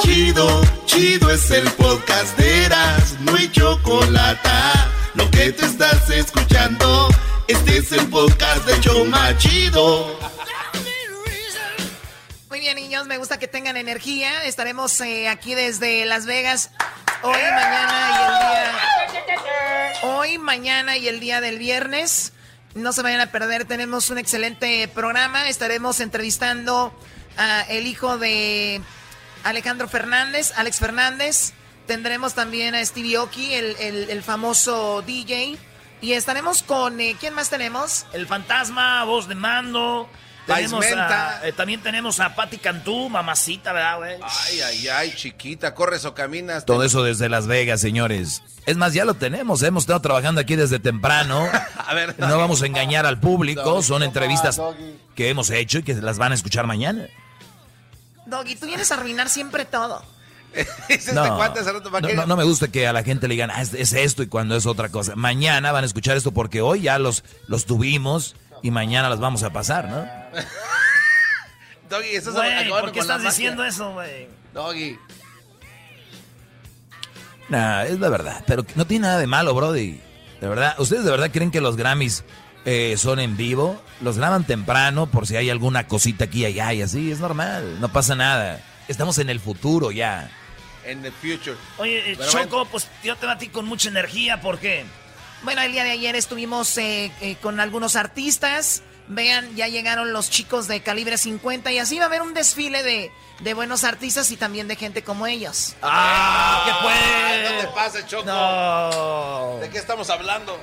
Chido, chido es el podcast de Eras, no hay chocolate. Lo que te estás escuchando, este es el podcast de Choma Chido. Muy bien, niños, me gusta que tengan energía. Estaremos eh, aquí desde Las Vegas hoy, mañana y el día. Hoy, mañana y el día del viernes. No se vayan a perder, tenemos un excelente programa. Estaremos entrevistando a el hijo de Alejandro Fernández, Alex Fernández. Tendremos también a Stevie Oki, el, el- el famoso DJ. Y estaremos con. eh, ¿Quién más tenemos? El fantasma, voz de mando. La Tenemos Ismenta. a, eh, también tenemos a Patti Cantú, mamacita, ¿verdad, güey? Ay, ay, ay, chiquita, corres o caminas. Todo eso desde Las Vegas, señores. Es más, ya lo tenemos. ¿eh? Hemos estado trabajando aquí desde temprano. A ver, No vamos a engañar al público. Son entrevistas que hemos hecho y que las van a escuchar mañana. Doggy, tú vienes a arruinar siempre todo. dices de No, cuántas rato no, no, no me gusta que a la gente le digan, "Ah, es, es esto y cuando es otra cosa. Mañana van a escuchar esto porque hoy ya los, los tuvimos y mañana las vamos a pasar, ¿no? Doggy, estás Güey, acabando ¿Por qué con la estás magia. diciendo eso, güey? Doggy, Nah, es la verdad. Pero no tiene nada de malo, Brody. De verdad, ¿ustedes de verdad creen que los Grammys eh, son en vivo? Los graban temprano por si hay alguna cosita aquí y allá y así. Es normal, no pasa nada. Estamos en el futuro ya. en the future. Oye, eh, Pero Choco, pues yo te batí con mucha energía, ¿por qué? Bueno, el día de ayer estuvimos eh, eh, con algunos artistas. Vean, ya llegaron los chicos de calibre 50 y así va a haber un desfile de, de buenos artistas y también de gente como ellos. ¡Ah! ¿Qué Ay, fue? no te pases, Choco. No. ¿De qué estamos hablando?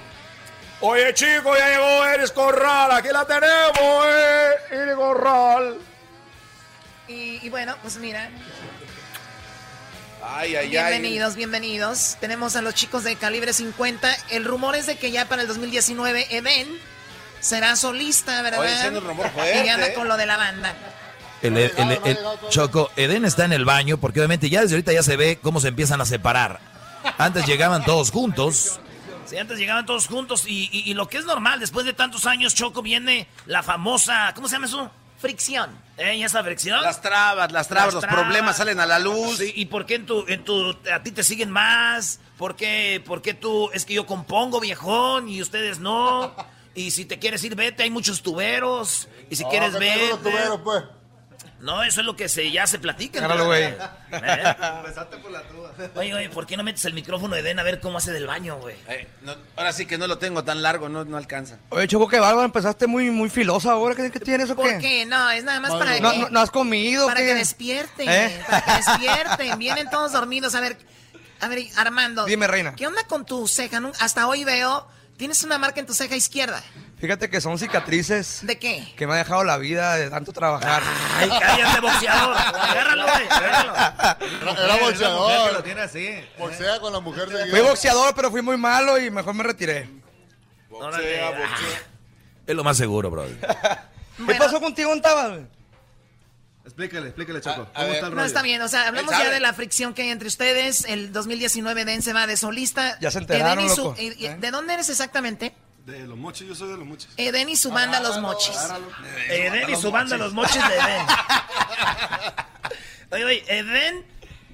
Oye, chico, ya llegó Eres Corral. Aquí la tenemos, eh. Eres Corral. Y, y bueno, pues mira, Ay, ay, ay. bienvenidos, bienvenidos. Tenemos a los chicos de calibre 50. El rumor es de que ya para el 2019 Eben será solista, ¿verdad? Oye, siendo un rumor y anda fuerte. con lo de la banda. El- el- el- el- Choco, Eden está en el baño porque obviamente ya desde ahorita ya se ve cómo se empiezan a separar. Antes llegaban todos juntos. Si antes llegaban todos juntos y, y- y lo que es normal, después de tantos años, Choco, viene la famosa, ¿cómo se llama eso? Fricción. ¿Eh? ¿Y esa fricción? Las trabas, las trabas, Las los trabas. problemas salen a la luz. Sí, ¿Y por qué en tu, en tu, a ti te siguen más? ¿Por qué, por qué tú, es que yo compongo viejón y ustedes no? Y si te quieres ir, vete, hay muchos tuberos. Y si quieres, que tengo vete. los tuberos, pues. No, eso es lo que se, ya se Eh. platica. Agárralo, güey. Oye, oye, ¿por qué no metes el micrófono de Eden a ver cómo hace del baño, güey? Eh, no, ahora sí que no lo tengo tan largo, no, no alcanza. Oye, Choco, qué bárbaro, empezaste muy, muy filosa ahora. ¿Qué, qué tienes o ¿Por qué? qué? No, es nada más para No, que- no- no has comido? Para qué? que despierten, ¿Eh? para que despierten. Vienen todos dormidos. A ver, a ver, Armando. Dime, reina. ¿Qué onda con tu ceja? Nun- Hasta hoy veo, tienes una marca en tu ceja izquierda. Fíjate que son cicatrices ¿De qué? que me ha dejado la vida de tanto trabajar. Ay, cállate, boxeador. Agárralo, güey, agárralo. Era mujer que lo boxeador. tiene así. Boxea con la mujer Fui seguida. boxeador, pero fui muy malo y mejor me retiré. Órale, ah. Es lo más seguro, Brody. ¿Qué Bueno, pasó contigo en Tabas? Explícale, explícale, Choco. A- a ¿Cómo ver. está el no rollo? está bien, o sea, hablamos Él ya sabe. de la fricción que hay entre ustedes. El 2019 Den se va de solista. Ya se enteraron, Eden y su- loco. y- y- ¿Eh? ¿De dónde eres exactamente? De los mochis, yo soy de los mochis. Eden y su banda Los Mochis. Eden Eh, y su banda Los Moches de Eden. Oye, oye, Eden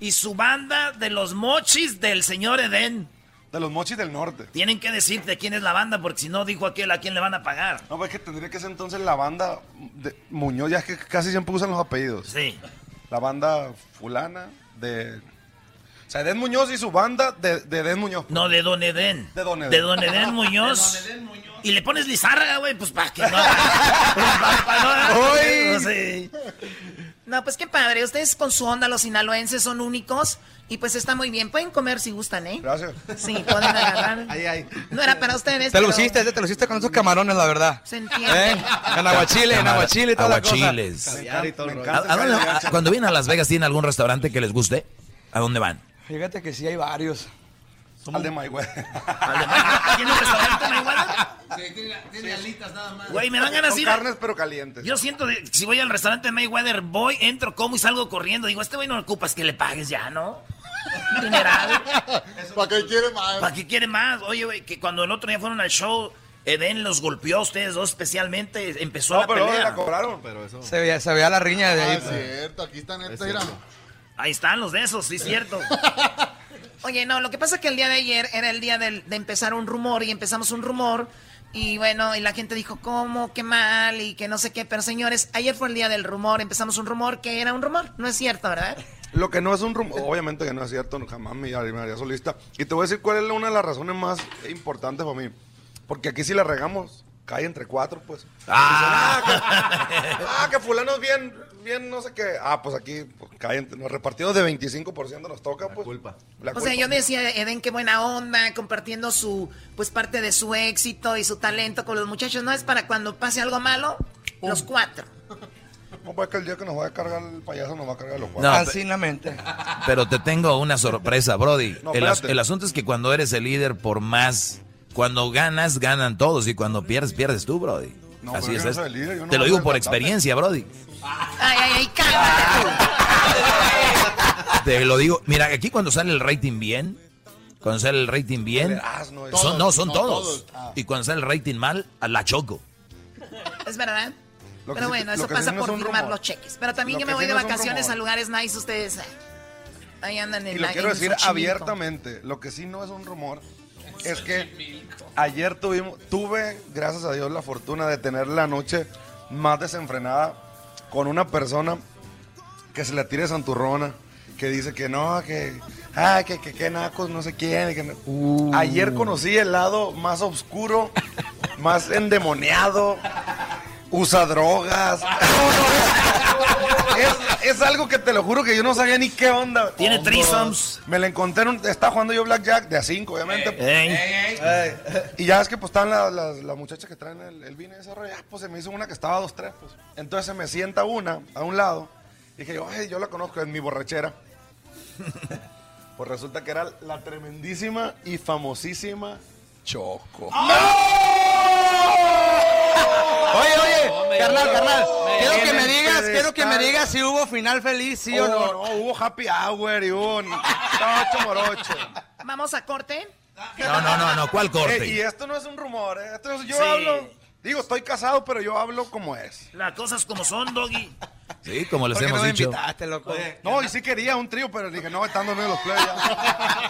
y su banda de Los Mochis del señor Eden. De los mochis del norte. Tienen que decirte quién es la banda, porque si no dijo aquel, ¿a quién le van a pagar? No, pues es que tendría que ser entonces la banda de Muñoz, ya es que casi siempre usan los apellidos. Sí. La banda fulana de... O sea, Den Muñoz y su banda de, de Den Muñoz. No, de Don Eden. De Don Eden. De Don Eden Muñoz. Y le pones Lizárraga, güey, pues para que no. pa- pa' no- Uy. no sé. No, pues qué padre. Ustedes con su onda, los sinaloenses, son únicos. Y pues está muy bien. Pueden comer si gustan, ¿eh? Gracias. Sí, pueden agarrar. Ay, ay. No era para ustedes. Te lo Pues, pero hiciste, te lo hiciste con esos camarones, la verdad. Se ¿Eh? entiende. En aguachile, en aguachile y toda la cosa. Aguachiles. Me ¿A- encanta a el dónde- caldo de a- hacha. cuando vienen a Las Vegas, ¿tienen algún restaurante que les guste? ¿A dónde van? Fíjate que sí hay varios. Al de Mayweather. ¿Tiene un restaurante en Mayweather? Güey, me dan ganas de Son ir. a- carnes pero calientes. Yo siento de- si voy al restaurante de Mayweather, voy, entro, como y salgo corriendo. Digo, este güey no ocupas que le pagues ya, ¿no? Dineral. ¿Para qué quiere más? ¿Para qué quiere más? Oye, güey, que cuando el otro día fueron al show, Eden los golpeó a ustedes dos especialmente. Empezó No, la pero pelea. la cobraron. Se veía, se veía la riña de Ah, ahí. pues. cierto, aquí están estos, mira. Ahí están los de esos, sí, cierto. Oye, no, lo que pasa es que el día de ayer era el día del- de empezar un rumor y empezamos un rumor y bueno, y la gente dijo, ¿cómo? ¿Qué mal? Y que no sé qué, pero señores, ayer fue el día del rumor, empezamos un rumor que era un rumor, no es cierto, ¿verdad? Lo que no es un rumor, obviamente que no es cierto, no, jamás me haría, me haría solista. Y te voy a decir cuál es una de las razones más importantes para mí. Porque aquí si la regamos, cae entre cuatro, pues. Ah, que, ah, que fulano es bien, bien no sé qué. Ah, pues aquí pues, cae entre, nos repartimos de 25% nos toca, pues. culpa. La O sea, culpa. yo decía, Eden, qué buena onda, compartiendo su, pues parte de su éxito y su talento con los muchachos, ¿no? Es para cuando pase algo malo, los cuatro. No, pues que el día que nos va a cargar el payaso nos va a cargar los cuatro. No, Ah, pe- Cansinamente. pero te tengo una sorpresa, Brody. No, el, as- espérate. el asunto es que cuando eres el líder, por más. Cuando ganas, ganan todos. Y cuando pierdes, pierdes tú, Brody. No, Así pero es. yo no esto. soy el líder, yo no te lo voy a digo ser por cantante. experiencia, Brody. Ay, ay, ay, cálmate Te lo digo. Mira, aquí cuando sale el rating bien, cuando sale el rating bien, Asno, es- son, no, son no, todos. todos. Ah. Y cuando sale el rating mal, a la choco. tú. Es verdad. Lo que Pero sí- bueno, lo eso que sí pasa no es por un firmar rumor. los cheques. Pero también Lo yo me que voy sí de no es un vacaciones rumor. a lugares nice, ustedes ah, ahí andan en Y lo la- quiero en decir Xochimilco. abiertamente, lo que sí no es un rumor es que ayer tuvimos, tuve, gracias a Dios, la fortuna de tener la noche más desenfrenada con una persona que se la tire santurrona, que dice que no, que, ay, que, que, que nacos, no sé quién. y que no- Uh. Ayer conocí el lado más oscuro, más endemoniado, usa drogas. es, es algo que te lo juro que yo no sabía ni qué onda. Oh, Tiene threesomes. Me la encontré, en un, está jugando yo Blackjack de a 5, obviamente. Ey. Y ya es que pues están las, las- las muchachas que traen el, el vino y ese rollo. Ah, pues se me hizo una que estaba a dos, tres. Pues. Entonces se me sienta una a un lado. Y dije yo, ay, yo la conozco, es mi borrachera. pues resulta que era la tremendísima y famosísima Choco. ¡Ah! Oye, oye, carnal, carnal. Quiero que me tienen digas, quiero que me pedestal. digas si hubo final feliz, sí Oh, o no. no, hubo happy hour y hubo chocho morocho. Vamos a corte. No, no, no, no. ¿Cuál Eh, y corte? esto no es un rumor, eh, esto es- yo Sí. hablo, digo, estoy casado, pero yo hablo como es. Las cosas como son, Doggy. Sí, como les ¿Por qué no hemos me dicho. invitaste, loco? No, y sí quería un trío, pero dije, no, estando en medio de los play ya.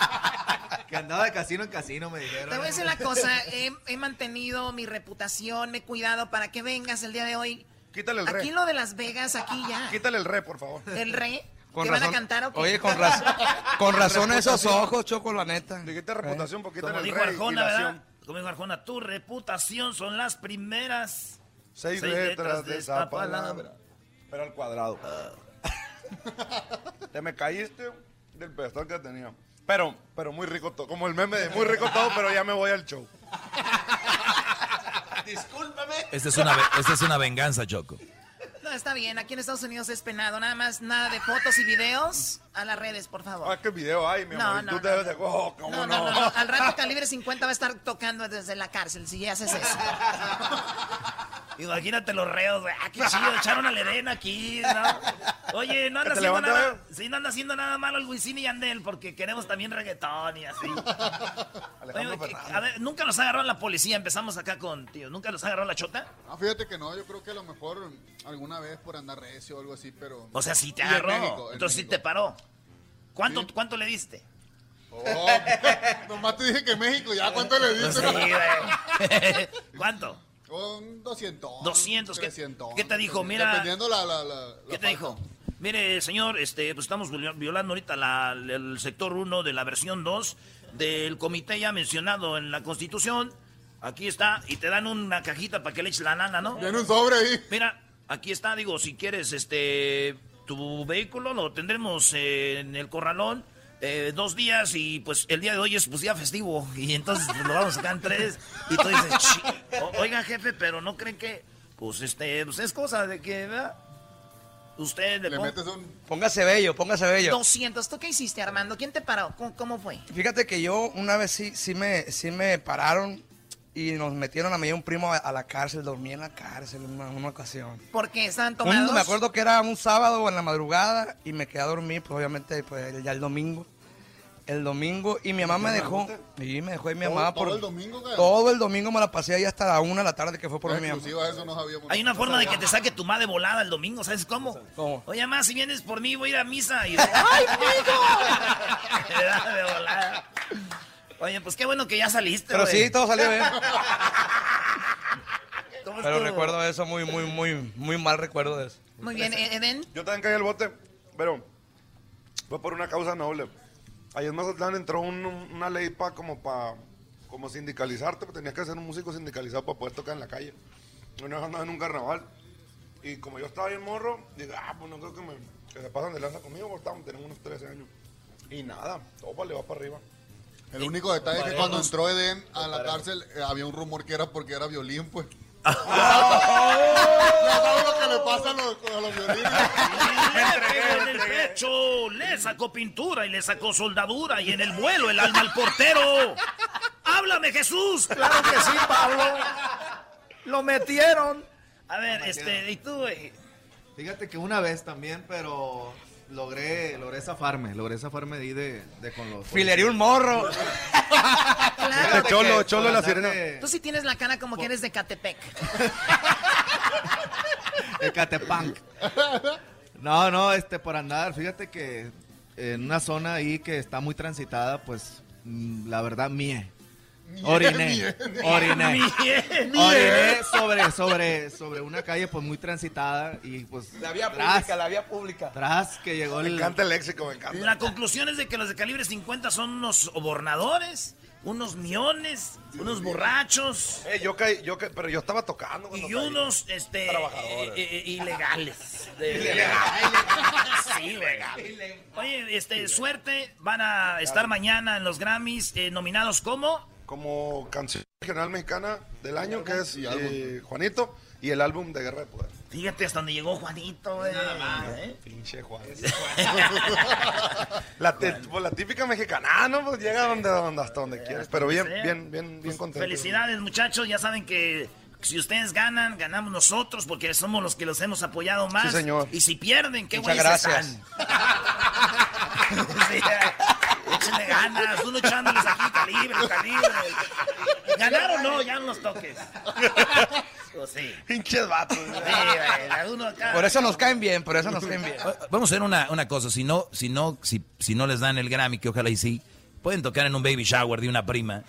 Que andaba de casino en casino, me dijeron. Te voy a decir una cosa, he, he mantenido mi reputación, me he cuidado para que vengas el día de hoy. Quítale el Aquí re. en lo de Las Vegas, aquí ya. Quítale el re, por favor. El rey. Con ¿Que van a razón- cantar o qué? Oye, con razón, con razón esos ojos, Choco, la neta. Dijiste reputación, porque Como quítale el dijo re. Arjona, ¿verdad? hilación. Como dijo Arjona, tu reputación son las primeras. Seis, letras de esa palabra. Pero al cuadrado. Te me caíste del pedestal que tenía. Pero, pero muy rico todo. Como el meme de muy rico todo, pero ya me voy al show. Esta es, una, ve- esta es una venganza, Choco. No, está bien, aquí en Estados Unidos es penado. Nada más, nada de fotos y videos a las redes, por Ah, favor. qué video hay, mi No, amor. no, Tú no, te debes no. de. Oh, cómo No, no, no, no. Al rato Calibre 50 va a estar tocando desde la cárcel si haces eso. Imagínate los reos, güey. Ah, qué chido, echaron a Lerena aquí, ¿no? Oye, no anda te haciendo levanta, eh? nada. güey. Sí, no anda haciendo nada malo el Wisin y Yandel, porque queremos también reggaetón y así. Alejandro Oye, pues, que- Fernández. a ver, nunca los agarró la policía. Empezamos acá con, tío, ¿nunca los agarró la chota? Ah, fíjate que no, yo creo que a lo mejor alguna vez por andar recio o algo así, pero. O sea, sí te Y en agarró. México, en Entonces sí México. te paró. ¿Cuánto, ¿Cuánto le diste? Oh, nomás te dije que México, ya cuánto le Sí, diste. güey. ¿Cuánto? Un 200. 200, ¿qué- 300, qué te dijo? Mira- Dependiendo la. la, la- la ¿Qué falta. te dijo? Mire, señor, este, pues estamos viol- violando ahorita la- el sector 1 de la versión 2 del comité ya mencionado en la Constitución. Aquí está, y te dan una cajita para que le eches la nana, ¿no? Viene un sobre ahí. Mira, aquí está, digo, si quieres, este, tu vehículo lo tendremos eh, en el corralón eh, dos días y pues el día de hoy es pues día festivo y entonces pues, lo vamos a sacar en tres y tú dices, "Chi- o- oiga jefe, pero no creen que, pues este, pues es cosa de que, ¿verdad? Usted le, Le pon- metes un. Póngase bello, póngase bello. 200. ¿Tú qué hiciste, Armando? ¿Quién te paró? ¿Cómo, cómo fue? Fíjate que yo una vez sí, sí, me, sí me pararon y nos metieron a mí y a un primo a, a la cárcel, dormí en la cárcel en una, una ocasión. Porque estaban Un- tomados. me acuerdo que era un sábado en la madrugada y me quedé a dormir, pues obviamente pues, ya el domingo. El domingo. Y mi mamá me dejó. Y me dejó ahí mi ¿Todo- mamá. todo por- el domingo, cara? Todo el domingo me la pasé ahí hasta la una de la tarde que fue por mi mamá. Exclusiva, eso no sabíamos. Hay una forma de que te saque tu madre volada el domingo, ¿sabes cómo? ¿Cómo? Oye, más si vienes por mí, voy a ir a misa. Y ¡Ay, amigo! Te da de volada. Oye, pues qué bueno que ya saliste, Pero güey. sí, todo salió bien. ¿Cómo Pero estuvo? recuerdo eso, muy, muy, muy, muy mal recuerdo de eso. Muy bien, Eden. Yo también caí al bote, pero fue por una causa noble. Ahí en Mazatlán entró un- un- una ley para como para como sindicalizarte, pues tenías que ser un músico sindicalizado para poder tocar en la calle. Una vez andaba en un carnaval y como yo estaba bien morro, dije, ah, pues no creo que, me, que se pasan de lanza conmigo, porque estábamos- tenemos unos 13 años. Y nada, todo le va para arriba. El único detalle es que cuando entró Eden a la cárcel eh, había un rumor que era porque era violín, pues. Ya sabes lo que le pasa a los, a los violines. Le pegó en el pecho, le sacó pintura y le sacó soldadura y en el vuelo el alma al portero. ¡Háblame, Jesús! Claro que sí, Pablo. Lo metieron. A ver, este, ¿y tú, güey? Fíjate que una vez también, pero logré, logré zafarme, logré zafarme de ahí de, de con los... Filería un morro. Este cholo, que cholo de la por sirena. andar Tú sí tienes la cara como que eres de Catepec. de- de Catepunk. No, no, este, por andar, fíjate que en una zona ahí que está muy transitada, pues, mm, la verdad, mía. Oriné, oriné. Bien. Oriné sobre, sobre, sobre una calle pues muy transitada y pues La vía tras, pública, la vía pública. tras que llegó Me el... encanta el léxico, me encanta. La conclusión es de que los de calibre 50 son unos bornadores, unos miones, unos borrachos Eh, yo caí, yo caí- pero yo estaba tocando. cuando y caí. unos este Trabajadores. eh, eh, ilegales. De- Sí, güey. Oye, este suerte, van a estar mañana en los Grammys eh, nominados como Como canción regional mexicana del año, que es Y álbum. eh, Juanito, y el álbum de Guerra de Poder. Fíjate hasta donde llegó Juanito, Pues eh. güey. ¿eh? Pinche Juan. la, te- pues, la típica mexicana, ¿no? Pues llega donde, donde- hasta donde quieres. Pero bien, sea. bien, bien, bien contento. Felicidades, muchachos. Ya saben que si ustedes ganan, ganamos nosotros porque somos los que los hemos apoyado más. Sí, señor. Y si pierden, qué Muchas güeyes gracias. están. Sí, échenle ganas, uno echándoles aquí calibre, calibre. Ganar o no, ya no nos toques. Pues sí. Pinches vatos. Sí, güey, la uno acá. Por eso nos caen bien, por eso nos caen bien. Vamos a hacer una, una cosa, si no, si no, si, si no les dan el Grammy, que ojalá y sí, pueden tocar en un baby shower de una prima.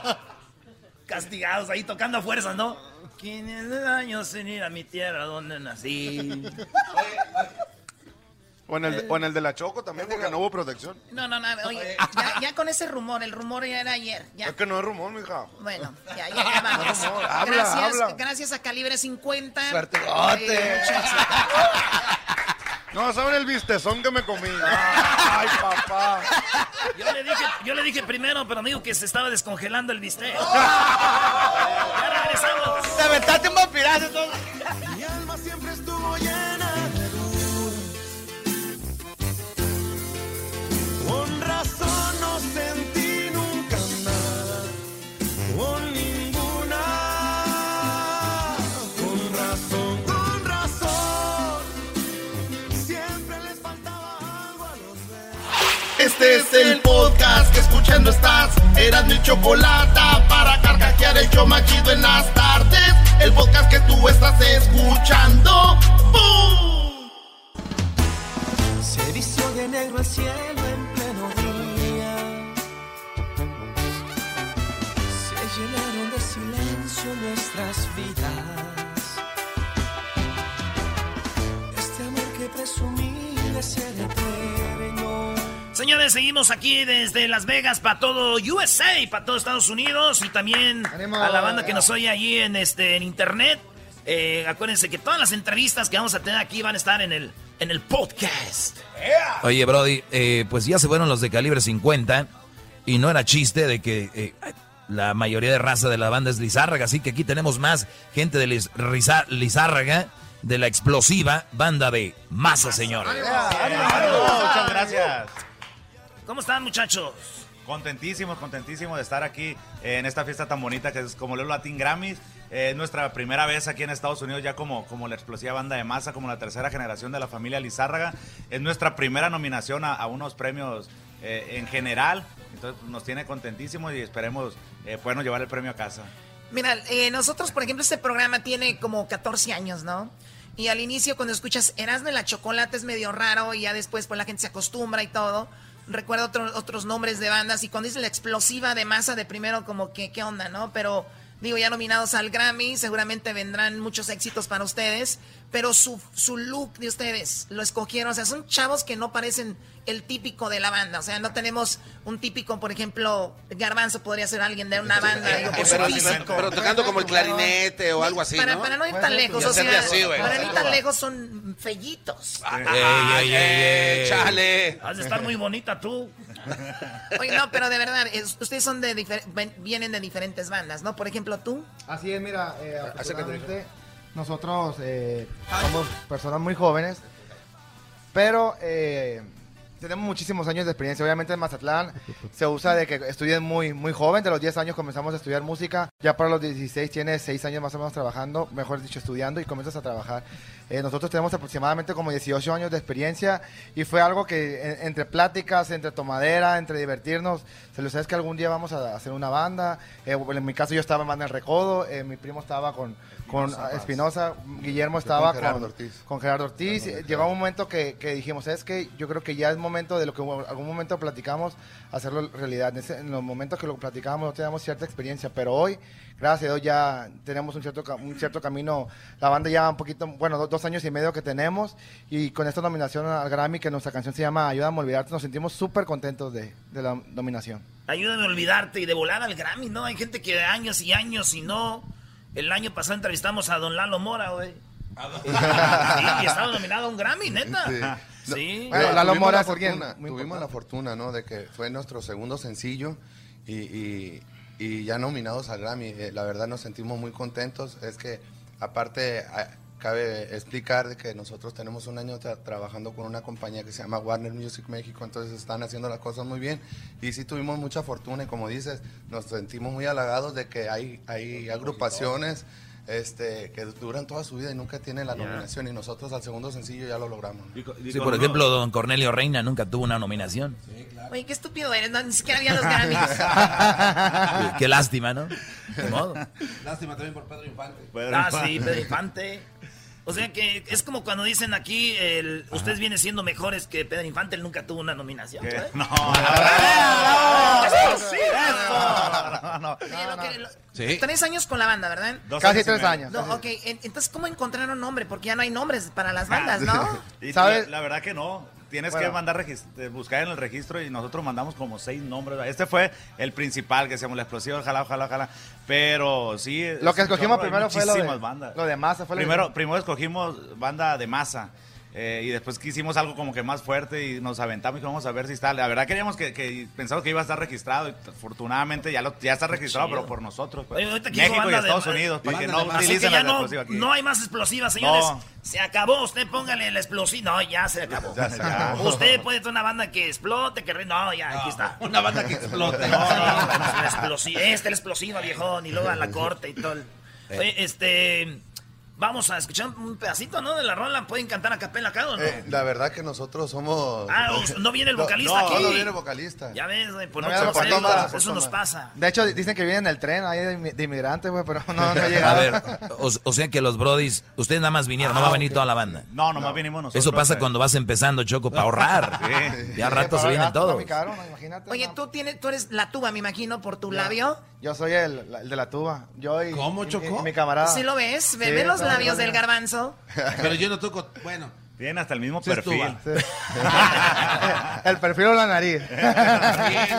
castigados ahí tocando a fuerzas, ¿no? 500 años sin ir a mi tierra donde nací. O en, el, de- o en el de la Choco también, porque no hubo protección. No, no, no, oye, ya, ya con ese rumor, el rumor ya era ayer. Es Ya. que no es rumor, mija. Bueno, ya, ya, ya vamos. No, no, habla, gracias, habla. gracias a Calibre 50. Suertedote. Eh, muchas- No, ¿saben el vistezón que me comí? Ay, papá. Yo le dije, yo le dije primero, pero me dijo que se estaba descongelando el bistec. Ya regresamos. Te aventaste un vampirazo, entonces. Mi alma siempre estuvo llena de luz. Con razón no sentí nunca nada, con ninguna. Con razón, con razón, siempre les faltaba algo a los Este es el podcast que escuchando estás. Eran mi chocolate para carcajear el yo machido en las tardes. El podcast que tú estás escuchando. ¡Bum! Se vistió de negro el cielo en pleno día. Se llenaron de silencio nuestras vidas. Este amor que presumí de ser eterno. Señores, seguimos aquí desde Las Vegas para todo USA, para todo Estados Unidos y también ¡Ánimo! a la banda que nos oye allí en este en internet. Eh, acuérdense que todas las entrevistas que vamos a tener aquí van a estar en el en el podcast. Oye, Brody, eh, pues ya se fueron los de calibre 50 y no era chiste de que eh, la mayoría de raza de la banda es Lizárraga, así que aquí tenemos más gente de Liz- Riza- Lizárraga, de la explosiva banda de Mazo, señores. Muchas gracias. ¿Cómo están, muchachos? Contentísimos, contentísimos de estar aquí eh, en esta fiesta tan bonita que es como los Latin Grammys. Eh, es nuestra primera vez aquí en Estados Unidos ya como, como la explosiva banda de masa, como la tercera generación de la familia Lizárraga. Es nuestra primera nominación a, a unos premios eh, en general. Entonces nos tiene contentísimos y esperemos eh, podernos llevar el premio a casa. Mira, eh, nosotros, por ejemplo, este programa tiene como 14 años, ¿no? Y al inicio, cuando escuchas Erasmo y la Chocolate es medio raro y ya después pues la gente se acostumbra y todo. Recuerda otro- otros nombres de bandas y cuando dices la explosiva de masa de primero como que qué onda, ¿no? Pero digo, ya nominados al Grammy, seguramente vendrán muchos éxitos para ustedes, pero su, su look de ustedes lo escogieron, o sea, son chavos que no parecen el típico de la banda, o sea, no tenemos un típico, por ejemplo, Garbanzo podría ser alguien de una banda, digo, pues, por su pero, físico. pero tocando como el clarinete o algo así, Para, ¿no? para no ir tan pues, lejos, Y o hacerle sea, así, güey. para no ir tan lejos son fellitos. Ah. Ay, Ey, ey, eh, ey, ey. chale. Has de estar muy bonita tú. Oye, no, pero de verdad, es- ustedes son de difer- ven- vienen de diferentes bandas, ¿no? Por ejemplo, tú. Así es, mira, eh, afortunadamente, nosotros eh, somos personas muy jóvenes, pero eh, tenemos muchísimos años de experiencia. Obviamente en Mazatlán se usa de que estudien muy, muy joven, de los 10 años comenzamos a estudiar música, ya para los 16 tienes 6 años más o menos trabajando, mejor dicho, estudiando y comienzas a trabajar. Eh, nosotros tenemos aproximadamente como 18 años de experiencia y fue algo que en- entre pláticas, entre tomadera, entre divertirnos, se lo sabes que algún día vamos a hacer una banda. Eh, en mi caso yo estaba en Banda El Recodo, eh, mi primo estaba con, con ah, Espinosa, Guillermo estaba con Gerardo con- Ortiz. con Gerardo Ortiz. Eh, Llegó un momento que, que dijimos, es que yo creo que ya es momento de lo que en algún momento platicamos, hacerlo realidad. En, ese- en los momentos que lo platicábamos no teníamos cierta experiencia, pero hoy, gracias a Dios, ya tenemos un cierto, ca- un cierto camino. La banda ya un poquito, bueno, do- dos años y medio que tenemos y con esta nominación al Grammy, que nuestra canción se llama Ayúdame a olvidarte, nos sentimos súper contentos de, de la nominación. Ayúdame a olvidarte y de volada al Grammy, ¿no? Hay gente que años y años y no. El año pasado entrevistamos a Don Lalo Mora, güey. Sí, y estaba nominado a un Grammy, neta. Sí. Bueno, Lalo tuvimos Mora la es alguien fortuna, muy Tuvimos la fortuna, ¿no? De que fue nuestro segundo sencillo y, y- y ya nominados al Grammy. Eh, la verdad nos sentimos muy contentos. Es que, aparte, a- cabe explicar de que nosotros tenemos un año tra- trabajando con una compañía que se llama Warner Music México, entonces están haciendo las cosas muy bien. Y sí tuvimos mucha fortuna y como dices, nos sentimos muy halagados de que hay, hay agrupaciones... Este, que duran toda su vida y nunca tienen la Ya. nominación y nosotros al segundo sencillo ya lo logramos. ¿no? Sí, por ejemplo, don Cornelio Reina nunca tuvo una nominación. Oye, qué estúpido eres, no, ni siquiera había los Grammys. Qué lástima, ¿no? De modo. Lástima también por Pedro Infante. ah, sí, Pedro Infante. O sea que es como cuando dicen aquí, el, ustedes vienen siendo mejores que Pedro Infante, él nunca tuvo una nominación. Ah, ¿eh? No, Eso sí, no, no. Oye, lo que- lo- Sí. Tres años con la banda, ¿verdad? Dos Casi años y tres medio. años. No, ok, en- entonces, ¿cómo encontraron un nombre? Porque ya no hay nombres para Ah, las bandas, ¿no? Y ¿Sabes? La, la verdad que no. Tienes Bueno. que mandar regis- eh, buscar en el registro y nosotros mandamos como seis nombres. Este fue el principal que decíamos, la explosiva, ojalá, ojalá, ojalá. Pero sí. es Lo que un escogimos chorro, hay primero fue lo muchísimas de, bandas. lo de masa. Fue lo que- Primero, primero escogimos banda de masa. eh, y después quisimos algo como que más fuerte y nos aventamos y dijimos, vamos a ver si está. La verdad queríamos que, que pensamos que iba a estar registrado y afortunadamente ya, lo, ya está registrado, chido. pero por nosotros. pues. Oye, ahorita aquí dijo México y banda de- Estados Unidos, para que no Así que utilicen ya la no- explosiva aquí. No hay más explosivas, señores. No. Se acabó, usted póngale la explosiva. No, ya se acabó. Ya se acabó. Usted puede tener una banda que explote, que re... No, ya, aquí está. Una banda que explote. No, no, pues, la explosi- Esta es la explosiva, viejón, y luego a la corte y todo. el- Oye, este... Vamos a escuchar un pedacito, ¿no? De la rola. Pueden cantar a capela acá, ¿o no? Eh, la verdad que nosotros somos. Ah, o- no viene el No, vocalista no, aquí. no viene el vocalista. Ya ves, güey, pues, por No no, viene el conocerlo, vocalista, por eso nos toma. pasa. De hecho, dicen que vienen en el tren ahí de, inmi- de inmigrantes, güey, pero no, no A llegaron. ver, o, o sea que los brodis, ustedes nada más vinieron, no va a venir toda la banda. No, nomás vinimos nosotros. Eso pasa eh. cuando vas empezando, Choco, para ahorrar. Sí. Ya al rato se vienen todos. Oye, tú, tienes, tú eres la tuba, me imagino, por tu labio. Yo soy el, la- el de la tuba. Yo y, ¿Cómo chocó? mi camarada. ¿Sí lo ves? Ve, Ah, Sí, ve los no, labios no, no. del garbanzo. Pero yo no toco. Bueno. Tienen hasta el mismo Sí, perfil. El perfil o la nariz.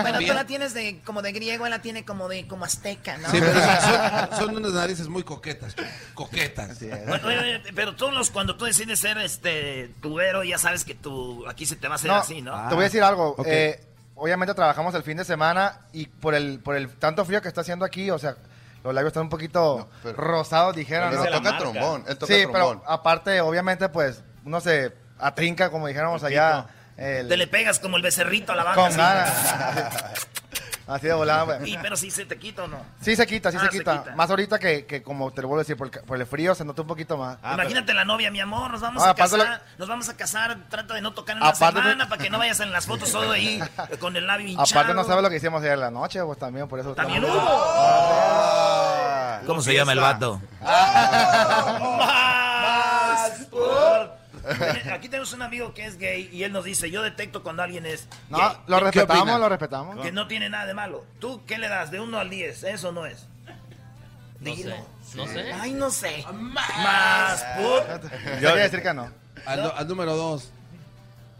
bueno, tú bien. la tienes de como de griego, él la tiene como de como azteca, ¿no? Sí, pero son, son unas narices muy coquetas, chico, coquetas. Bueno, oye, oye, pero todos los, cuando tú decides ser este tubero, ya sabes que tú aquí se te va a hacer No, así, ¿no? Te voy a decir algo. Ok. eh, obviamente trabajamos el fin de semana y por el, por el tanto frío que está haciendo aquí, o sea, los labios están un poquito rosados, dijeron. Pero ¿no? él toca Esa es la marca. trombón, él toca sí, trombón. pero aparte, obviamente, pues, uno se atrinca, como dijéramos allá. el- Te le pegas como el becerrito a la banda. con así. ganas. Así de volada, güey. Y, pero si se te quita o no. Sí se quita, sí Ah, se, quita. Más ahorita que, que como te lo vuelvo a decir, por el, ca- por el frío se nota un poquito más. Imagínate la novia, mi amor, nos vamos Ah, a casar, aparte nos vamos a casar, trata de no tocar en la Aparte- semana para que no vayas en las fotos todo ahí eh, con el labio hinchado. Aparte no sabes lo que hicimos ayer en la noche, pues también, por eso... También estamos- hubo. ¿Cómo se llama el vato? Ah. Aquí tenemos un amigo que es gay y él nos dice, yo detecto cuando alguien es No, gay". lo ¿Qué- qué opina? respetamos, lo respetamos. Que no tiene nada de malo. ¿Tú qué le das? De 1 al 10, ¿eso no es? No sé. No sé. Ay, no sé. Más. put. Yo quería decir que no. Al, nu- al número dos.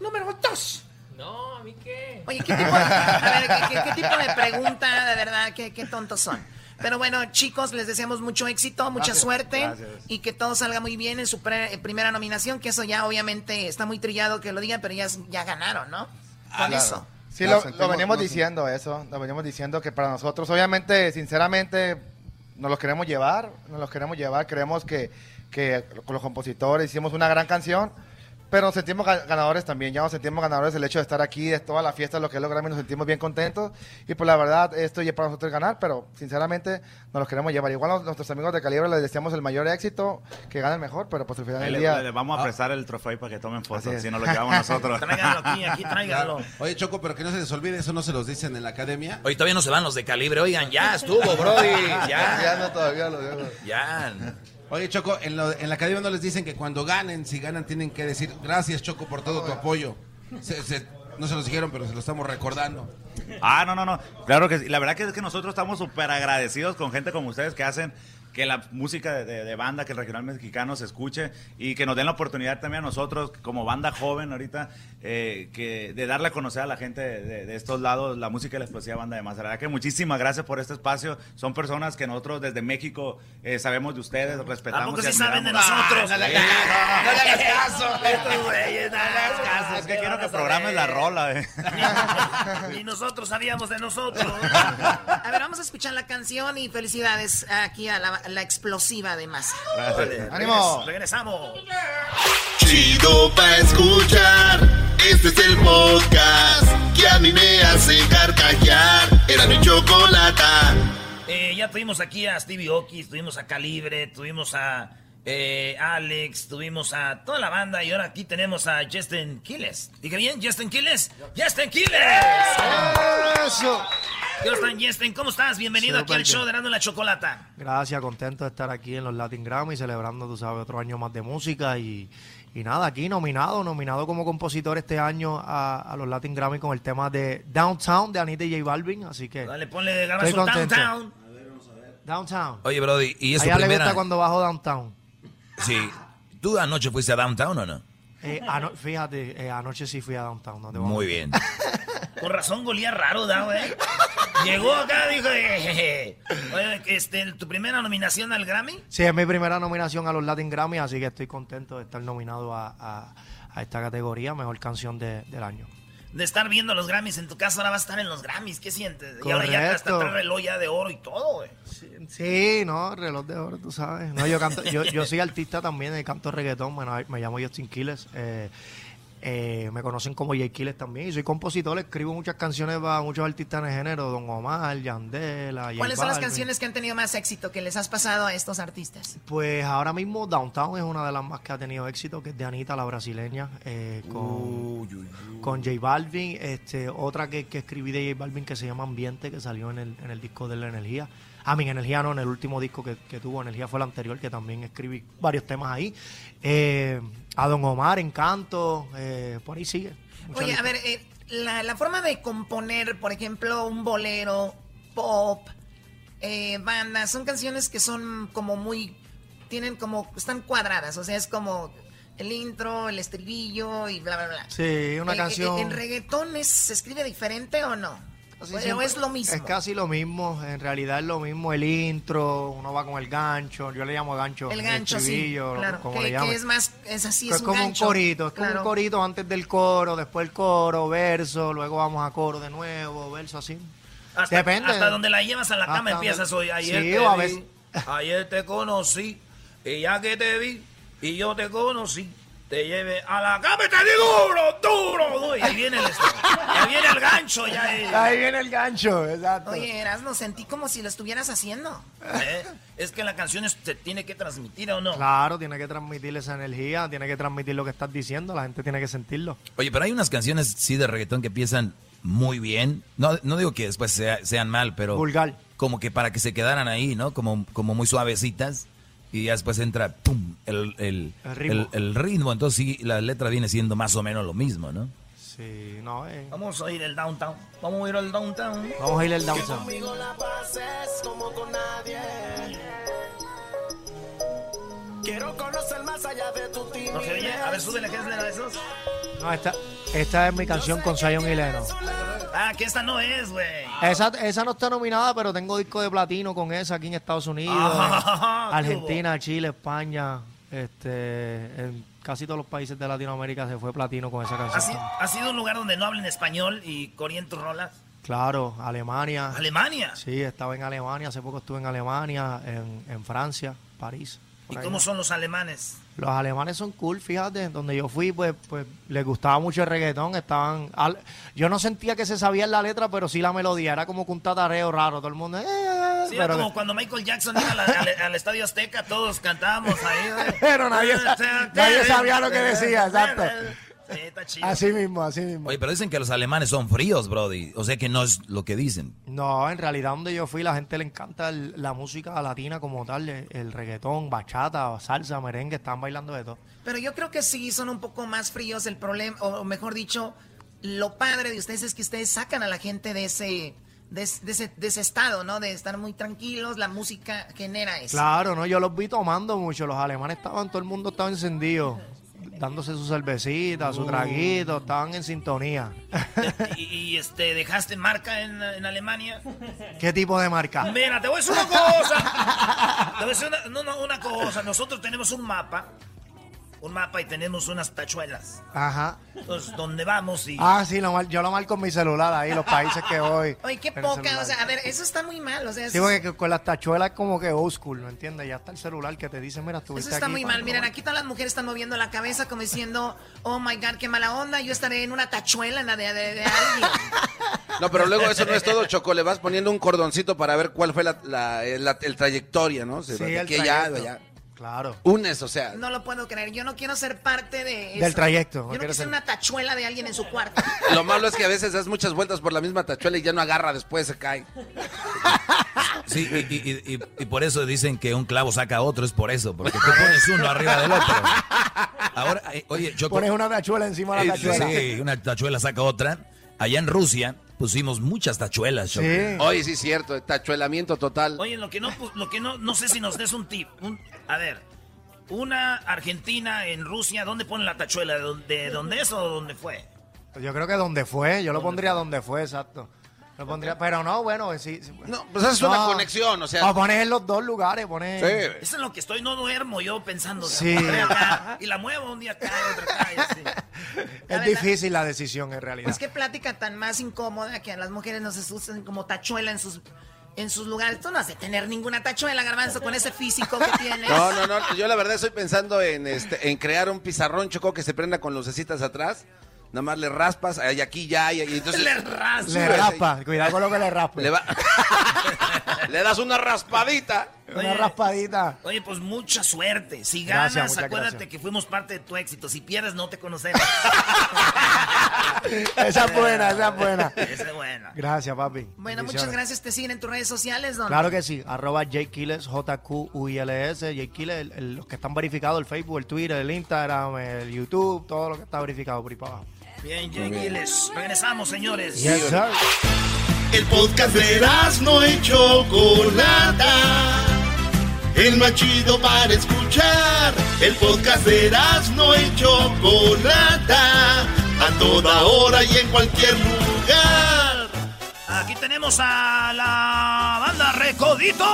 Número dos. No, ¿a mí qué? Oye, ¿qué tipo de, a ver, ¿qué- qué- qué tipo de pregunta? De verdad, ¿qué, qué tontos son. Pero bueno, chicos, les deseamos mucho éxito, mucha Gracias, suerte gracias. y que todo salga muy bien en su pre- eh, primera nominación, que eso ya obviamente está muy trillado que lo digan, pero ya, ya ganaron, ¿no? Con Claro. eso. Sí, Nos lo, sentimos- lo venimos nos- diciendo eso, lo venimos diciendo que para nosotros, obviamente, sinceramente, nos los queremos llevar, nos los queremos llevar, creemos que, que con los compositores hicimos una gran canción, pero nos sentimos ga- ganadores también, ya nos sentimos ganadores el hecho de estar aquí, de toda la fiesta, lo que es los Grammy, nos sentimos bien contentos y pues la verdad, esto ya es para nosotros ganar, pero sinceramente nos los queremos llevar. Igual a nuestros amigos de Calibre les deseamos el mayor éxito, que ganen mejor, pero pues al final Ahí del le- día... le vamos a Ah. prestar el trofeo ahí para que tomen Así fotos, es. si no lo llevamos nosotros. Oye, Choco, pero que no se les olvide, eso no se los dicen en la academia. Hoy todavía no se van los de calibre. Oigan, ya estuvo, Brody. Ya. no todavía lo Ya. Oye, Choco, en, lo- en la academia no les dicen que cuando ganen, si ganan, tienen que decir gracias, Choco, por todo tu apoyo. Se- se- no se los dijeron, pero se lo estamos recordando. Ah, no, no, no. Claro que sí. La verdad que es que nosotros estamos súper agradecidos con gente como ustedes que hacen que la música de, de- de banda, que el regional mexicano se escuche y que nos den la oportunidad también a nosotros, como banda joven ahorita, eh, que de darle a conocer a la gente de, de- de estos lados la música de la explosiva banda de más. La verdad que muchísimas gracias por este espacio. Son personas que nosotros desde México eh, sabemos de ustedes, ¿A respetamos. poco y sí saben de admiramos. nosotros? Ah, no le- Sí, no, no le hagas caso, Ah, estos güeyes, no le hagas caso. Es que quiero que programes la rola, eh. Ni nosotros sabíamos de nosotros. A ver, vamos a escuchar la canción y felicidades aquí a la, la explosiva de masa. Órale, ¡Ánimo! regres- Regresamos. Chido pa' escuchar. Este es el podcast que a mí me hace carcajear. Era mi chocolata. Eh, ya tuvimos aquí a Stevie Oki, tuvimos a Calibre, tuvimos a eh, Alex, tuvimos a toda la banda y ahora aquí tenemos a Justin Quiles. Dije bien, Justin Quiles. Justin Quiles. Eso. ¿Cómo están, Justin? ¿Cómo estás? Bienvenido aquí Súper al show bien. de Dando la Chocolata. Gracias, contento de estar aquí en los Latin Grammy, celebrando, tú sabes, otro año más de música y, y nada, aquí nominado, nominado como compositor este año a, a los Latin Grammy con el tema de Downtown de Anita y J Balvin, así que Dale, ponle estoy garbanzo contento. downtown. Downtown. Oye, Brody, y es a tu ella Ah, le primera. gusta cuando bajo Downtown. Sí. ¿Tú anoche fuiste a Downtown o no? Eh, ano- fíjate, eh, anoche sí fui a Downtown. No te voy a Muy bien. Con razón golía raro, da, güey. Llegó acá, dijo, "Eh, oye, este, tu primera nominación al Grammy. Sí, es mi primera nominación a los Latin Grammy, así que estoy contento de estar nominado a, a- a esta categoría, mejor canción de- del año. De estar viendo los Grammys, en tu caso ahora vas a estar en los Grammys, ¿qué sientes? Y ahora ya Correcto. hasta trae reloj ya de oro y todo, güey. Sí, no, reloj de oro, tú sabes. No, yo canto, yo, yo soy artista también, eh, canto reggaetón, bueno, me llamo Justin Quiles. eh, eh, me conocen como Jay Quiles también. Y soy compositor, escribo muchas canciones para muchos artistas en el género, Don Omar, Yandela, J ¿Cuáles son las Balvin. canciones que han tenido más éxito que les has pasado a estos artistas? Pues ahora mismo Downtown es una de las más que ha tenido éxito, que es de Anita, la brasileña, eh, con, con J Balvin. Este, otra que, que escribí de J Balvin que se llama Ambiente, que salió en el, en el disco de La Energía. A mí, Energía no, en el último disco que, que tuvo, Energía fue el anterior, que también escribí varios temas ahí. Eh, a Don Omar, Encanto, eh, por ahí sigue. Mucha Oye, lista. a ver, eh, la, la forma de componer, por ejemplo, un bolero, pop, eh, banda, son canciones que son como muy, tienen como, están cuadradas, o sea, es como el intro, el estribillo y bla, bla, bla. Sí, una Eh, eh, canción. ¿En reggaetón es- se escribe diferente o no? Casi o, o siempre- es lo mismo. Es casi lo mismo, en realidad es lo mismo el intro, uno va con el gancho, yo le llamo gancho. el gancho, sí, estribillo, claro. como que, le que llamen. es más, es así, Que es, es como gancho, un corito, es como claro. un corito antes del coro, después el coro, verso, luego vamos a coro de nuevo, verso así. Hasta, Depende. hasta donde la llevas a la cama Hasta empiezas donde- hoy. Ayer Sí, te o a vi, veces- ayer te conocí, y ya que te vi, y yo te conocí, te lleve a la cama y te digo duro, duro, duro. Y ahí viene el, ahí viene el gancho. Ya, eh. Ahí viene el gancho, exacto. Oye, Erasmo, sentí como si lo estuvieras haciendo. Eh, Es que la canción es- se tiene que transmitir o no. Claro, tiene que transmitir esa energía, tiene que transmitir lo que estás diciendo, la gente tiene que sentirlo. Oye, pero hay unas canciones, sí, de reggaetón que empiezan muy bien. No, no digo que después sea- sean mal, pero... Vulgar. Como que para que se quedaran ahí, ¿no? Como, como muy suavecitas. Y ya después entra, pum, el, el, El ritmo. el- el ritmo. Entonces sí, la letra viene siendo más o menos lo mismo, ¿no? Sí, no, eh. Vamos a ir al downtown. Vamos a ir al downtown. Vamos a ir al downtown. Conmigo la pases como con nadie. Quiero conocer más allá de tu timidez. ¿No se oye? A ver, súbele, ¿qué es la de esos? No, esta, esta es mi canción con Zion y Lennon. Ah, que esta no es, güey. Esa, esa no está nominada, pero tengo disco de platino con esa aquí en Estados Unidos, Ah, en Argentina, Chile, España, este, en casi todos los países de Latinoamérica se fue platino con esa Ha, si- canción. ha sido un lugar donde no hablen español y corrían tus rolas. Claro, Alemania. ¿Alemania? Sí, estaba en Alemania, hace poco estuve en Alemania, en, en Francia, París. por ¿Y ahí. cómo son los alemanes? Los alemanes son cool, fíjate, donde yo fui, pues, pues les gustaba mucho el reggaetón, estaban... al- yo no sentía que se sabían la letra, pero sí la melodía, era como que un tatareo raro, todo el mundo... Ah, eh, Sí, era pero como cuando Michael Jackson iba a la- al, al Estadio Azteca, todos cantábamos ahí. güey. Pero nadie, sa- nadie sabía lo que decía, exacto. Sí, está chido. Así mismo, así mismo. Oye, pero dicen que los alemanes son fríos, Brody. O sea que no es lo que dicen. No, en realidad donde yo fui la gente le encanta el- la música latina como tal, el, el reggaetón, bachata, salsa, merengue, están bailando de todo. Pero yo creo que sí son un poco más fríos el problema, o o mejor dicho, lo padre de ustedes es que ustedes sacan a la gente de ese, de, es- de ese, de ese estado, ¿no? De estar muy tranquilos, la música genera eso. Claro, no, yo los vi tomando mucho, los alemanes estaban, todo el mundo estaba encendido, dándose su cervecita, su Uh. traguito, estaban en sintonía. Y, y, este, dejaste marca en, en Alemania. ¿Qué tipo de marca? Mira, te voy a decir una cosa. Te voy a decir una, no, no, una cosa. Nosotros tenemos un mapa. Un mapa y tenemos unas tachuelas. Ajá. Entonces, donde vamos y. Ah, sí, lo mar- yo lo marco en mi celular ahí, los países que voy. Oye, qué en el poca, o celular. sea, a ver, eso está muy mal, o sea, Sí, eso- porque con las tachuelas es como que old school, ¿no entiendes? Ya está el celular que te dice, mira, tú Eso está muy mal. Miren, mira aquí todas las mujeres están moviendo la cabeza como diciendo, oh my God, qué mala onda, yo estaré en una tachuela en la de, de- de alguien. No, pero luego eso no es todo, Choco. Le vas poniendo un cordoncito para ver cuál fue la, la- el- la- el trayectoria, ¿no? Se- Sí, de el aquí a allá, trayecto. de allá. Claro. Unes, o sea. No lo puedo creer, yo no quiero ser parte de eso. Del trayecto, no Yo no quiero quiero ser ser- una tachuela de alguien en su cuarto. Lo malo es que a veces das muchas vueltas por la misma tachuela y ya no agarra, después se cae. Sí, y, y- y- y- y por eso dicen que un clavo saca a otro, es por eso, porque tú pones uno arriba del otro. Ahora, eh, oye, Choco, Pones una tachuela encima de la eh, tachuela. sí, una tachuela saca otra. Allá en Rusia pusimos muchas tachuelas, Choco. Oye, sí, cierto, tachuelamiento total. Oye, lo que no, pu- lo que no, no sé si nos des un tip. Un- a ver, una Argentina en Rusia, ¿dónde pone la tachuela? ¿De dónde, de dónde es o dónde fue? Yo creo que donde fue, yo lo pondría donde fue, exacto. Lo pondría, pero no, bueno, sí. sí. No, pues haces una conexión, o sea- O pones en los dos lugares, pones. Eso es lo que estoy, no duermo yo pensando. Sí. la pongo acá, y la muevo un día acá, otra acá. y así. Es difícil la decisión en realidad. Pues qué plática tan más incómoda que a las mujeres nos usan como tachuela en sus en sus lugares. Tú no has de tener ninguna tachuela, garbanzo, con ese físico que tienes. No, no, no. Yo la verdad estoy pensando en, este, en crear un pizarrón choco que se prenda con lucecitas atrás. Nada más le raspas, ay, aquí ya, y y entonces. Le raspas. Le raspa, cuidado con lo que le raspa. Le, va- le das una raspadita. Una raspadita. Oye, pues mucha suerte. Si ganas, Gracias, muchas acuérdate gracias. que fuimos parte de tu éxito. Si pierdes, no te conocemos. Esa es buena, esa es buena. Esa es buena. Gracias, papi. Bueno, muchas Bendiciones. gracias. Te siguen en tus redes sociales, don. Claro que sí, arroba Jake Quiles, J-Q-U-I-L-S, Jake Quiles, el- el- los que están verificados, el Facebook, el Twitter, el Instagram, el YouTube, todo lo que está verificado por ahí para abajo. Bien, Jake, les regresamos, señores. Yes, sir. El podcast de no y Chocolata. El más chido para escuchar. El podcast de no y Chocolata. A toda hora y en cualquier lugar. Aquí tenemos a la banda Recodito.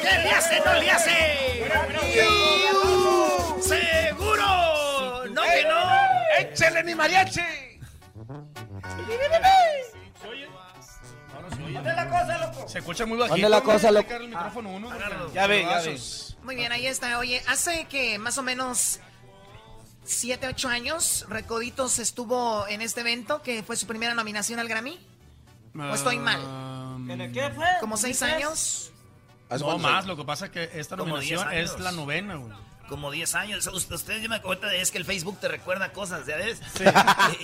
¿Qué le hace? ¿No le hace? ¡Seguro! ¡No que no! ¡Échale mi mariachi! ¿Dónde la cosa, loco? Se escucha muy ¿Dónnde la cosa, loco? Acercar el micrófono uno, porque- Ya ve, ya Vasos. Muy bien, ahí está. Oye, hace que más o menos 7, 8 años. Recoditos estuvo en este evento, que fue su primera nominación al Grammy. ¿O estoy mal? ¿En el Ah. qué fue? Como 6 ¿Dices? años. ¿Hace No cuántos más, años? lo que pasa es que esta Como nominación 10 es años. la novena, güey. Como 10 años. U- Ustedes yo me cuenta de- es que el Facebook te recuerda cosas, ¿ya ves?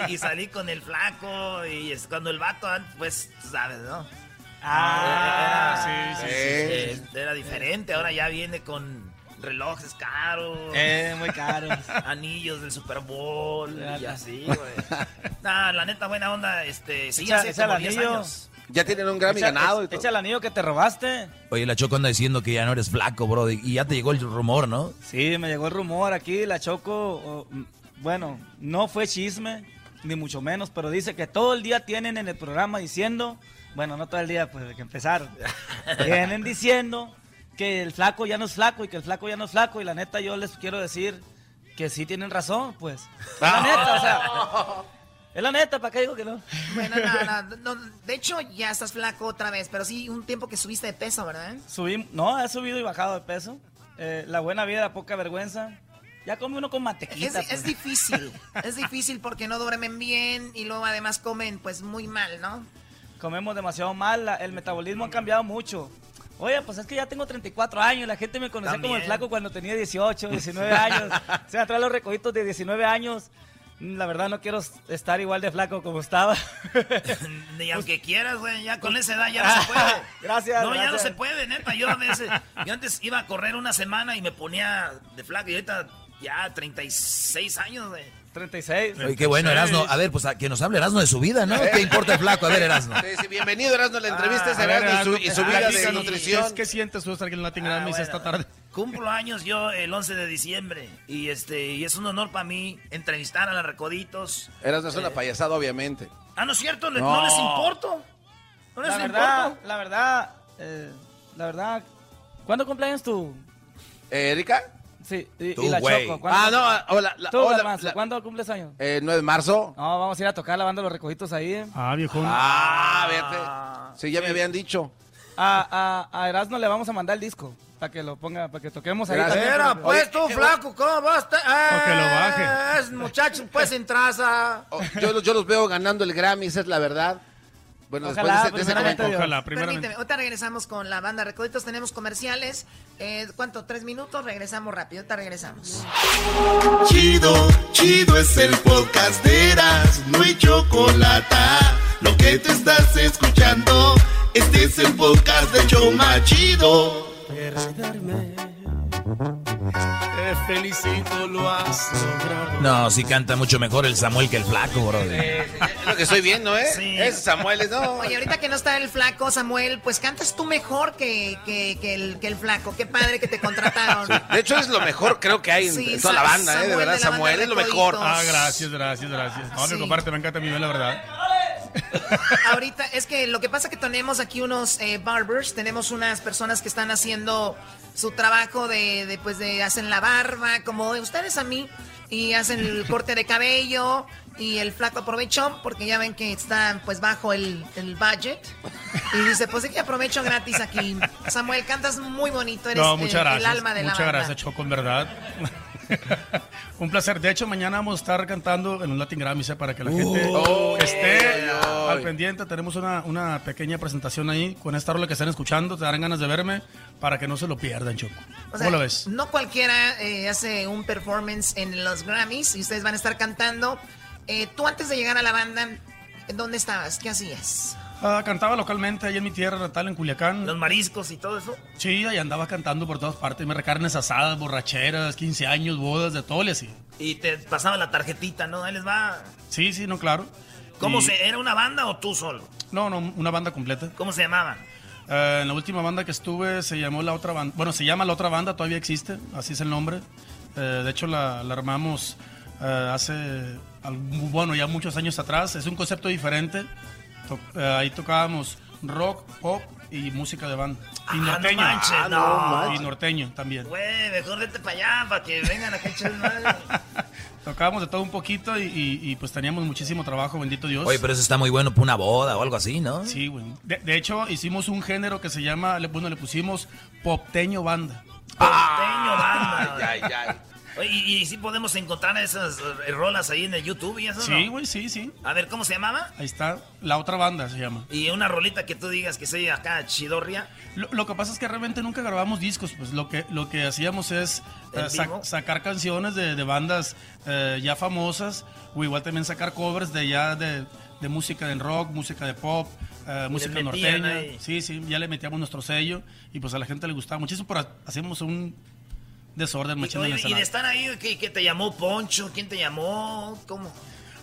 Y, y salí con el flaco y es cuando el vato, antes, pues, tú sabes, ¿no? Ah, sí, sí, sí, eh, sí. Era diferente, ahora ya viene con relojes caros. Eh, muy caros. Anillos del Super Bowl y así, güey. Nah, la neta, buena onda, este, sí, Echa- hace echa el como 10 anillo. años. Ya tienen un Echa- echa- Echa el anillo que te robaste. Oye, la Choco anda diciendo que ya no eres flaco, bro. Y ya te llegó el rumor, ¿no? Sí, me llegó el rumor aquí, la Choco, o, mm, bueno, no fue chisme, ni mucho menos, pero dice que todo el día tienen en el programa diciendo, bueno, no todo el día, pues de que empezaron, tienen diciendo que el flaco ya no es flaco y que el flaco ya no es flaco y la neta yo les quiero decir que sí tienen razón, pues. Es Ah. la neta, o sea, es la neta, ¿para qué digo que no? Bueno, no, no, no, de hecho ya estás flaco otra vez, pero sí un tiempo que subiste de peso, ¿verdad? Subí, no, he subido y bajado de peso. Eh, la buena vida, la poca vergüenza. Ya come uno con Es, mantequita. es pues. difícil, es difícil porque no duermen bien y luego además comen pues muy mal, ¿no? comemos demasiado mal, la- el metabolismo ha cambiado mucho. Oye, pues es que ya tengo 34 años, la gente me conocía como el También. flaco cuando tenía 18, 19 años. Se me traen los recoditos de 19 años. Mm, La verdad no quiero s- estar igual de flaco como estaba. Ni aunque quieras, güey, ya con esa edad ya no se puede. Gracias, No, ya no gracias. se puede, neta. Yo a veces, yo antes iba a correr una semana y me ponía de flaco y ahorita ya 36 años, güey. 36. Oye, qué bueno, Erasno. A ver, pues a que nos hable Erasno de su vida, ¿no? ¿Qué importa el flaco? A ver, Erasno. bienvenido, Erasno, Ah, la entrevista es a ver, Erasno y su- y su vida de platícanos, nutrición. ¿Qué sientes tú estar aquí en Latin Ah, Grammys esta tarde? Cumplo años yo el 11 de diciembre y este y es un honor para mí entrevistar a las Recoditos. Eh, Erasno es una payasada, obviamente. Ah, no es cierto, no, No. no les importo. No les La verdad, la verdad, eh, la verdad. ¿Cuándo cumpleaños tú? Eh, ¿Erika? Sí, y, Tú, y la güey. Choco. Ah, no, ah, hola, la- ¿Tú, hola, Garbanzo, la- ¿Cuándo cumples años? Eh, 9 de marzo. No, vamos a ir a tocar la banda Los Recojitos ahí. Ah, viejo. Ah, vete. Sí, ya me habían dicho. A, a, a Erasmo le vamos a mandar el disco para que lo ponga, para que toquemos ahí. Gracias. también. Era, Pero- pues, Oye, tú, eh, flaco, ¿Cómo vas? que lo baje. Es muchacho, pues, sin traza. Yo, los- yo los veo ganando el Grammy, esa es la verdad. Bueno, después Ojalá, de ese- de ese, primeramente comentario. Dios. Ojalá, Permíteme, ahorita regresamos con la banda Recoditos, tenemos comerciales. Eh, ¿Cuánto? ¿Tres minutos? Regresamos rápido, ahorita regresamos. Chido, chido es el podcast de Eras, no hay chocolate. Lo que te estás escuchando, este es el podcast de Choma Chido. Te felicito, lo has logrado. No, sí canta mucho mejor el Samuel que el flaco, bro. Eh, pues- Es lo que estoy viendo, ¿eh? Es Samuel, ¿no? Oye, ahorita que no está el flaco, Samuel, pues cantas tú mejor que, que, que el, que el flaco. Qué padre que te contrataron. De hecho, es lo mejor, creo que hay en Sí, toda la Sa- banda, ¿eh? De Samuel verdad, de la banda Samuel es lo mejor. Recoditos. Ah, gracias, gracias, gracias. No, mi Sí. compadre, me encanta mi la verdad. Ahorita, es que lo que pasa es que tenemos aquí unos eh, barbers, tenemos unas personas que están haciendo su trabajo de, de, pues, de hacen la barba, como de ustedes a mí, y hacen el corte de cabello, y el flaco aprovechó, porque ya ven que está, pues, bajo el, el budget, y dice, pues, sí que aprovecho gratis aquí. Samuel, cantas muy bonito, eres No, eh, muchas gracias. el alma de muchas la banda. gracias, Choco, en verdad. Un placer. De hecho, mañana vamos a estar cantando en un Latin Grammys eh, para que la gente esté al pendiente. Tenemos una, una pequeña presentación ahí con esta rola que están escuchando. Te darán ganas de verme para que no se lo pierdan, Choco. O ¿Cómo sea, lo ves? No cualquiera eh, hace un performance en los Grammys y ustedes van a estar cantando. Eh, tú antes de llegar a la banda, ¿dónde estabas? ¿Qué hacías? Ah, cantaba localmente ahí en mi tierra natal, en Culiacán. Los mariscos y todo eso. Sí, ahí andaba cantando por todas partes. Me recarnes asadas, borracheras, 15 años, bodas, de todo, le así. Y te pasaba la tarjetita, ¿no? Ahí les va. Sí, sí, no, claro. ¿Cómo Y- se era una banda o tú solo? No, no, una banda completa. ¿Cómo se llamaban? Eh, en la última banda que estuve se llamó la otra banda. Bueno, se llama la otra banda, todavía existe, así es el nombre. Eh, de hecho, la, la armamos eh, hace, algún- bueno, ya muchos años atrás. Es un concepto diferente. To- eh, ahí tocábamos rock, pop y música de banda. Y no norteño. manches, Ah, no no. manches. Y norteño también. Güey, mejor vete para allá para que vengan acá a echar desmadre. Tocábamos de todo un poquito y, y- y, pues teníamos muchísimo trabajo, bendito Dios. Oye, pero eso está muy bueno para una boda o algo así, ¿no? Sí, güey. De, de hecho, hicimos un género que se llama, le- bueno, le pusimos popteño banda. Ah, Teño banda. Ay, ay, Oye, Y, y sí podemos encontrar esas eh, rolas ahí en el YouTube y eso, Sí, ¿no? güey, sí, sí. A ver, ¿cómo se llamaba? Ahí está. La otra banda se llama. Y una rolita que tú digas que sea acá chidorria. Lo, lo que pasa es que realmente nunca grabamos discos, pues lo que, lo que hacíamos es ¿En eh, sa- vivo? sacar canciones de, de bandas eh, ya famosas, o igual también sacar covers de ya de, de música en rock, música de pop, eh, Le música metían norteña. ahí. Sí, sí, ya le metíamos nuestro sello y pues a la gente le gustaba muchísimo, pero ha- hacíamos un desorden, Y, machín, en oye, la y de sala. estar ahí, ¿qué, qué te llamó Poncho? ¿Quién te llamó? ¿Cómo?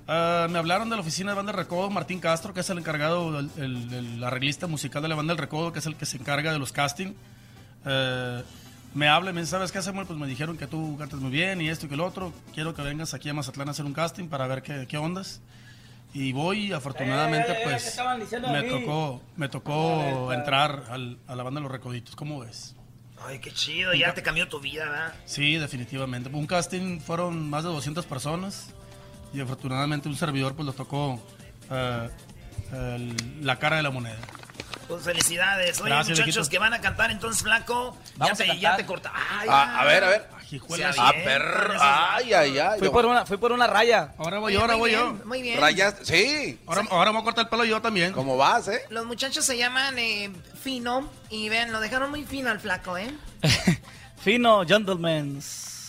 Ah, me hablaron de la oficina de Banda del Recodo, Martín Castro, que es el encargado, el, el- el arreglista musical de la Banda del Recodo, que es el que se encarga de los casting. Eh, me habla y me dice, ¿sabes qué, Samuel? Pues me dijeron que tú cantas muy bien y esto y que lo otro. Quiero que vengas aquí a Mazatlán a hacer un casting para ver qué, qué ondas. Y voy, y afortunadamente, Eh, eh, eh, ¿qué pues, estaban diciendo me de mí? tocó, me A tocó ver, entrar al- a la Banda de los Recoditos. ¿Cómo ves? Ay, qué chido, ya te cambió tu vida, ¿verdad? Sí, definitivamente. Un casting fueron más de 200 personas y afortunadamente un servidor pues lo tocó eh, el- la cara de la moneda. Pues felicidades. Oye, Gracias, muchachos viejito. que van a cantar entonces, Flaco. Vamos a ya, te, ya cantar. te corta. Ay, Ah, a ver, a ver. Se Ah, avientan perro. esas- Ay, ay, ay. Fui por una, fui por una raya. Ahora voy yo, ahora voy yo. Muy bien. Rayas- sí. Ahora, ahora me voy a cortar el pelo yo también. ¿Cómo vas, eh? Los muchachos se llaman eh, Fino y vean, lo dejaron muy fino al flaco, ¿eh? Fino, gentlemen.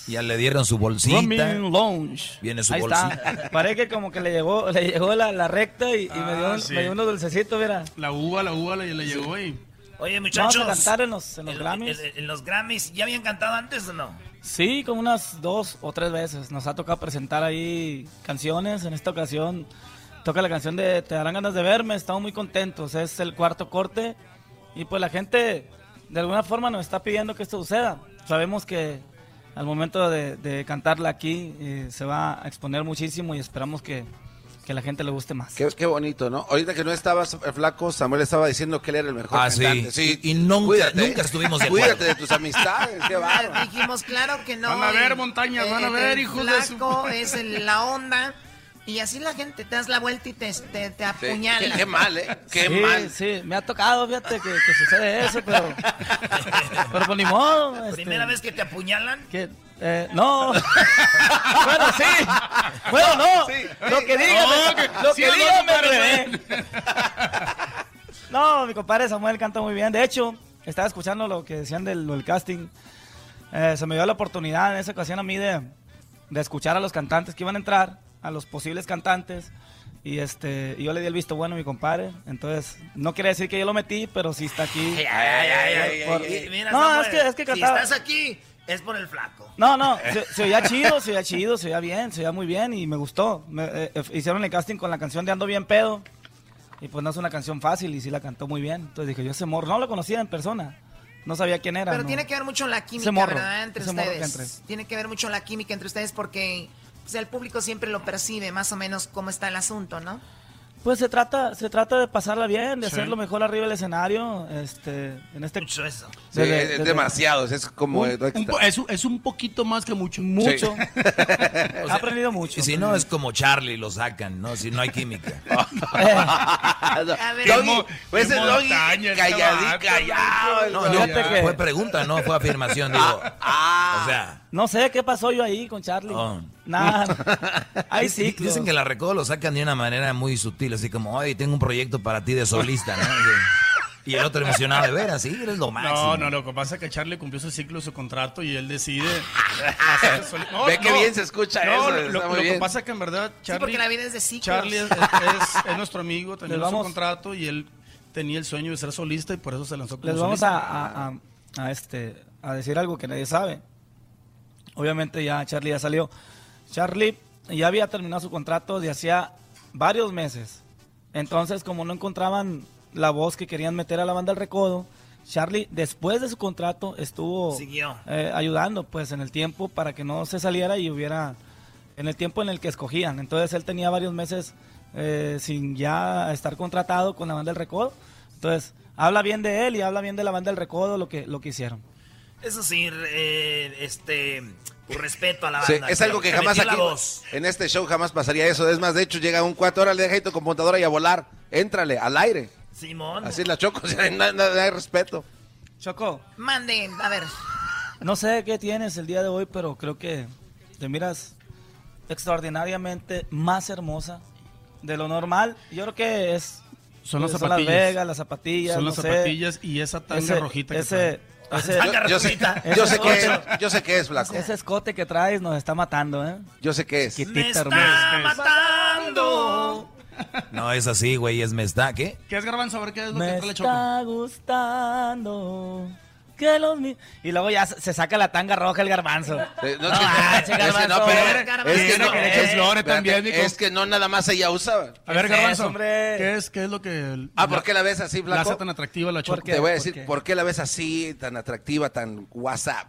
Ya le dieron su bolsita. Roaming Lounge. Viene su Ahí bolsita. está. Parece que como que le llegó, le llegó la, la recta y, y me, dio, Ah, sí. me dio unos dulcecitos, mira. La uva, la uva le, le llegó ahí. Oye, muchachos. Vamos a cantar en los, en los en- Grammys. en- en los Grammys. ¿Ya habían cantado antes o no? Sí, como unas dos o tres veces. Nos ha tocado presentar ahí canciones. En esta ocasión toca la canción de Te darán ganas de verme. Estamos muy contentos. Es el cuarto corte. Y pues la gente de alguna forma nos está pidiendo que esto suceda. Sabemos que al momento de, de cantarla aquí eh, se va a exponer muchísimo y esperamos que, que la gente le guste más. Qué, qué bonito, ¿no? Ahorita que no estabas eh, flaco, Samuel estaba diciendo que él era el mejor Ah, sí. cantante. Y- y nunca- Cuídate, nunca ¿eh? estuvimos de Cuídate acuerdo. de tus amistades, qué bárbaro. Dijimos, claro que no. Van a el- eh, ver, montañas, van a ver, el hijos de su- flaco es el- la onda. Y así la gente te das la vuelta y te, te, te apuñala. Qué mal, ¿eh? Qué sí, mal. Sí, me ha tocado, fíjate, que, que sucede eso, pero. Pero pues ni modo. este, Primera vez que te apuñalan. que, eh, no. bueno, sí. Bueno, no. lo que digan, No, me- que- lo sí que o no, digan, me compadre, enredé. No, mi compadre Samuel canta muy bien. De hecho, estaba escuchando lo que decían del, lo del casting. Eh, se me dio la oportunidad en esa ocasión a mí de, de escuchar a los cantantes que iban a entrar, a los posibles cantantes. Y este, y yo le di el visto bueno a mi compadre. Entonces, no quiere decir que yo lo metí, pero sí está aquí. Ay, ay, ay, ay, Por- ay, ay. Mira, no, Samuel, es que, es que Si cantaba. estás aquí, es por el flaco. No, no, se, se oía chido, se oía chido, se oía bien, se oía muy bien y me gustó. Me, eh, eh, hicieron el casting con la canción de Ando Bien Pedo y pues no es una canción fácil y sí la cantó muy bien. Entonces dije, yo ese morro, no lo conocía en persona, no sabía quién era. Pero no. tiene que ver mucho la química, Ese morro, ¿verdad? Entre ese morro que ustedes. Tiene que ver mucho la química entre ustedes porque pues, el público siempre lo percibe más o menos cómo está el asunto, ¿no? Pues se trata, se trata de pasarla bien, de Sí. hacer lo mejor arriba del escenario, este, en este... Mucho eso. Sí, es demasiado, es como... Un- extra. Es, un- es un poquito más que mucho. Mucho. O sea, ha aprendido mucho. Y si no, es como Charlie, lo sacan, ¿no? Si no hay química. Eh. Doggy, pues el Doggy, calladí, callado. No, el no, Doggy. fue pregunta, no fue afirmación, digo. Ah, O sea, No sé qué pasó yo ahí con Charlie. Oh. Nada. Hay Dicen- ciclos. Dicen que la recodo lo sacan de una manera muy sutil, así como, oye, tengo un proyecto para ti de solista, ¿no? Así. Y el otro emocionado de ver, así, eres lo máximo. No, no, lo que pasa es que Charlie cumplió su ciclo, su contrato y él decide. Ve qué bien se escucha eso, lo- está Lo, muy lo que bien. pasa es que en verdad Charlie. porque la vida es de ciclos. Charlie es, es- es nuestro amigo, Les tenía su vamos- contrato y él tenía el sueño de ser solista y por eso se lanzó como Les vamos solista. a, a- a- a, este, a decir algo que nadie sabe. Obviamente ya Charlie ya salió. Charlie ya había terminado su contrato de hacía varios meses. Entonces, como no encontraban la voz que querían meter a la banda al recodo, Charlie, después de su contrato, estuvo Siguió. eh, ayudando pues en el tiempo para que no se saliera y hubiera en el tiempo en el que escogían. Entonces él tenía varios meses eh, sin ya estar contratado con la banda del Recodo. Entonces habla bien de él y habla bien de la banda del Recodo lo que lo que hicieron. Eso sí, eh, este, con respeto a la Sí, banda. es algo que Te jamás metió la aquí, voz. en este show jamás pasaría eso. Es más, de hecho, llega un cuatro horas, le deja ahí tu computadora y a volar. Éntrale, al aire. Simón. Así la choco, o sea, na- na- no hay respeto. Choco, Manden, a ver. no sé qué tienes el día de hoy, pero creo que te miras extraordinariamente más hermosa de lo normal. Yo creo que es. eh, Son las Las zapatillas. Vegas, las zapatillas. Son las no sé. zapatillas y esa tanga Ese- rojita que ese, trae. ese- Tanga Yo- yo sé- rojita. yo sé ese que- escote- yo sé que es, Blanco. Ese escote que traes nos está matando, ¿eh? Yo sé que es. Chiquitita, Me está ¡Ah, hermosa. matando. No es así, güey, es me está, ¿qué? ¿Qué es garbanzo? A ver qué es lo Me que trae Choco. está gustando. Que los mi- Y luego ya se se saca la tanga roja el garbanzo. Eh, No, ah, che, es que garbanzo, pero- a ver, garbanzo. es que no, Tiene que echar flores también, mijo. es que no nada más ella usa. A ver, Garbanzo, ¿qué es, ¿qué es lo que... el- Ah, ¿por qué la ves así, La Blanco? hace tan atractiva la Choco. Te voy a decir, ¿por qué? la ves así, tan atractiva, tan WhatsApp?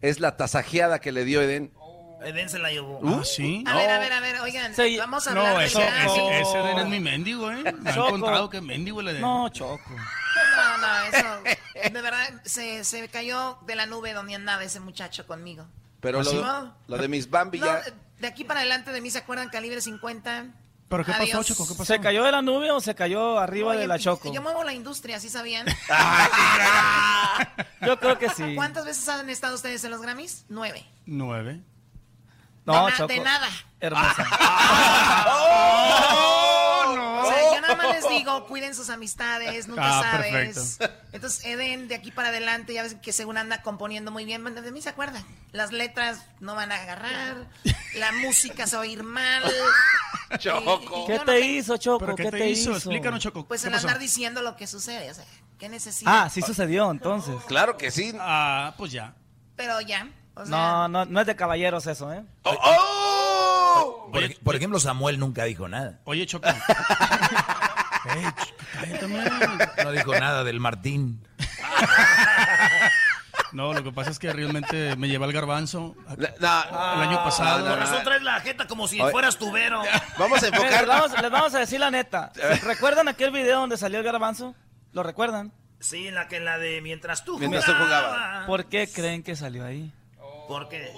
Es la tasajeada que le dio Eden. ¿Ah, Eh, Eden se la llevó. Uh, ¿sí? A No. ver, a ver, a ver, oigan, vamos a No, hablar de eso, ya. ese, ese Eden es mi mendigo, ¿eh? Me han Choco. contado que mendigo le No, Choco. No, no, eso. De verdad, se, se cayó de la nube donde andaba ese muchacho conmigo. Pero Ni lo, ¿Ah, modo. lo de mis Bambi No, ya... de aquí para adelante de mí se acuerdan calibre 50. ¿Pero qué pasó, Adiós. Choco? ¿Qué pasó? ¿Se cayó de la nube o se cayó arriba Oye, de la Choco? Yo muevo la industria, ¿sí sabían? Yo creo que sí. ¿Cuántas veces han estado ustedes en los Grammys? Nueve. Nueve. Ah. No, de, na- Choco. de nada. Hermosa. O sea, yo nada más les digo, cuiden sus amistades, nunca Ah, sabes. Entonces, Eden, de aquí para adelante, ya ves que según anda componiendo muy bien, de mí se acuerdan. Las letras no van a agarrar, la música se va a oír mal. Choco. ¿Qué yo no te te- hizo, Choco? ¿Pero qué te hizo? Explícanos, Choco. Pues el andar diciendo lo que sucede, o sea, ¿qué necesito? Ah, sí sucedió entonces. Claro que sí. Ah, pues ya. Pero ya, o sea, No, no, no es de caballeros eso, ¿eh? Oh, Por, ej- por ejemplo, Samuel nunca dijo nada. Oye, Choco. Ey, ch- cállate, man. No dijo nada del Martín. No, lo que pasa es que realmente me llevé al garbanzo a- La- el año pasado. Por razón traes la jeta como si Oye. fueras tubero. Les vamos, les vamos a decir la neta. ¿Recuerdan aquel video donde salió el garbanzo? ¿Lo recuerdan? Sí, la que la de mientras tú Mientras tú jugabas. ¿Por qué creen que salió ahí? ¿Por qué?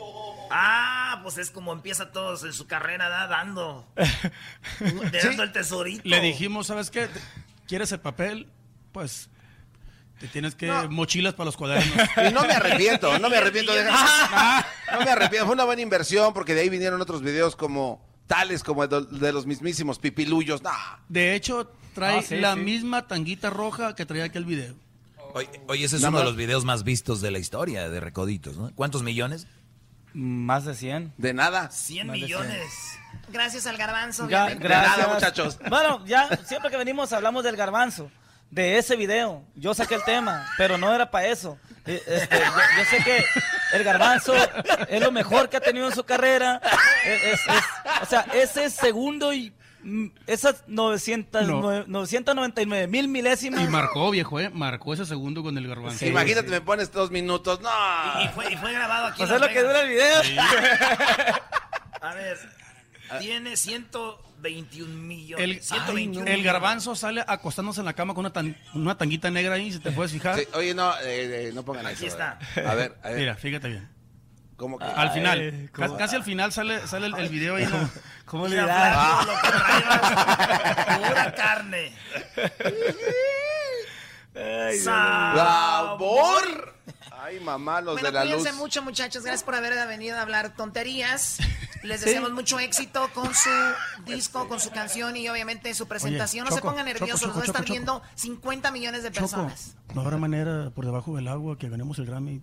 Ah, pues es como empieza todos en su carrera ¿da? dando. de dando el tesorito. Le dijimos, ¿sabes qué? ¿Te- ¿Quieres el papel? Pues te tienes que mochilas para los cuadernos. Y no me arrepiento, no me arrepiento. de- No me arrepiento, fue una buena inversión porque de ahí vinieron otros videos como tales como el do- de los mismísimos pipilullos. Nah. De hecho, trae Ah, sí, la sí. misma tanguita roja que traía aquel video. Oye, oye, ese es Nada uno de más. los videos más vistos de la historia de Recoditos, ¿no? ¿Cuántos millones? Más de 100. De nada. 100 Más de millones. gracias al garbanzo. Ya, obviamente. gracias. Bueno, ya siempre que venimos hablamos del garbanzo, de ese video. Yo saqué el tema, pero no era para eso. Eh, este, yo, yo sé que el garbanzo es lo mejor que ha tenido en su carrera. Eh, es- es- o sea, ese segundo y mm, esas 900, No. nue- 999 mil milésimas. Y marcó, viejo, ¿eh? Marcó ese segundo con el garbanzo. Imagínate, me pones dos minutos. No. Y fue, y fue grabado aquí. Pues en es Las lo que Vegas. dura el video. A ver, tiene 121 millones. El, 121 Ay, no. el millones. garbanzo sale acostándose en la cama con una, tan- una tanguita negra ahí, si te puedes fijar. Sí, oye, no, eh, eh, no pongan Aquí eso. está. eh. A ver, a ver. Mira, fíjate bien. ¿Cómo que? Al final, Ay, ca- ¿cómo? casi al final sale, sale el, el video ahí. ¿no? ¿Cómo Mira, Flaco, Flaco, lo que traías, pura carne. ¡Sabor! Ay, mamá, los Bueno, de la luz. cuídense mucho, muchachos. Gracias por haber venido a hablar tonterías. Les Sí. deseamos mucho éxito con su disco, con su canción y obviamente su presentación. no Choco, se pongan Choco, nerviosos, Choco, nos va a estar Choco, viendo 50 millones de Choco, personas. no habrá manera por debajo del agua que ganemos el Grammy.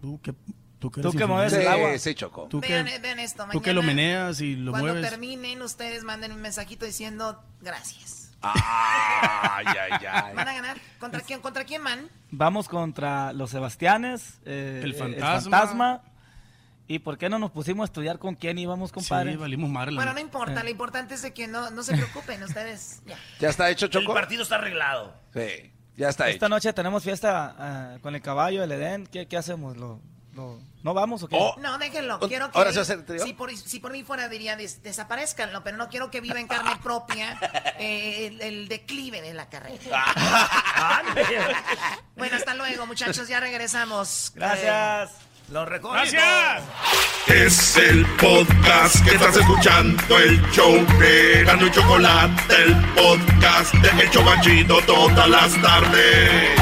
Tú que, tú que, Tú eres que mueves influencer. el agua. Sí, sí, Choco. Tú que, Vean, eh, vean esto, tú mañana, que lo meneas y lo Cuando mueves. terminen, ustedes manden un mensajito diciendo gracias. Ah. Ay, ay, ¿Van a ganar? ¿Contra quién, ¿Contra quién van? Vamos contra los Sebastianes, eh, El eh, fantasma. fantasma. ¿Y por qué no nos pusimos a estudiar con quién íbamos, compadre? Eh. Sí, valimos madre Bueno, no Eh. importa, lo importante es de que no, no se preocupen ustedes. Ya. ¿Ya está hecho, Choco? El partido está arreglado. Sí, ya está hecho. Esta noche tenemos fiesta ah, con el caballo, el Edén. ¿Qué, qué hacemos? ¿Lo, lo- no vamos o qué? Oh. No, déjenlo. Un- Quiero que Oh. ¿ahora se va a hacer trío? Si por, si por mí fuera, diría, des- desaparezcanlo, pero no quiero que viva en carne propia eh, el, el declive de la carrera. bueno, hasta luego, muchachos. Ya regresamos. Eh, Gracias. Los recorridos. Gracias. Es el podcast que estás escuchando, el show de Erasmo y Chocolate, el podcast de El Chobachito todas las tardes.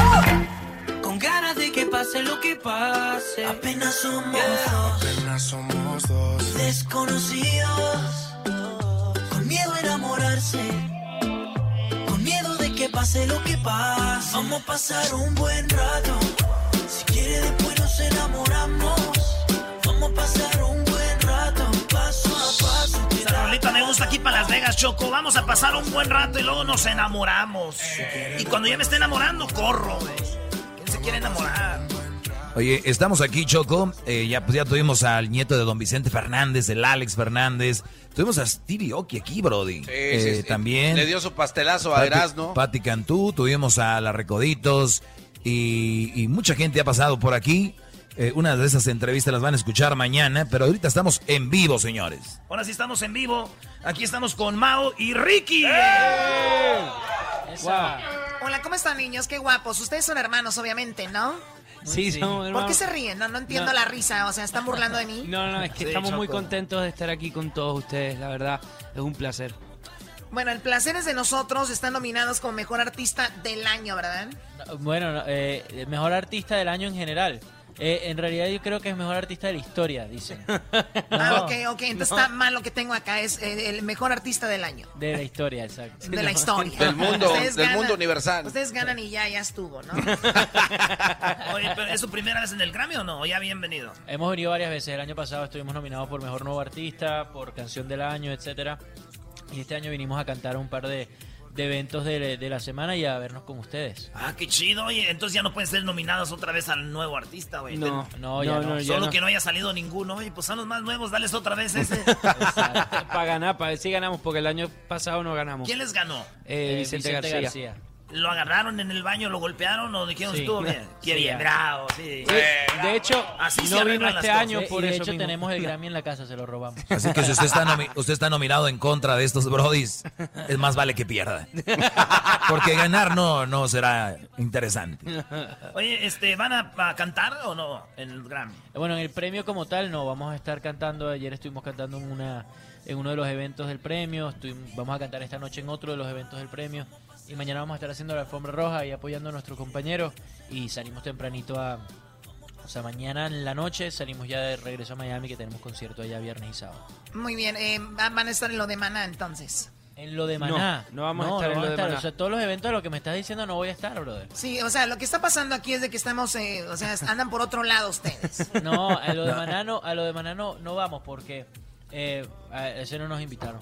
Con ganas de que que pase lo que pase. Apenas somos dos. Apenas somos dos. Desconocidos, con miedo a enamorarse, con miedo de que pase lo que pase. Vamos a pasar un buen rato, si quiere después nos enamoramos. Vamos a pasar un buen rato, paso a paso. Esta rolita me gusta aquí para Las Vegas, Choco. Vamos a pasar un buen rato y luego nos enamoramos. Y cuando ya me esté enamorando, corro, güey. ¿Quién se quiere enamorar? Oye, estamos aquí, Choco. Eh, ya, pues ya tuvimos al nieto de don Vicente Fernández, el Alex Fernández. Tuvimos a Stevie Oki aquí, Brody. Eh, sí, sí. También. Le dio su pastelazo a Erasmo. Pati Cantú, tuvimos a La Recoditos y, y mucha gente ha pasado por aquí. Eh, una de esas entrevistas las van a escuchar mañana, pero ahorita estamos en vivo, señores. Ahora sí estamos en vivo. Aquí estamos con Mao y Ricky. Esa. Hola, ¿cómo están, niños? Qué guapos. Ustedes son hermanos, obviamente, ¿no? Sí, sí. somos ¿Por hermanos. qué se ríen? No, no entiendo No. la risa. O sea, ¿están burlando de mí? No, no, es que Sí, estamos muy Choco. contentos de estar aquí con todos ustedes, la verdad. Es un placer. Bueno, el placer es de nosotros. Están nominados como mejor artista del año, ¿verdad? Bueno, no, eh, mejor artista del año en general. Eh, en realidad yo creo que es mejor artista de la historia, dicen. Ah, No, ok, ok. Entonces no, está mal lo que tengo acá. Es eh, el mejor artista del año. De la historia, exacto. De la historia. Del mundo, Ustedes del ganan. mundo universal. Ustedes ganan y ya, ya estuvo, ¿no? Oye, pero ¿es su primera vez en el Grammy o no? Ya bienvenido. Hemos venido varias veces. El año pasado estuvimos nominados por Mejor Nuevo Artista, por Canción del Año, etcétera. Y este año vinimos a cantar a un par de, de eventos de, de la semana y a vernos con ustedes. Ah, qué chido. Oye, entonces ya no pueden ser nominados otra vez al nuevo artista, güey. No, Ten- no, ya no, ya Solo no. que no haya salido ninguno. Oye, pues son los más nuevos, dales otra vez ese. para ganar, para ver si ganamos, porque el año pasado no ganamos. ¿Quién les ganó? Eh, Vicente, García. ¿Lo agarraron en el baño, lo golpearon o dijeron Sí. estuvo bien? Qué Sí, bien, ya. bravo, sí. Sí, Eh, de hecho, Así se no vino arreglan las este cosas. año, Sí, por y de hecho tenemos el Grammy en la casa, se lo robamos. Así que si usted está, nomi- usted está nominado en contra de estos brodis, es más vale que pierda. Porque ganar no, no será interesante. Oye, este, ¿van a, a cantar o no en el Grammy? Bueno, en el premio como tal no, vamos a estar cantando, ayer estuvimos cantando en, una, en uno de los eventos del premio, estuvim- vamos a cantar esta noche en otro de los eventos del premio y mañana vamos a estar haciendo la alfombra roja y apoyando a nuestros compañeros y salimos tempranito a... O sea, mañana en la noche salimos ya de regreso a Miami que tenemos concierto allá viernes y sábado. Muy bien. eh, van a estar en lo de Maná, entonces. En lo de Maná. No, no vamos a estar en vamos lo de Maná. O sea, todos los eventos de lo que me estás diciendo no voy a estar, brother. Sí, o sea, lo que está pasando aquí es de que estamos, eh, o sea, andan por otro lado ustedes. No, a lo de Maná no, a lo de Maná no, no vamos porque eh, a ese no nos invitaron.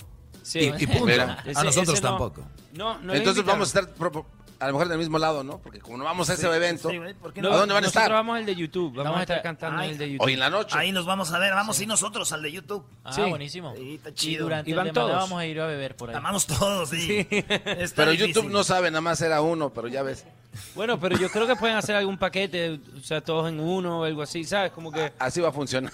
Y- y punto. Mira, a nosotros tampoco. No, no Entonces vamos a estar pro- pro- a lo mejor del mismo lado, ¿no? Porque como no vamos a ese Sí, evento, sí, güey, ¿por qué ¿a no? dónde van a Nosotros estar? vamos al de YouTube, vamos, a estar cantando Ay, en el de YouTube. Hoy en la noche. Ahí nos vamos a ver, vamos a ir nosotros al de YouTube. Ah, buenísimo. Sí, está Y chido. durante el de Maná vamos a ir a beber por ahí. Amamos todos, sí. Pero YouTube no sabe, nada más era uno, pero ya ves. Bueno, pero yo creo que pueden hacer algún paquete, o sea, todos en uno o algo así, ¿sabes? Como que... Así va a funcionar.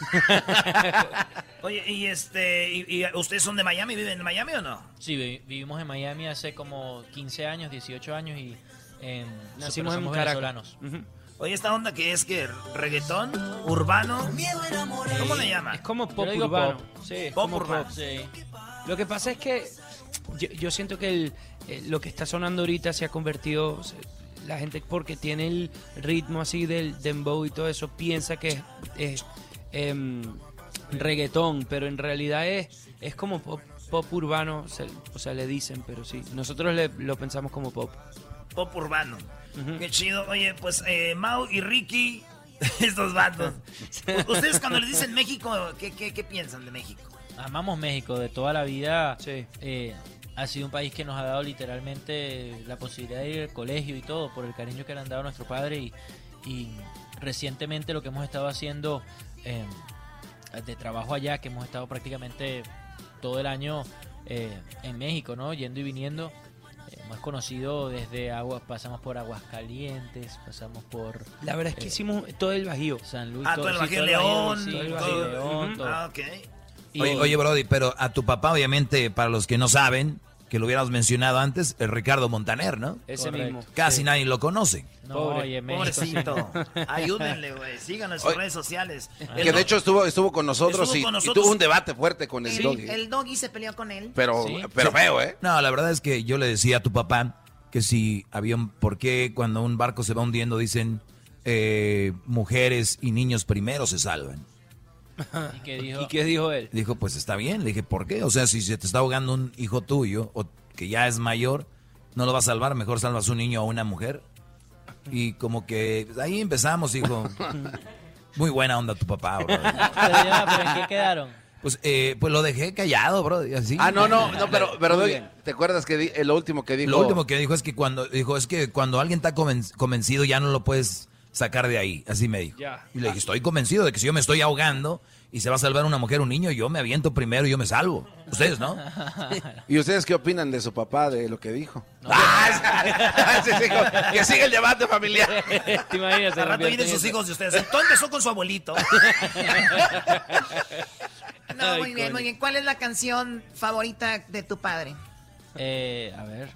Oye, y este, y, y ustedes son de Miami, viven en Miami o no? Sí, vi- vivimos en Miami hace como 15 años, 18 años y eh, Nacimos pero en somos Caracas. venezolanos. Oye, esta onda que es que reggaetón, urbano, ¿cómo le llama? Es como pop Yo digo urbano. pop. Sí, es Pop como urbano. Sí. Lo que pasa es que yo, yo siento que el- eh, lo que está sonando ahorita se ha convertido, o sea, la gente porque tiene el ritmo así del dembow y todo eso, piensa que es, es, em, reggaetón, pero en realidad es, es como pop, pop urbano, o sea, o sea, le dicen, pero sí, nosotros le- lo pensamos como pop. Pop urbano. Qué chido. Oye, pues eh, Mau y Ricky, estos vatos. U- Ustedes cuando les dicen México, ¿qué, qué, qué piensan de México? Amamos México de toda la vida. Eh, ha sido un país que nos ha dado literalmente la posibilidad de ir al colegio y todo por el cariño que le han dado a nuestro padre y, y recientemente lo que hemos estado haciendo eh, de trabajo allá, que hemos estado prácticamente todo el año eh, en México, ¿no? Yendo y viniendo. Eh, Hemos conocido desde aguas, pasamos por Aguascalientes, pasamos por... La verdad es que eh, hicimos todo el Bajío. San Luis, Ah, todo el sí, Bajío todo el León. sí, todo el Bajío todo- León, Ujú. todo. Ah, ok. Oye, oye, Brody, pero a tu papá, obviamente, para los que no saben, que lo hubiéramos mencionado antes, el Ricardo Montaner, ¿no? Ese Correcto. mismo. Casi nadie lo conoce. No, oye, México, Pobrecito. sí. Ayúdenle, güey. Síganos en sus redes sociales. Ah. que de hecho estuvo, estuvo con nosotros, Ah, Estuvo y, con y nosotros. tuvo un debate fuerte con el El, doggy. el doggy se peleó con él. Pero, pero feo, ¿eh? No, la verdad es que yo le decía a tu papá que si había un por qué cuando un barco se va hundiendo dicen, eh, mujeres y niños primero se salvan. ¿Y qué dijo? ¿Y qué dijo él? Dijo, pues está bien. Le dije, ¿por qué? O sea, si se te está ahogando un hijo tuyo o que ya es mayor, no lo vas a salvar, mejor salvas un niño o una mujer. Y como que ahí empezamos, hijo. Muy buena onda tu papá, bro. Pero, ya, pero ¿en qué quedaron? Pues, eh, pues lo dejé callado, bro. y Así. Ah, no, no, no, pero, pero Muy doy- bien. ¿te acuerdas que eh, di- lo último que dijo? Lo último que dijo es que cuando dijo es que cuando alguien está conven- convencido ya no lo puedes sacar de ahí, así me dijo. Ya. Y le dije, estoy convencido de que si yo me estoy ahogando y se va a salvar una mujer, un niño, yo me aviento primero y yo me salvo. Ustedes, ¿no? ¿Y ustedes qué opinan de su papá, de lo que dijo? Ah, que sigue el debate familiar. Te imaginas, Al rato vienen sus hijos de ustedes. ¿Dónde son con su abuelito? No, muy bien, muy bien. ¿Cuál es la canción favorita de tu padre? Eh, a ver.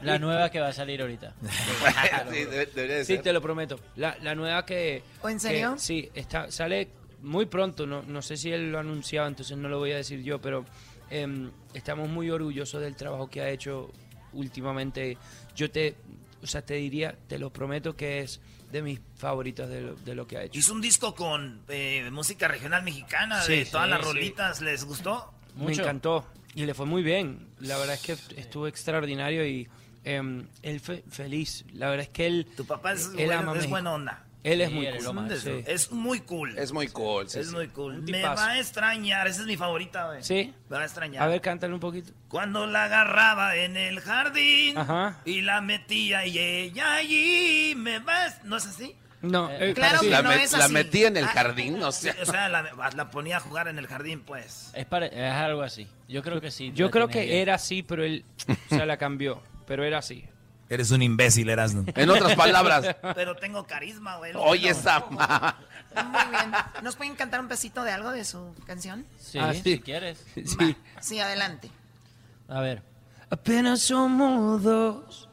La nueva que va a salir ahorita. Sí, debe- debería de Sí, ser. te lo prometo. La, la nueva que... ¿O en que- serio? sí, está, sale muy pronto. No, no sé si él lo ha anunciado, entonces no lo voy a decir yo, pero em, estamos muy orgullosos del trabajo que ha hecho últimamente. Yo te... O sea, te diría, te lo prometo que es de mis favoritos de lo, de lo que ha hecho. Hizo un disco con eh, música regional mexicana, Sí, de todas sí, las sí. rolitas. ¿Les gustó? Me encantó y le fue muy bien. La verdad es que estuvo extraordinario y em, él fue feliz. La verdad es que él. Tu papá Es, buena- es buena onda. Él es Sí, muy eres lo cool. más, sí. Es muy cool. Es muy cool, sí, es sí. muy cool. Un Me tipazo. va a extrañar. Esa es mi favorita, güey. Sí. Me va a extrañar. A ver, cántale un poquito. Cuando la agarraba en el jardín Ajá. y la metía y ella allí me vas. ¿No es así? No, Eh, claro que la, no es la así. metí en el Ah. jardín, o sea. O sea, la, la ponía a jugar en el jardín, pues. Es, para, es algo así. Yo creo que sí. Yo la creo tiene que bien. era así, pero él. O sea, la cambió. Pero era así. Eres un imbécil, Erasmo. En otras palabras. Pero tengo carisma, güey. Oye, esa ma- Muy bien. ¿Nos pueden cantar un pedacito de algo de su canción? Sí, Ah, si quieres. Sí. Sí, adelante. A ver. Apenas somos dos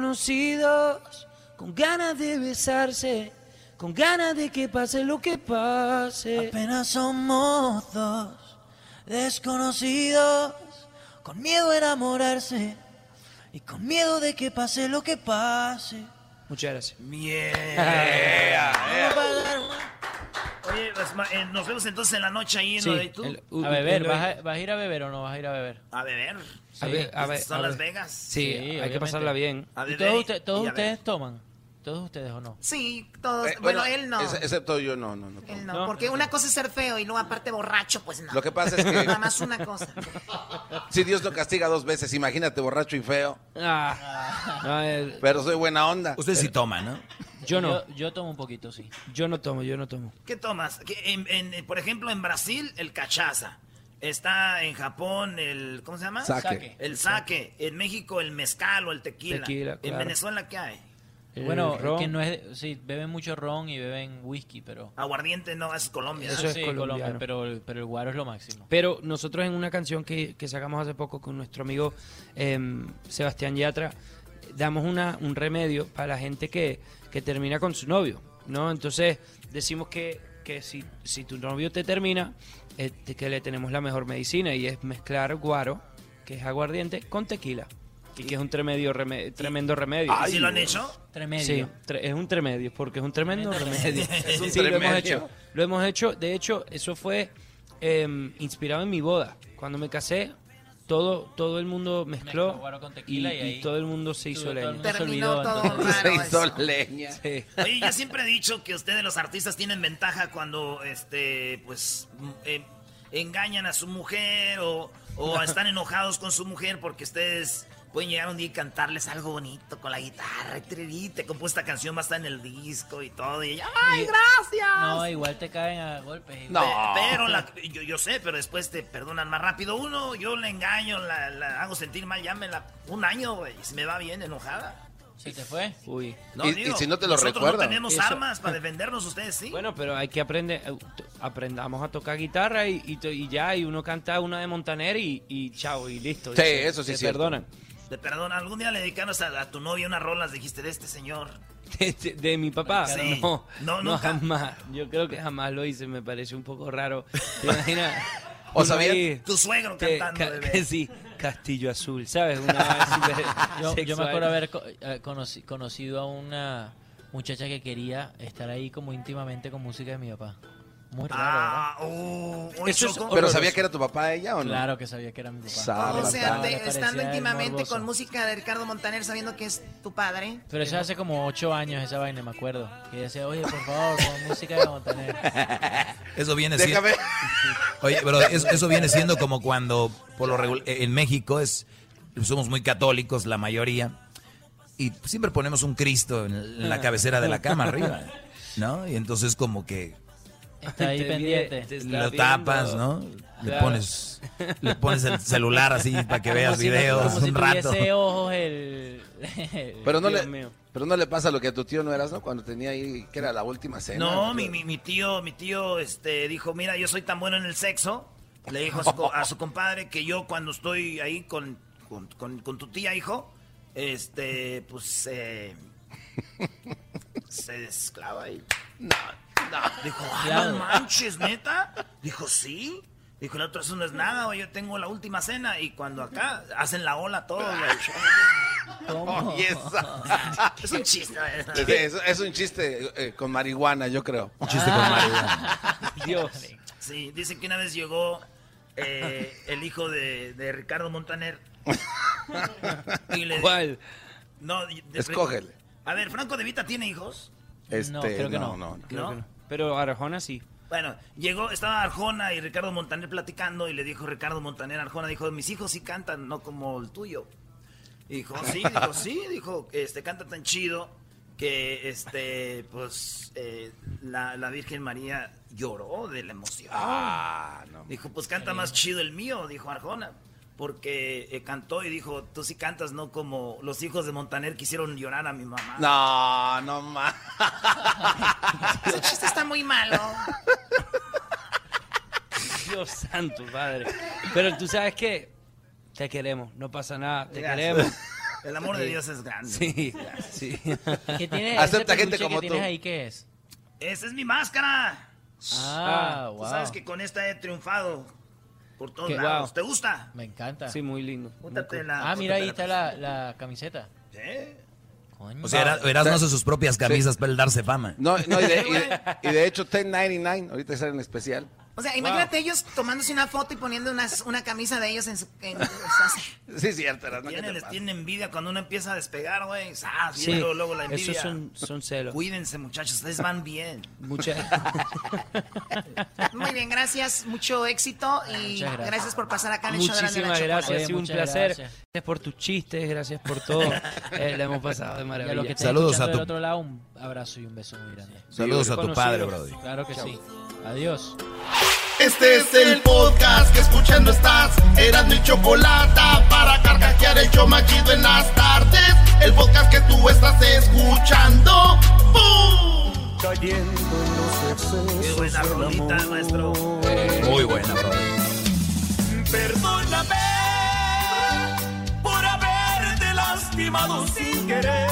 desconocidos con ganas de besarse, con ganas de que pase lo que pase. Apenas somos dos desconocidos, con miedo a enamorarse y con miedo de que pase lo que pase. Muchas gracias. Vamos Eh, eh? a dar una- Oye, pues, ma- eh, nos vemos entonces en la noche ahí en Sí, lo de tú. el- u- A beber, el- ¿vas a, vas a ir a beber o no vas a ir a beber? A beber. Sí. A ver, Son a Las ver. Vegas. Sí, hay obviamente. que pasarla bien. A ¿Y beber todos y- usted- todos y a ustedes toman? ¿Todos ustedes o no? Sí, todos. Eh, bueno, él no. ex- Excepto yo, no, no, no. Él no, porque una cosa es ser feo y luego aparte borracho, pues no. Lo que pasa es que- Nada más una cosa. Si Dios lo castiga dos veces, imagínate borracho y feo. Ah. No, eh, Pero soy buena onda. Usted sí toma, ¿no? Yo no. Yo, tomo un poquito, sí. Yo no tomo, yo no tomo. ¿Qué tomas? Que en- en- eh, por ejemplo, en Brasil, el cachaza. Está en Japón el. ¿Cómo se llama? Sake. Sake. El saque. En México, el mezcal o el tequila. Tequila, En claro. Venezuela, ¿qué hay? Bueno, ron. que no es... Sí, beben mucho ron y beben whisky, pero... Aguardiente no, es Colombia. Eso es sí, Colombia, colombiano. pero, el- pero el guaro es lo máximo. Pero nosotros en una canción que, que sacamos hace poco con nuestro amigo eh, Sebastián Yatra, damos una, un remedio para la gente que, que termina con su novio, ¿no? Entonces decimos que, que si, si tu novio te termina, eh, te- que le tenemos la mejor medicina y es mezclar guaro, que es aguardiente, con tequila. Y que es un tremedio reme- tremendo remedio. ¿Y si lo han hecho? Tremedio. Sí, tre- es un tremedio, porque es un tremendo remedio. Es un sí, Lo hemos, tremedio. hecho, lo hemos hecho. De hecho, eso fue em, inspirado en mi boda. Cuando me casé, todo, todo el mundo mezcló Mezcló guaro con tequila y ahí todo el mundo se hizo todo- todo el leña. mundo se Terminó olvidó, todo entonces. raro se hizo leña. Oye, yo siempre he dicho que ustedes los artistas tienen ventaja cuando, este, pues, mm, eh, engañan a su mujer o, o están enojados con su mujer porque ustedes pueden llegar un día y cantarles algo bonito con la guitarra. y tirirí, Te compuso esta canción, va a estar en el disco y todo. Y ella, ¡ay, gracias! No, igual te caen a golpes. No. igual. Pero la- yo, yo sé, pero después te perdonan más rápido. Uno, yo le engaño, la, la hago sentir mal, llámela un año, güey. y Si me va bien, enojada. ¿Sí te fue? Uy. No, digo, nosotros no tenemos Eso- armas para defendernos, ustedes sí. Bueno, pero hay que aprender, eh, t- aprendamos a tocar guitarra y, y to- y ya, y uno canta una de Montaner y, y chao, y listo. Sí, Y se- eso sí se es cierto. perdonan. Te perdona, algún día le dedicamos a, a tu novia unas rolas, dijiste, de este señor. De, de- de mi papá. Sí. No, no, No, nunca. jamás. Yo creo que jamás lo hice, me parece un poco raro. ¿Te imaginas? O Uno sabía- ahí Tu suegro que- cantando, ca- bebé. que sí, Castillo Azul, ¿sabes? Una vez súper yo, yo me sexual. acuerdo haber co- eh, conoci- conocido a una muchacha que quería estar ahí como íntimamente con música de mi papá. Muy raro, Ah, ¿verdad? uh, Eso uy, es Choco. horroroso. Pero ¿sabía que era tu papá ella o no? Claro que sabía que era mi papá. Sábala, O sea, No, te- le parecía estando el íntimamente morboso. con música de Ricardo Montaner sabiendo que es tu padre. Pero eso hace como ocho años esa vaina, me acuerdo. Que decía, oye, por favor, con música de Montaner. Eso viene Déjame. siendo. Oye, pero es- eso viene siendo como cuando por lo regu- en México es somos muy católicos la mayoría y siempre ponemos un Cristo en la cabecera de la cama arriba, ¿no? Y entonces como que Está ahí Te vi- pendiente. te está lo tapas, viendo. ¿no? Le Claro. pones le pones el celular así para que veas Como si no- videos como si un rato. tuviese ojos el... Pero no, Dios le, mío. pero no le pasa lo que a tu tío no eras, ¿no? Cuando tenía ahí, que era la última cena. No, mi, mi, mi tío, mi tío este, dijo, mira, yo soy tan bueno en el sexo. Le dijo a su, co- a su compadre que yo cuando estoy ahí con, con, con- con tu tía, hijo, este, pues eh, se desclava y... No, no. Dijo, "Ah, Claro. no manches, neta. Dijo, sí. Dijo, el otro eso no es nada, güey, yo tengo la última cena. Y cuando acá hacen la ola todo, güey. ¿Cómo? Oye, esa- Es un chiste, Sí, güey. es, es un chiste eh, con marihuana, yo creo. Un chiste con marihuana. Dios. Sí, dice que una vez llegó eh, el hijo de, de Ricardo Montaner. Y le- ¿Cuál? No, de- de- Escógele. A ver, ¿Franco de Vita tiene hijos? Este, No, creo que no, no. no, Creo que no. Pero Arjona sí. Bueno, llegó, estaba Arjona y Ricardo Montaner platicando y le dijo Ricardo Montaner a Arjona, dijo, mis hijos sí cantan, no como el tuyo. Y dijo, sí, dijo, sí, dijo, este, canta tan chido que, este, pues, eh, la, la Virgen María lloró de la emoción. Ah, Dijo, pues canta más chido el mío, dijo Arjona. Porque eh, cantó y dijo, tú sí cantas, no como los hijos de Montaner quisieron llorar a mi mamá. No, no más. Ese chiste está muy malo. Dios santo, padre. Pero tú sabes que te queremos, no pasa nada, te Gracias. queremos. El amor de Sí. Dios es grande. Sí, sí. ¿Qué tiene Acepta gente como tú. qué es? Esa es mi máscara. Ah, Tú wow. sabes que con esta he triunfado por todos Qué lados. guau. ¿Te gusta? Me encanta. Sí, muy lindo. Júntate la- Ah, mira, ahí júntate está la, la camiseta. ¿Eh? O sea, era- Erasmo hace sus propias camisas para él darse fama. No, no, y, de, y de- y de hecho, 1099, ahorita sale en especial. O sea, imagínate ellos tomándose una foto y poniendo unas- una camisa de ellos en su... en- o sea, Sí, cierto, Erasmo. ¿qué Tiene, te les pasa? tiene envidia cuando uno empieza a despegar, güey. Ah, Sí, viene luego, luego la eso envidia. son- son celos. Cuídense, muchachos, ustedes van bien. Mucha- Muy bien, gracias, mucho éxito y Muchas gracias. gracias. por pasar acá en el show de la, Muchísimas Chocolata. gracias, ha sido un Muchas placer. gracias. Gracias por tus chistes, gracias por todo. Eh, la hemos pasado Y a de los que maravilla. estén escuchando del otro lado, un abrazo y un beso muy grande. Saludos a tu padre, Conocidos. Brody. Claro que sí. Adiós. Este es el podcast que escuchando estás. Eran mi chocolate para carcajear el yo machido en las tardes. El podcast que tú estás escuchando. ¡Bum! Qué buena rolita, maestro. Muy buena, Brody. Perdóname por haberte lastimado sin querer.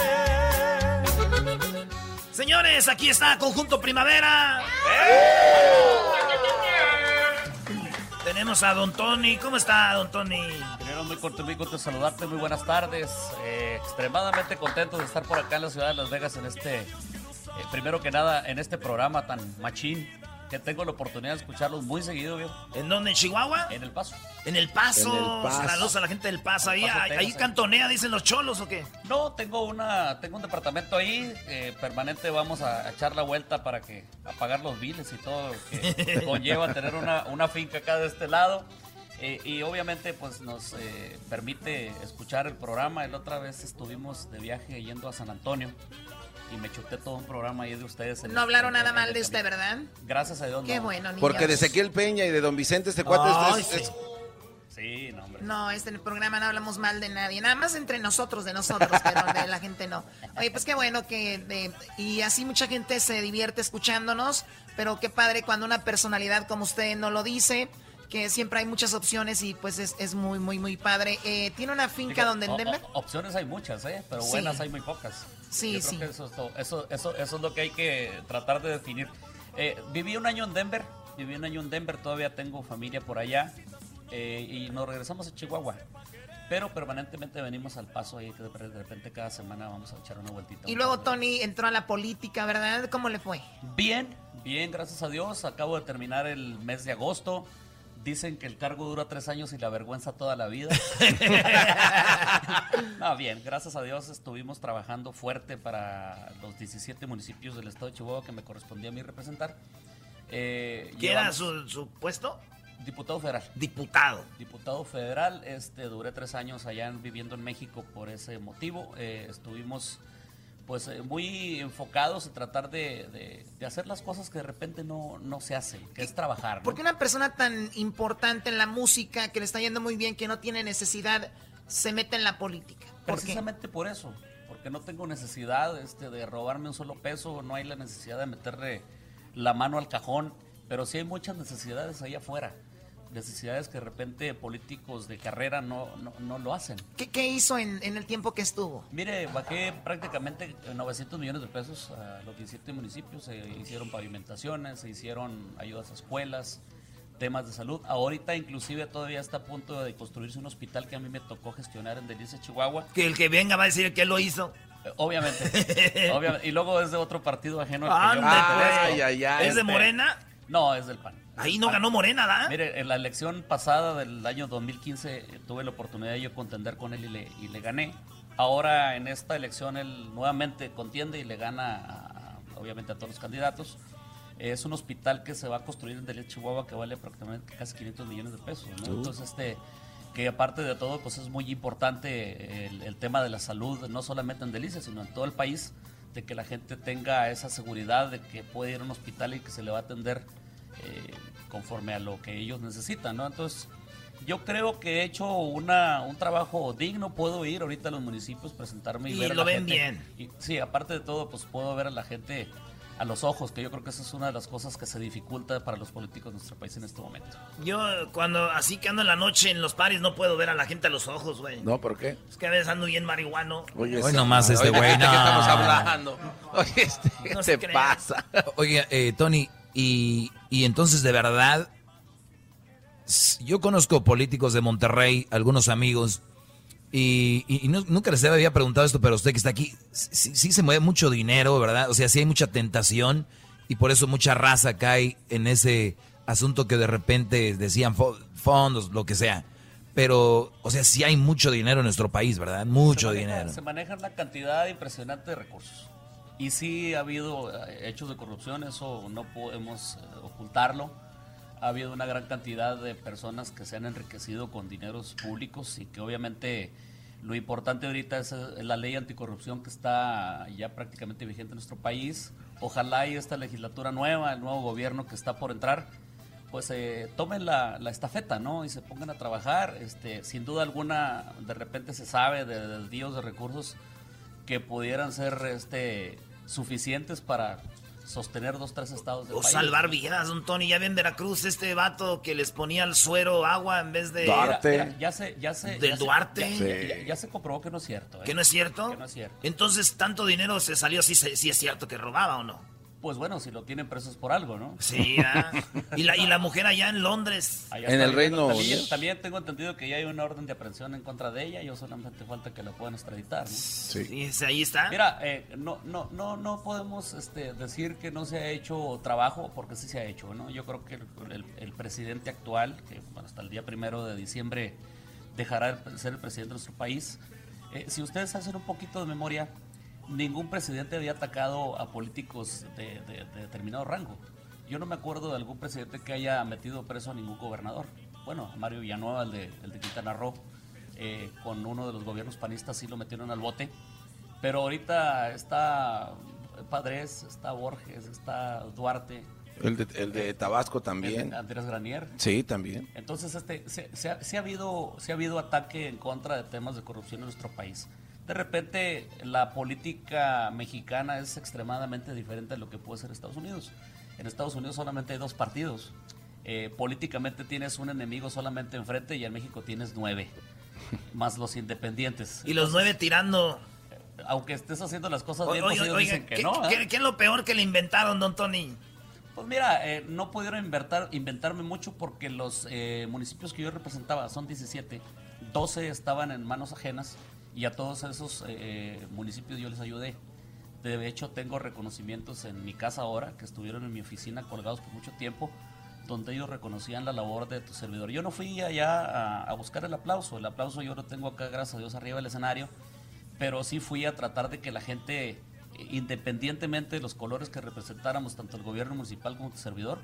Señores, aquí está Conjunto Primavera. Tenemos a Don Tony. ¿Cómo está, Don Tony? Primero, muy corto, muy corto saludarte, muy buenas tardes. Eh, extremadamente contento de estar por acá en la ciudad de Las Vegas en este, eh, primero que nada, en este programa tan machín que tengo la oportunidad de escucharlos muy seguido, viejo. ¿En dónde? ¿En Chihuahua? En El Paso. En El Paso. En El Paso. Saludos a la gente del Paso. Ahí, Paso, ahí- Texas, ahí eh. cantonea, dicen los cholos o qué. No, tengo una, tengo un departamento ahí eh, permanente. Vamos a, a echar la vuelta para que a pagar los biles y todo lo que conlleva tener una, una finca acá de este lado. Eh, y obviamente, pues nos eh, permite escuchar el programa. La otra vez estuvimos de viaje yendo a San Antonio y me chuté todo un programa ahí de ustedes. en No el- hablaron en- nada en mal el de usted, camino. ¿verdad? Gracias a Dios. Qué no. bueno, niños. Porque de Ezequiel Peña y de Don Vicente, este cuate Ay, es- sí. es- es- Sí, no, hombre. No, este en el programa no hablamos mal de nadie, nada más entre nosotros, de nosotros, pero de la gente no. Oye, pues qué bueno que... de- y así mucha gente se divierte escuchándonos, pero qué padre cuando una personalidad como usted no lo dice, que siempre hay muchas opciones y pues es, es muy, muy, muy padre. Eh, ¿Tiene una finca Digo, donde en o- Denver? o- opciones hay muchas, ¿eh? pero Sí. buenas hay muy pocas. Sí, Yo creo sí. que eso, es todo. Eso, eso, eso es lo que hay que tratar de definir. Eh, viví un año en Denver, viví un año en Denver, todavía tengo familia por allá eh, y nos regresamos a Chihuahua. Pero permanentemente venimos al paso ahí, que de repente cada semana vamos a echar una vueltita. Y luego Tony entró a la política, ¿verdad? ¿Cómo le fue? Bien, bien, gracias a Dios. Acabo de terminar el mes de agosto. Dicen que el cargo dura tres años y la vergüenza toda la vida. no, bien, gracias a Dios estuvimos trabajando fuerte para los 17 municipios del estado de Chihuahua que me correspondía a mí representar. Eh, ¿Qué era llevamos- su, su puesto? Diputado federal. Diputado. Diputado federal, este, duré tres años allá en- viviendo en México por ese motivo. Eh, estuvimos pues eh, muy enfocados en tratar de, de- de hacer las cosas que de repente no, no se hacen, que es trabajar. ¿no? ¿Por qué una persona tan importante en la música, que le está yendo muy bien, que no tiene necesidad, se mete en la política? ¿Por qué? Precisamente por eso, porque no tengo necesidad este, de robarme un solo peso, no hay la necesidad de meterle la mano al cajón, pero sí hay muchas necesidades ahí afuera, necesidades que de repente políticos de carrera no, no, no lo hacen. ¿Qué, qué hizo en, en el tiempo que estuvo? Mire, bajé prácticamente 900 millones de pesos a los 17 municipios. Se hicieron pavimentaciones, se hicieron ayudas a escuelas, temas de salud. Ahorita inclusive todavía está a punto de construirse un hospital que a mí me tocó gestionar en Delicia, Chihuahua. Eh, Que el que venga va a decir que él lo hizo. Obviamente. Obviamente. Y luego es de otro partido ajeno al que yo Anda, pertenezco. pues. Ay, ay, ay. ¿Es de este. Morena? No, es del PAN. Ahí no ganó Morena, ¿da? Mire, en la elección pasada del año 2015 eh, tuve la oportunidad de yo contender con él y le, y le gané. Ahora en esta elección él nuevamente contiende y le gana, a- a- obviamente, a todos los candidatos. Es un hospital que se va a construir en Delhi, Chihuahua, que vale prácticamente casi 500 millones de pesos. ¿no? Uh. Entonces, este que aparte de todo, pues es muy importante el, el tema de la salud, no solamente en Delicia, sino en todo el país, de que la gente tenga esa seguridad de que puede ir a un hospital y que se le va a atender eh, conforme a lo que ellos necesitan, ¿no? Entonces, yo creo que he hecho una, un trabajo digno, puedo ir ahorita a los municipios, presentarme y, Y ver a lo la ven gente. bien. Y, sí, aparte de todo, pues puedo ver a la gente a los ojos, que yo creo que esa es una de las cosas que se dificulta para los políticos de nuestro país en este momento. Yo cuando así que ando en la noche en los pares no puedo ver a la gente a los ojos, güey. No, ¿por qué? Es que a veces ando bien marihuano. ese- nomás este Oye, güey, ¿de no. qué estamos hablando? Oye, este, ¿qué No se te crean. pasa? Oye, eh, Tony, y, y entonces de verdad, s- yo conozco políticos de Monterrey, algunos amigos, y, y- y nu- nunca les había preguntado esto, pero usted que está aquí, sí, sí se mueve mucho dinero, ¿verdad? O sea, sí hay mucha tentación y por eso mucha raza cae en ese asunto que de repente decían fo- fondos, lo que sea. Pero, o sea, sí hay mucho dinero en nuestro país, ¿verdad? Mucho se maneja- dinero. Se maneja una cantidad impresionante de recursos. Y sí ha habido eh, hechos de corrupción, eso no podemos eh, ocultarlo. Ha habido una gran cantidad de personas que se han enriquecido con dineros públicos y que obviamente lo importante ahorita es eh, la ley anticorrupción que está ya prácticamente vigente en nuestro país. Ojalá y esta legislatura nueva, el nuevo gobierno que está por entrar, pues eh, tomen la, la estafeta, ¿no? Y se pongan a trabajar. Este, sin duda alguna, de repente se sabe de desvíos de recursos que pudieran ser este, suficientes para sostener dos, tres estados del O país. salvar vidas, don Tony. Ya ven Veracruz este vato que les ponía el suero agua en vez de... Mira, mira, ya se, ya se, Del ya se- Duarte. ya- ya- ya- ya se comprobó que no es cierto. ¿eh? ¿Que no es cierto? Que no es cierto. Entonces, tanto dinero se salió si, se- si es cierto que robaba o no. Pues bueno, si lo tienen presos por algo, ¿no? Sí, ah. y, la, y la mujer allá en Londres. Allá En está el viviendo. Reino también, Unido. también tengo entendido que ya hay una orden de aprehensión en contra de ella. Yo solamente falta que la puedan extraditar. ¿no? Y ese ahí está. Mira, eh, no, no, no, no podemos este, decir que no se ha hecho trabajo, porque sí se ha hecho, ¿no? Yo creo que el, el- el presidente actual, que bueno, hasta el día primero de diciembre dejará de ser el presidente de nuestro país, eh, si ustedes hacen un poquito de memoria, ningún presidente había atacado a políticos de, de- de determinado rango. Yo no me acuerdo de algún presidente que haya metido preso a ningún gobernador. Bueno, a Mario Villanueva, el de, el de Quintana Roo, eh, con uno de los gobiernos panistas sí lo metieron al bote. Pero ahorita está Padres, está Borges, está Duarte, El de, el de Tabasco también. Andrés Granier. Sí, también. Entonces, este, se, se ha, se ha habido, se ha habido ataque en contra de temas de corrupción en nuestro país. De repente, la política mexicana es extremadamente diferente a lo que puede ser Estados Unidos. En Estados Unidos solamente hay dos partidos. Eh, políticamente tienes un enemigo solamente enfrente y en México tienes nueve, más los independientes. Y los Entonces, nueve tirando. Aunque estés haciendo las cosas O- bien, oye, pues ellos oiga, dicen que ¿qué- no. ¿eh? qué- qué es lo peor que le inventaron, don Tony? Pues mira, eh, no pudieron inventar, inventarme mucho porque los eh, municipios que yo representaba, son 17, 12 estaban en manos ajenas y a todos esos eh, municipios yo les ayudé. De hecho, tengo reconocimientos en mi casa ahora, que estuvieron en mi oficina colgados por mucho tiempo, donde ellos reconocían la labor de tu servidor. Yo no fui allá a, a buscar el aplauso, el aplauso yo lo tengo acá, gracias a Dios, arriba del escenario, pero sí fui a tratar de que la gente eh, independientemente de los colores que representáramos, tanto el gobierno municipal como tu servidor,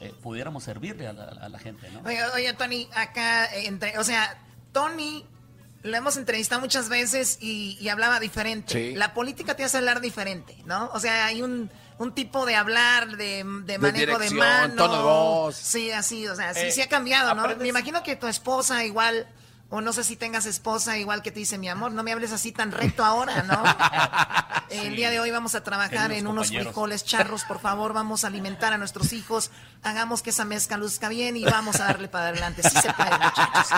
eh, pudiéramos servirle a la, a la gente, ¿no? Oye, oye, Tony, acá, eh, entre- o sea, Tony, lo hemos entrevistado muchas veces y, y hablaba diferente. Sí. La política te hace hablar diferente, ¿no? O sea, hay un, un tipo de hablar, de, de manejo de dirección, mano. tono de voz. Sí, así, o sea, sí, Eh, sí ha cambiado, ¿no? aprendes- Me imagino que tu esposa igual... O no sé si tengas esposa igual que te dice, mi amor, no me hables así tan recto ahora, ¿no? Sí. El día de hoy vamos a trabajar En en unos unos compañeros. frijoles charros, por favor, vamos a alimentar a nuestros hijos, hagamos que esa mezcla luzca bien y vamos a darle para adelante. Sí se puede, muchachos.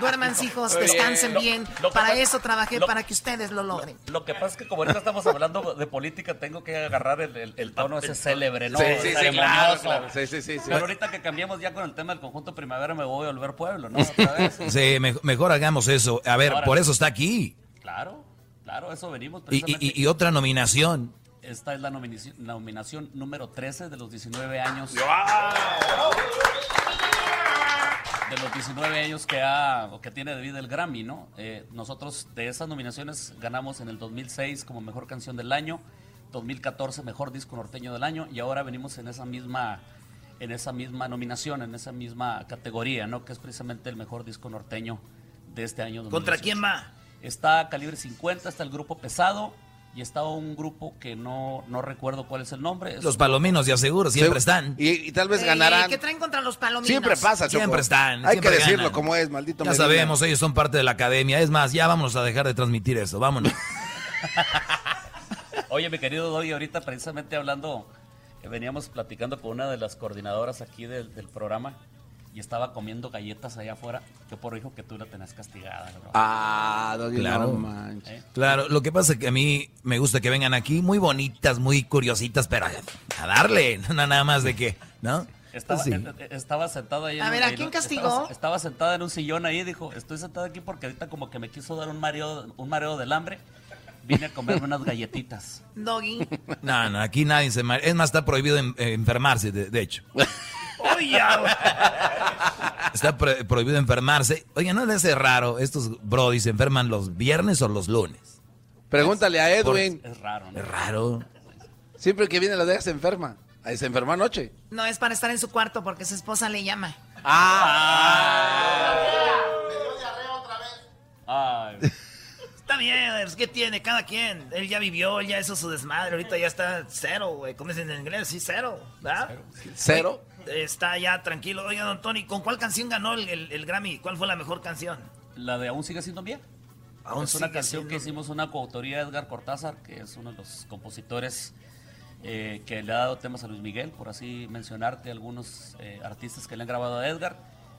Duerman, hijos, Muy bien. descansen Lo- bien. lo que Para pasa- eso trabajé, lo- para que ustedes lo logren. Lo que pasa es que como ahorita estamos hablando de política, tengo que agarrar el, el- el tono ese célebre, ¿no? Sí, sí, sí, Ceremonioso. claro, claro. Sí, sí, sí, sí. Pero ahorita que cambiemos ya con el tema del conjunto primavera, me voy a volver pueblo, ¿no? Otra vez. Sí, me- mejor hagamos eso. A ver, Ahora. por eso está aquí. Claro, claro, eso venimos Y, y- precisamente. y- y otra nominación. Esta es la nominación, nominación número 13 de los 19 años. De los 19 años que, ha, o que tiene de vida el Grammy, ¿no? Eh, nosotros de esas nominaciones ganamos en el 2006 como Mejor Canción del Año, 2014 Mejor Disco Norteño del Año y ahora venimos en esa misma en esa misma nominación, en esa misma categoría, ¿no? Que es precisamente el mejor disco norteño de este año. ¿Contra 2018. quién va? Está Calibre 50, está el grupo Pesado y está un grupo que no, no recuerdo cuál es el nombre. Es- Los palominos, ya seguro, siempre están. Y, tal Ey, ¿Qué Eh, traen contra los palominos? Pues Siempre pasa, Choco. Siempre están. Hay siempre que decirlo ganan. como es, maldito. Ya Medina. sabemos, ellos son parte de la academia. Es más, ya vamos a dejar de transmitir eso. Vámonos. Oye, mi querido Doy, ahorita precisamente hablando, eh, veníamos platicando con una de las coordinadoras aquí del, del programa y estaba comiendo galletas allá afuera. Yo por dijo que tú la tenías castigada, bro. Ah, Doggy, Claro. no manches. Claro, lo que pasa es que a mí me gusta que vengan aquí muy bonitas, muy curiositas, pero a- a darle, no nada más de que, ¿no? Pues Estaba, Así. eh, eh, estaba sentada ahí. A en- ver, ¿a ahí quién no- castigó? Estaba, estaba sentada en un sillón ahí, dijo, estoy sentada aquí porque ahorita como que me quiso dar un mareo, un mareo del hambre. Vine a comerme unas galletitas. Doggy. No, no, aquí nadie se... mar- Es más, está prohibido en- eh, enfermarse, de, de hecho. Oye, Está pro- prohibido enfermarse. Oye, ¿no les hace raro estos brodis se enferman los viernes o los lunes? Pregúntale a Edwin. Es raro, Es raro. Siempre que viene la deja se enferma. Ahí se enfermó anoche. No, es para estar en su cuarto porque su esposa le llama. Ah. Ay. Está bien, pues, ¿qué tiene? Cada quien. Él ya vivió, él ya hizo su desmadre. Ahorita ya está cero, güey. ¿Cómo dicen en inglés? Sí, cero, ¿verdad? Cero. Está ya tranquilo. Oiga, don Tony, ¿con cuál canción ganó el, el- el Grammy? ¿Cuál fue la mejor canción? La de Aún sigue siendo mía. Aún es una sigue canción siendo que hicimos una coautoría de Edgar Cortázar, que es uno de los compositores eh, que le ha dado temas a Luis Miguel, por así mencionarte algunos eh, artistas que le han grabado a Edgar.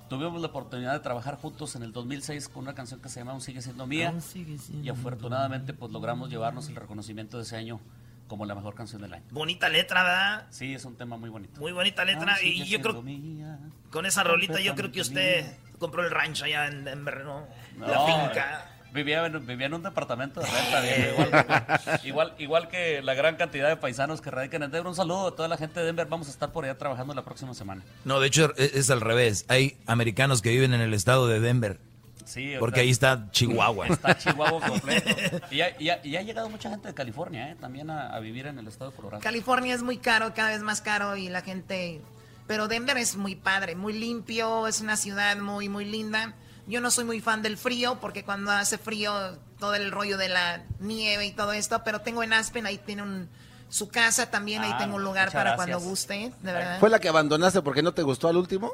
Tuvimos la oportunidad de trabajar juntos en el 2006 con una canción que se llama Aún sigue siendo mía. Aún sigue siendo y afortunadamente pues logramos llevarnos el reconocimiento de ese año como la mejor canción del año. Bonita letra, ¿verdad? Sí, es un tema muy bonito. Muy bonita letra. Aún sigue y yo creo... siendo mía. Con esa rolita yo creo que usted compró el rancho allá en, en Verno, la No, finca. eh, Vivía en, vivía en un departamento de renta, viejo, igual, igual, igual que la gran cantidad de paisanos que radican en Denver. Un saludo a toda la gente de Denver. Vamos a estar por allá trabajando la próxima semana. No, de hecho e-, es, es al revés. Hay americanos que viven en el estado de Denver. Sí, ahorita- Porque ahí está Chihuahua. Está Chihuahua completo. Y ha, y ha- y ha llegado mucha gente de California eh, también a, a vivir en el estado de Colorado. California es muy caro, cada vez más caro y la gente... Pero Denver es muy padre, muy limpio, es una ciudad muy, muy linda. Yo no soy muy fan del frío porque cuando hace frío todo el rollo de la nieve y todo esto, pero tengo en Aspen, ahí tiene un, su casa también, ahí Ah, tengo un lugar muchas para gracias. cuando guste, de verdad. ¿Fue la que abandonaste porque no te gustó al último?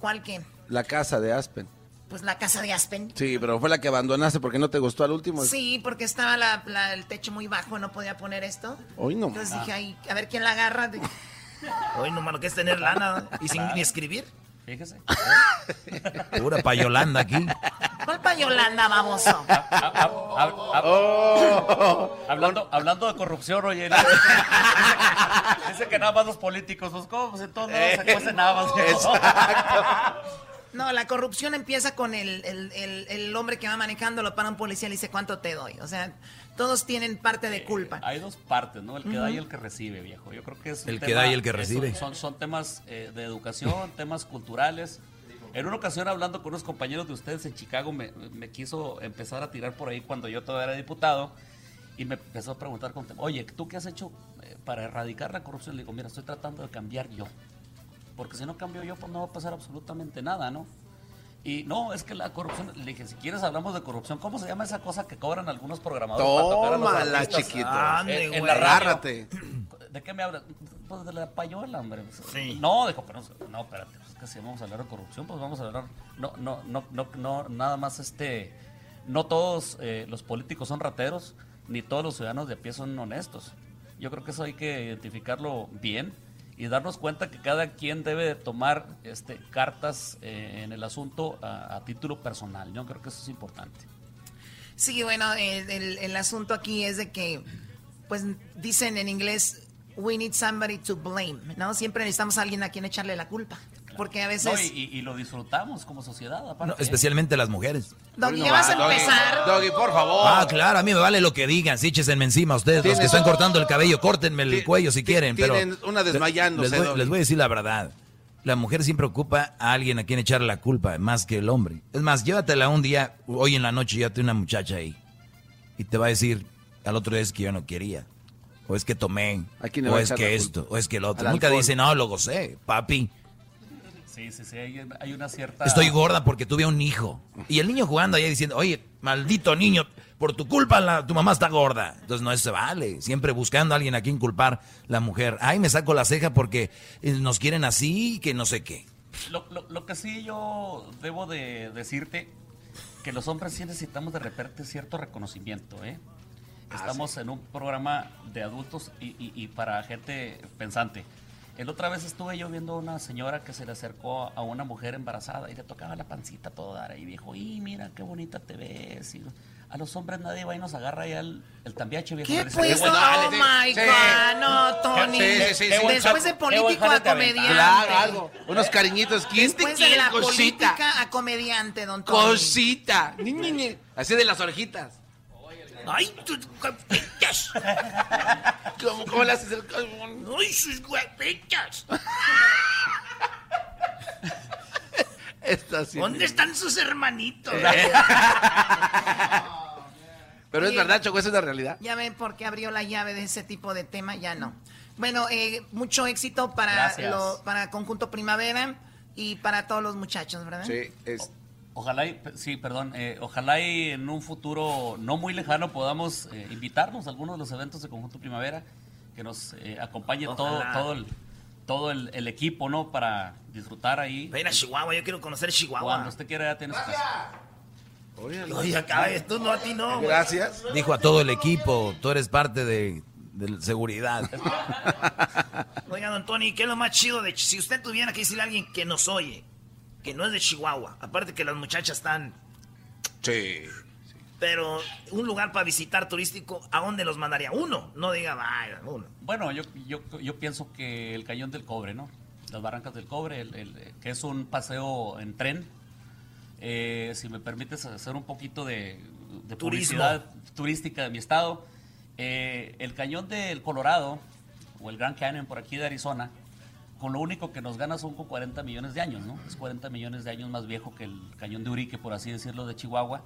¿Cuál qué? La casa de Aspen. Pues la casa de Aspen. Sí, pero fue la que abandonaste porque no te gustó al último. Sí, porque estaba la- la- el techo muy bajo, no podía poner esto. Hoy no. Entonces Ah. dije, ay, a ver quién la agarra. De- Hoy nomás lo que es tener lana y sin Claro. ni escribir. Fíjese. Pura payolanda aquí. ¿Cuál pa' Yolanda, baboso. Hab- hab- Oh. hablando, hablando de corrupción, oye. Dice que nada más los políticos, los cobos, entonces no se cuecen nada más. No, la corrupción empieza con el, el- el- el hombre que va manejando, lo para un policía y le dice, ¿cuánto te doy? O sea, todos tienen parte de culpa. Hay dos partes, ¿no? El que da y Ujú. el que recibe, viejo. Yo creo que es un El que tema- da y el que es un- recibe. Son, son temas eh, de educación, temas culturales. En una ocasión, hablando con unos compañeros de ustedes en Chicago, me, me quiso empezar a tirar por ahí cuando yo todavía era diputado y me empezó a preguntar, con tem- oye, ¿tú qué has hecho eh, para erradicar la corrupción? Le digo, mira, estoy tratando de cambiar yo. Porque si no cambio yo, pues no va a pasar absolutamente nada, ¿no? Y no, es que la corrupción, le dije, si quieres hablamos de corrupción, ¿cómo se llama esa cosa que cobran algunos programadores? para tocar a los Tómala, artistas? chiquito. En- en la radio. Agárrate. ¿De qué me hablas? Pues de la payola, hombre. No, dijo, pero no, no, espérate, pues, que si vamos a hablar de corrupción, pues vamos a hablar. No, no, no, no, no nada más este. No todos eh, los políticos son rateros, ni todos los ciudadanos de a pie son honestos. Yo creo que eso hay que identificarlo bien y darnos cuenta que cada quien debe de tomar este, cartas eh, en el asunto a, a título personal. Yo creo que eso es importante. Sí, bueno, el, el- el asunto aquí es de que, pues dicen en inglés, we need somebody to blame, ¿no? Siempre necesitamos a alguien a quien echarle la culpa. Porque a veces... No, y, y- y lo disfrutamos como sociedad, aparte. ¿eh? No, especialmente las mujeres. Doggy, ya vas a empezar. Doggy, por favor. Ah, claro, a mí me vale lo que digan, sí, échenme encima a ustedes, los que están cortando el cabello, córtenme el cuello si quieren, pero... tienen una desmayándose, Les voy, Doggy. les voy a decir la verdad, la mujer siempre ocupa a alguien a quien echar la culpa, más que el hombre. Es más, llévatela un día, hoy en la noche, llévate una muchacha ahí, y te va a decir al otro día es que yo no quería, o es que tomé, quién le o va a es echar la que culpa? esto, o es que el otro. Al Nunca alcohol. dice, no, lo gocé, papi, Sí, sí, sí, hay, hay una cierta... estoy gorda porque tuve un hijo. Y el niño jugando allá diciendo, oye, maldito niño, por tu culpa la- tu mamá está gorda. Entonces no, eso se vale. Siempre buscando a alguien a quien culpar la mujer. Ay, me saco la ceja porque eh, nos quieren así, que no sé qué. Lo, lo- lo que sí yo debo de decirte, que los hombres sí necesitamos de repente cierto reconocimiento, ¿eh? Ah, Estamos en un programa de adultos y, y- y para gente pensante. El otra vez estuve yo viendo a una señora que se le acercó a una mujer embarazada y le tocaba la pancita toda dar y dijo, y mira qué bonita te ves. Y a los hombres nadie va y nos agarra ya el, el tambiache. viejo. ¿Qué Dice, pues? bueno, Oh dale, sí, my sí. God, no, Tony. Sí, sí, sí, sí. Después de Qué buen político jale a te aventaste. comediante. Claro, algo. Unos cariñitos. ¿Quién te Después de quiere, la cosita? política a comediante, don Tony. Cosita. Ni, ni, ni. Así de las orejitas. Ay, ¿Cómo, cómo le haces el.? ¡Ay, sus guapechas! Esta sí. Eh. ¿Dónde están sus hermanitos? Pero es verdad, Choco, esa es la realidad. Ya ven por qué abrió la llave de ese tipo de tema, ya no. Bueno, eh, mucho éxito para, Gracias. lo- para Conjunto Primavera y para todos los muchachos, ¿eh? ¿verdad? Ojalá, y- sí, perdón, eh, ojalá y en un futuro no muy lejano podamos eh, invitarnos a algunos de los eventos de Conjunto Primavera, que nos eh, acompañe todo, Ojalá. todo, el, todo el, el equipo, ¿no? Para disfrutar ahí. Ven a Chihuahua, yo quiero conocer Chihuahua. Cuando usted quiera ya tiene su casa. Oye, acá, tú no, a ti no. güey. Dijo a todo el equipo, tú eres parte de, de seguridad. Oiga, don Tony, ¿qué es lo más chido de Chi- Si usted tuviera que decirle a alguien que nos oye, que no es de Chihuahua, aparte que las muchachas están, Sí. pero un lugar para visitar turístico, ¿a dónde los mandaría? Uno, no diga, vaya, uno. Bueno, yo, yo, yo pienso que el Cañón del Cobre, ¿no? Las Barrancas del Cobre, el- el- que es un paseo en tren. Eh, si me permites hacer un poquito de, de Turismo. publicidad turística de mi estado, eh, el Cañón del Colorado, o el Grand Canyon por aquí de Arizona, con lo único que nos gana son con 40 millones de años, ¿no? Es 40 millones de años más viejo que el Cañón de Urique, por así decirlo, de Chihuahua.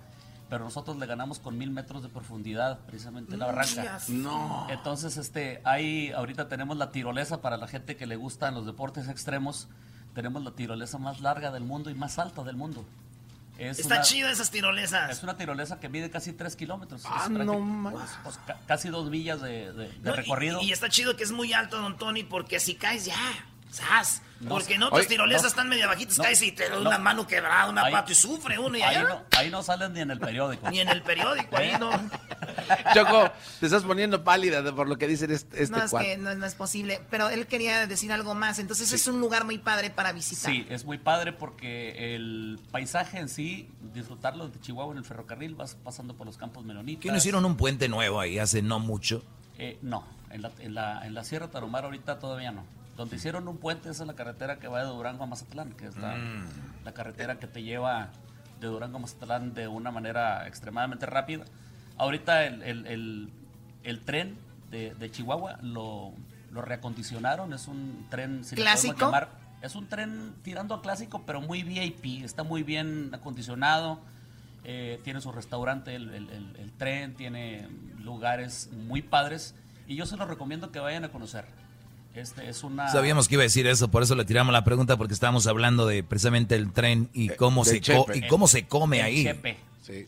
Pero nosotros le ganamos con mil metros de profundidad, precisamente en la barranca. Yes. No. Entonces, este, ahí ahorita tenemos la tirolesa para la gente que le gustan los deportes extremos. Tenemos la tirolesa más larga del mundo y más alta del mundo. Es Está una- chido esas tirolesas. Es una tirolesa que mide casi 3 kilómetros. Ah, Es no prácti- manches. pues, pues, ca- casi dos millas de, de- de No, y- recorrido. Y, y está chido que es muy alto, don Tony, porque si caes ya. ¡Sas! Porque en No, otras oye, tirolesas no. están medio bajitas, No. caes y te da No. una mano quebrada, una Ahí- pata y sufre uno y ahí allá. no, ahí no sales ni en el periódico. Ni en el periódico, ahí no. Choco, te estás poniendo pálida de- por lo que dicen este, este ¿eh? no, es cuate. que no, no es posible. Pero él quería decir algo más. Entonces es un lugar muy padre para visitar. Sí, es muy padre porque el paisaje en sí, disfrutarlo de Chihuahua en el ferrocarril, vas pasando por los campos melonitas. ¿Qué no hicieron un puente nuevo ahí hace no mucho? Eh, no, en la, en, la, en la Sierra Tarumar ahorita todavía no. Donde hicieron un puente, esa es la carretera que va de Durango a Mazatlán, que es la, Mm. la carretera que te lleva de Durango a Mazatlán de una manera extremadamente rápida. Ahorita el, el- el- el tren de, de Chihuahua lo, lo reacondicionaron, es un tren... si le podemos ¿Clásico? llamar- es un tren tirando a clásico, pero muy VIP, está muy bien acondicionado. Eh, tiene su restaurante, el, el- el- el tren, tiene lugares muy padres. Y yo se los recomiendo que vayan a conocer. Este es una. Sabíamos que iba a decir eso, por eso le tiramos la pregunta porque estábamos hablando de precisamente el tren y cómo, Eh, del se, co- chepe. y cómo se come El ahí. chepe.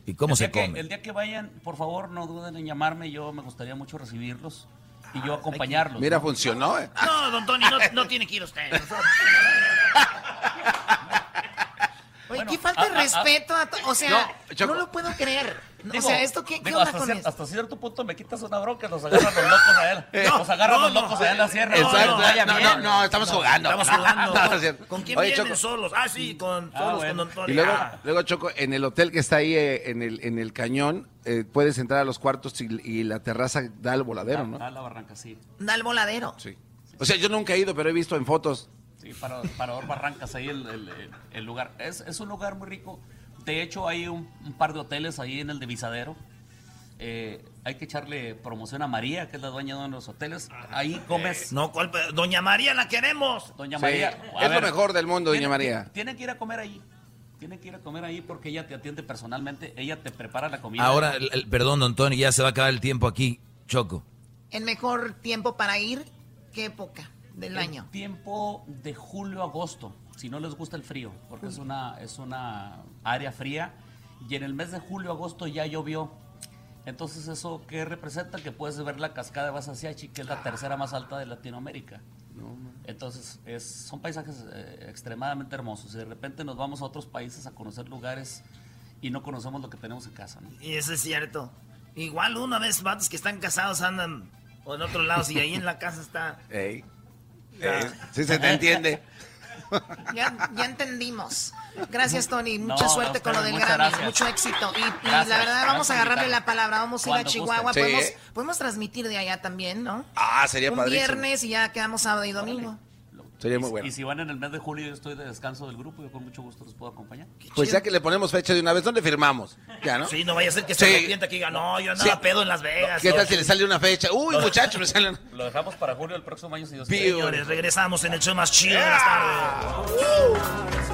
Y cómo El se día que- come. el día que vayan, por favor, no duden en llamarme. Yo me gustaría mucho recibirlos y yo acompañarlos. Mira, ¿no? funcionó, ¿eh? No, don Tony, no, tiene que ir usted. Oye, qué falta de ah, ah, respeto. a to- o sea, No, no, Choco. lo puedo creer. No, Digo, o sea, ¿esto qué, qué digo, onda hasta, con cier- esto? hasta cierto punto me quitas una bronca, nos agarran los locos a él. nos agarran los locos a él en la sierra. Exacto. No, no, vaya No, bien. no, no, estamos jugando. Estamos No, jugando. no, no es cierto. ¿Con quién Oye, vienen Choco. solos? Ah, sí, con solos, con Don Tony. Y luego, Ah. luego Choco, en el hotel que está ahí eh, en el, en el cañón, eh, puedes entrar a los cuartos y, y la terraza da al voladero, ¿no? A la barranca, sí. Da el voladero. Sí. O sea, yo nunca he ido, pero he visto en fotos. Sí, para, para Or Barrancas, ahí el, el- el- el lugar. Es, es un lugar muy rico. De hecho, hay un, un par de hoteles ahí en el Divisadero. Eh, hay que echarle promoción a María, que es la dueña de uno de los hoteles. Ah, Ahí comes. No, ¿cuál? pe- Doña María la queremos. Doña Sí, María. a es ver, lo mejor del mundo, doña tienen- María. Tienen que ir a comer ahí. Tienen que ir a comer ahí porque ella te atiende personalmente. Ella te prepara la comida. Ahora, el- el- perdón, don Tony, ya se va a acabar el tiempo aquí, Choco. El mejor tiempo para ir, ¿qué época del Eh. El año? tiempo de julio a agosto, si no les gusta el frío, porque es una, es una área fría. Y en el mes de julio agosto ya llovió. Entonces, ¿eso qué representa? Que puedes ver la cascada de Basasiachi, que es la tercera más alta de Latinoamérica. Entonces, es, son paisajes eh, extremadamente hermosos. Y de repente nos vamos a otros países a conocer lugares y no conocemos lo que tenemos en casa. ¿no? Y eso es cierto. Igual una vez vatos que están casados andan o en otros lados y ahí en la casa está... Ey. Ey, Sí se te entiende. Ya, ya entendimos. Gracias, Tony. No, Mucha a suerte con lo ustedes, del muchas Grammy. gracias. Mucho éxito. Y, y Gracias, la verdad, vamos gracias, a agarrarle invitada. la palabra. Vamos a ir a Cuando Chihuahua. gusten. Podemos, Sí. podemos transmitir de allá también, ¿no? Ah, sería Un padrísimo. viernes y ya quedamos sábado y domingo. Sería Y- muy bueno. Y si van en el mes de julio, yo estoy de descanso del grupo, yo con mucho gusto los puedo acompañar. Pues ya que le ponemos fecha de una vez, ¿dónde firmamos? Ya, ¿no? Sí, no vaya a ser que se Sí. arrepienta que diga, no, yo andaba Sí. pedo en Las Vegas. ¿Qué o- tal si le sale una fecha? Uy, No. muchacho, me sale una... Lo dejamos para julio del próximo año, si Dios quiere. Señores, regresamos en el show más chido de las tardes.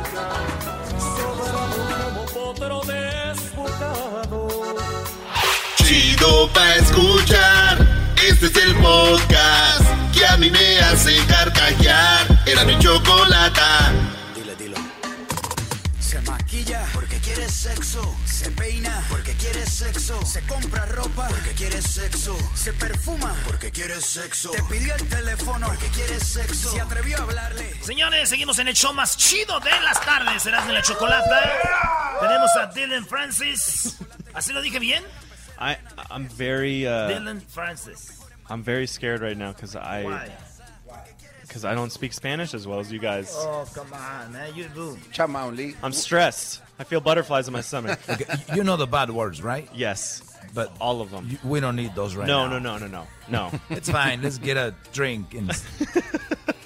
Chido pa' escuchar. Este es el podcast que a mí me hace carcajear. Era mi chocolata. Dile, dilo. Se maquilla porque quiere sexo. Se peina porque quiere sexo. Se compra ropa porque quiere sexo. Se perfuma porque quiere sexo. Te pidió el teléfono porque quiere sexo. Se atrevió a hablarle. Señores, seguimos en el show más chido de las tardes. Serás de la chocolata. Tenemos a Dylan Francis. ¿Así lo dije bien? I I'm very uh, Dylan Francis. I'm very scared right now because I Why? because I don't speak Spanish as well as you guys. Oh, come on, man. You do. Chama only. I'm stressed. I feel butterflies in my stomach. Okay, You know the bad words, right? Yes. But all of them. we don't need those right No, now. no, no, no, no, no. It's fine. Let's get a drink and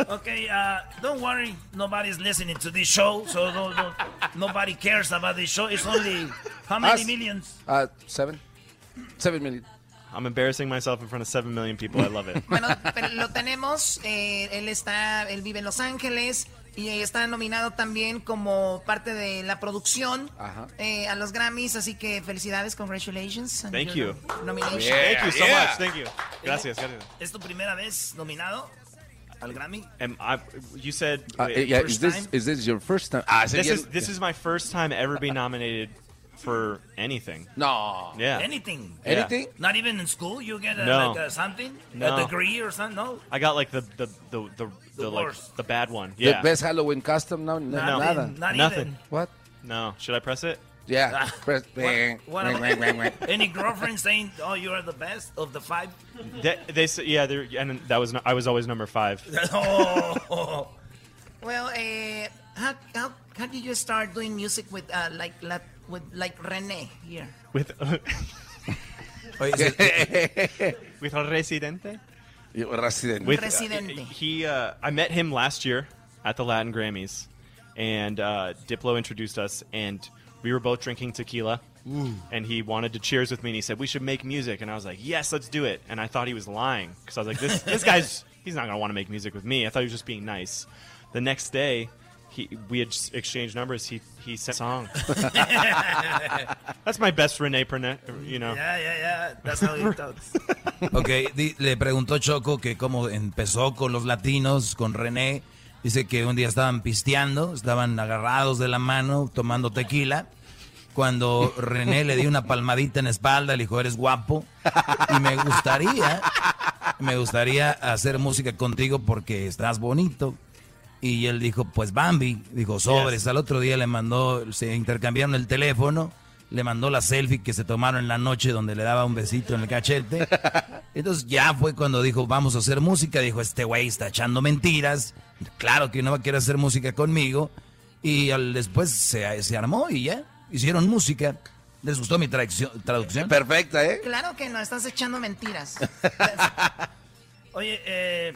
Okay, uh, don't worry. Nobody's listening to this show, so don't, don't, nobody cares about this show. It's only how many Us. millions? Uh, seven, seven million. I'm embarrassing myself in front of seven million people. I love it. Pero lo tenemos, eh, él está, él vive en Los Ángeles y está nominado también como parte de la producción Ajá. eh, a los Grammys, así que felicidades, congratulations. on Thank your you. Nomination. Thank you so yeah. much. Thank you. Gracias, gracias. ¿Es tu primera vez nominado al Grammy? Am I? You said. Ah, wait, eh, yeah, first is this, time? is this your first time? Ah, this sería- is this is my first time ever being nominated for anything. No. Yeah. Anything. Yeah. Not even in school you get a, No. like a something? No. A degree or something? No. I got like the the the the, the, like worst. the bad one. The Yeah. best Halloween custom, no, no, No. nada. Nothing. What? No. Should I press it? Yeah. Press- What about- any girlfriend saying, oh, you are the best of the five? They, they s- yeah, they were- and that was no, I was always number five. oh. Well, eh, how, how, how did you start doing music with uh, like la, with like René here? With with a residente. Residente. With, uh, Residente. he, uh, I met him last year at the Latin Grammys, and uh, Diplo introduced us, and we were both drinking tequila. Ooh. And he wanted to cheers with me, and he said we should make music, and I was like, yes, let's do it. And I thought he was lying because I was like, this this guy's he's not gonna want to make music with me. I thought he was just being nice. The next day. He, we had s- exchanged numbers. He he sent a song. That's my best Rene Pernet, you know. Yeah, yeah, yeah. That's how he talks. Ok, di- le preguntó Choco que cómo empezó con los latinos, con René. Dice que un día estaban pisteando, estaban agarrados de la mano, tomando tequila. Cuando René le dio una palmadita en la espalda, le dijo, eres guapo. Y me gustaría, me gustaría hacer música contigo porque estás bonito. Y él dijo, pues Bambi. Dijo, sobres. Al otro día le mandó, se intercambiaron el teléfono. Le mandó la selfie que se tomaron en la noche donde le daba un besito en el cachete. Entonces ya fue cuando dijo, vamos a hacer música. Dijo, este güey está echando mentiras. Claro que no va a querer hacer música conmigo. Y al- después se, se armó y ya. Hicieron música. ¿Les gustó mi traducción? traducción? Perfecta, ¿eh? Claro que no, estás echando mentiras. Oye, eh,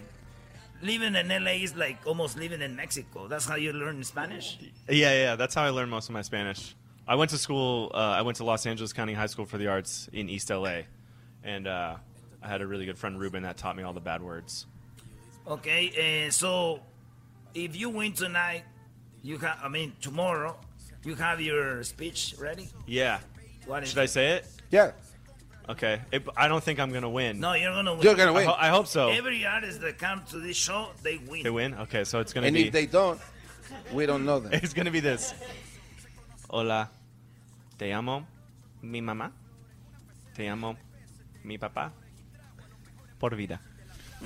living in LA is like almost living in Mexico. That's how you learn Spanish? Yeah, yeah, that's how I learned most of my Spanish. I went to school. Uh, I went to Los Angeles County High School for the Arts in East LA, and uh, I had a really good friend Ruben that taught me all the bad words. Okay, eh, so if you win tonight, you have, I mean, tomorrow, you have your speech ready? Yeah. What is Should I say it? Yeah. Okay. It, I don't think I'm gonna win. No, you're gonna win. I, ho- I hope so. Every artist that comes to this show, they win. They win. Okay, so it's gonna and be. if they don't, we don't know them. It's gonna be this. Hola, te amo, mi mamá. Te amo, mi papá. Por vida.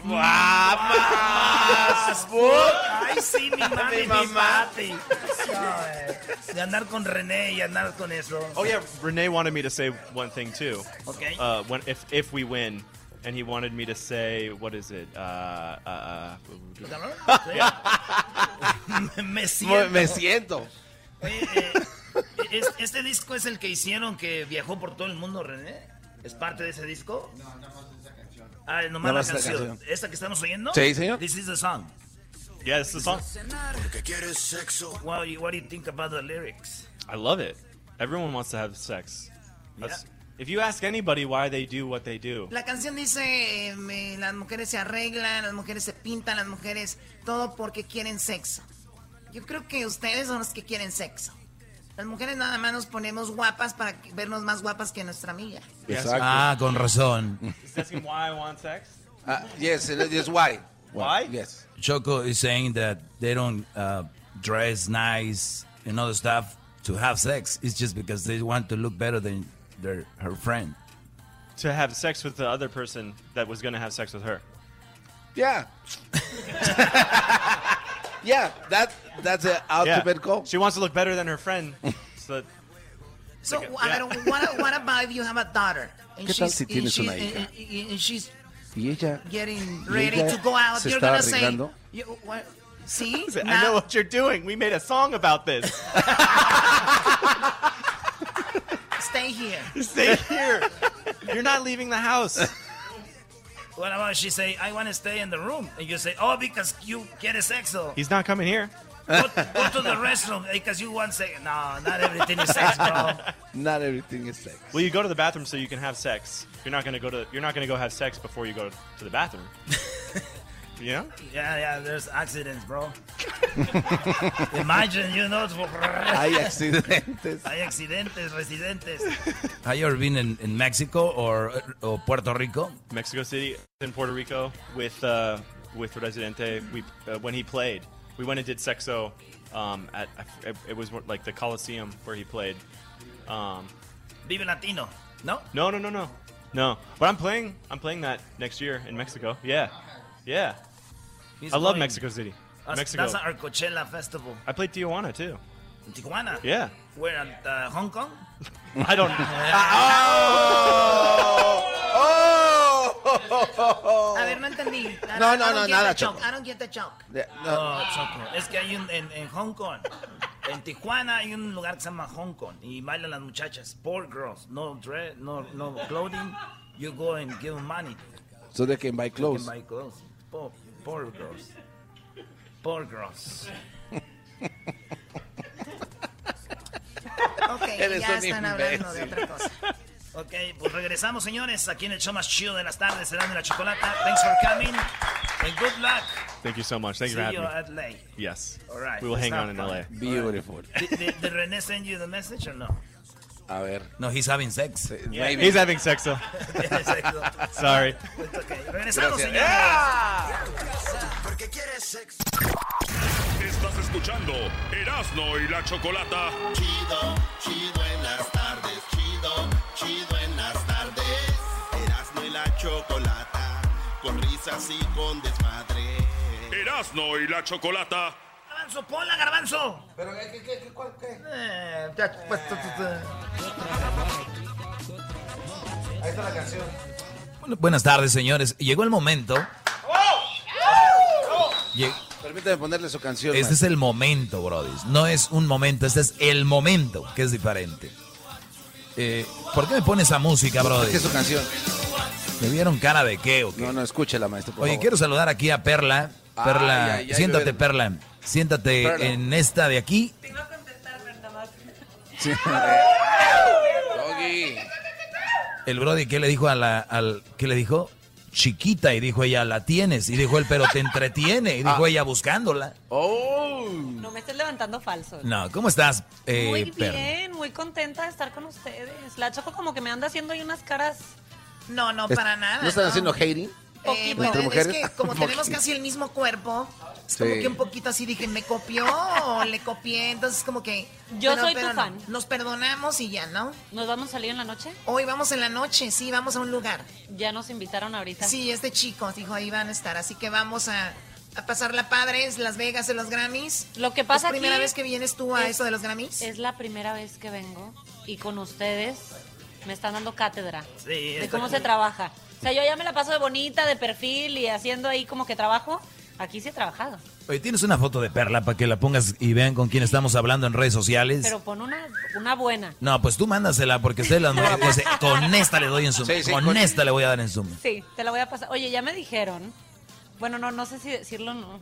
¡Guapas! put. Ay, sí, mi mami, Mi mi mamá. papi. No, eh, De andar con René y andar con eso. Oh yeah, Renee wanted me to say one thing too. Okay. Uh, when if if we win, and he wanted me to say what is it? Uh, uh, uh, Yeah. Me siento. Me siento. Es- ¿Este disco es el que hicieron que viajó por todo el mundo, René? ¿Es parte de ese disco? No, Ah, nomás Nomás la la canción. canción. ¿Esta que estamos oyendo? Sí, señor. This is the song. Yeah, this is the song. Porque quieres sexo. What, do you- what do you think about the lyrics? I love it. Everyone wants to have sex. That's- If you ask anybody why they do what they do, La canción dice, eh, me- las mujeres se arreglan, las mujeres se pintan, las mujeres, todo porque quieren sexo. Yo creo que ustedes son los que quieren sexo. Las mujeres nada más nos ponemos guapas para que- vernos más guapas que nuestra amiga. Ah, con razón. He's asking why I want sex. Ah, yes, yes, why? Why? Yes. Choco is saying that they don't uh, dress nice and other stuff to have sex. It's just because they want to look better than their her friend. to have sex with the other person that was going to have sex with her. Yeah. yeah, that that's an ultimate goal. She wants to look better than her friend. So that- So, Okay, I don't- what, what about if you have a daughter? And ¿Qué tal si and tienes she's- una hija? and- and- and she's Y ella. getting y ready ella to go out. Se You're estaba gonna say, arreglando. you, what? see? I know Now- what you're doing. We made a song about this. Stay here. Stay here. You're not leaving the house. What about she say, I want to stay in the room? And you say, oh, because you quieres sexo. He's not coming here. Go to the restroom because you want sex. No, not everything is sex, bro. Not everything is sex. Well, you go to the bathroom so you can have sex. You're not gonna go to. You're not gonna go have sex before you go to the bathroom. you know? Yeah, yeah, there's accidents, bro. Imagine, you know. Hay accidentes. Hay accidentes, residentes. Have you ever been in, in Mexico or, uh, or Puerto Rico? Mexico City in Puerto Rico with uh, with Residente. We uh, when he played, we went and did sexo um, at I f- it was like the Coliseum where he played, Um, Vive Latino, ¿no? no, no, no, no, no. But I'm playing. I'm playing that next year in Mexico. Yeah, yeah. He's I love going. Mexico City. That's, Mexico. that's our Coachella festival. I played Tijuana too. In Tijuana. Yeah. Where at uh, Hong Kong? I don't. Oh! Oh, oh. A ver, no entendí. I No, don't- no, I don't no, get nada, the joke. Choco. I don't get the joke. No, Choco. Es que hay un en, en Hong Kong. En Tijuana hay un lugar que se llama Hong Kong y bailan las muchachas, poor girls, no dress, no, no clothing. You go and give them money. So they can buy clothes. You can buy clothes. Poor, poor girls. Poor girls. Ok, Eres ya un están hablando de imbécil. otra cosa. Ok, pues regresamos, señores, aquí en el show más chido de las tardes, serán de la chocolata. Thanks for coming and good luck. Thank you so much. Thank you for See having you me. at LA. Yes. All right. We will Let's hang have on in fun. LA. Beautiful. Did, did, did René send you the message or no? A ver. No, he's having sex. Yeah. maybe. He's having sex though. Sexo. Sorry. It's okay. Regresamos, Gracias. señores. Porque quieres sexo. Estás escuchando Erasno y la Chocolata. Chido, chido en las tardes. Chido, chido en las tardes. Erasno y la Chocolata. Con risas y con desmadre. Erasno y la Chocolata. Garbanzo, ponla, garbanzo. Pero, ¿qué, qué, qué, cuál, qué? Eh, ya, pues, tu, tu, Ahí está la canción. Bueno, buenas tardes, señores. Llegó el momento. Lle- Permítame ponerle su canción. Este es el momento, Brody. No es un momento, este es el momento, que es diferente. Eh, ¿Por qué me pones esa música, Brody? Es que es su canción. ¿Me vieron cara de qué o qué? No, no, escúchela, maestro. por Oye, favor. quiero saludar aquí a Perla. Ay, Perla, ay, ay, siéntate, bebé. Perla. Siéntate Perla. en esta de aquí. Sí. Doggy. El Brody, ¿qué le dijo a la, al, qué le dijo? Chiquita, y dijo ella, la tienes. Y dijo él, pero te entretiene. Y Ah. dijo ella, buscándola. Oh. No me estés levantando falso. No, ¿cómo estás, eh, muy Perla? bien, muy contenta de estar con ustedes. La Choco como que me anda haciendo ahí unas caras. No, no, Es- para nada. ¿No están haciendo hating? Eh, ¿Entre bueno, es mujeres? que como tenemos Poquito. casi el mismo cuerpo, es como Sí. que un poquito así dije, me copió o le copié, entonces como que... Yo pero- soy tu pero no, fan. Nos perdonamos y ya, ¿no? ¿Nos vamos a salir en la noche? Hoy vamos en la noche, sí, vamos a un lugar. Ya nos invitaron ahorita. Sí, este chico dijo, ahí van a estar, así que vamos a, a pasarla padre, es Las Vegas en los Grammys. Lo que pasa ¿Es primera aquí vez que vienes tú a es- eso de los Grammys? Es la primera vez que vengo y con ustedes me están dando cátedra Sí, de está cómo cool. se trabaja. O sea, yo ya me la paso de bonita, de perfil y haciendo ahí como que trabajo. Aquí sí he trabajado. Oye, ¿tienes una foto de Perla para que la pongas y vean con quién estamos hablando en redes sociales? Pero pon una, una buena. No, pues tú mándasela porque ustedes las mujeres dicen, con esta le doy en suma, Sí, sí, con, con- esta le voy a dar en suma. Sí, te la voy a pasar. Oye, ya me dijeron. Bueno, no, no sé si decirlo o no.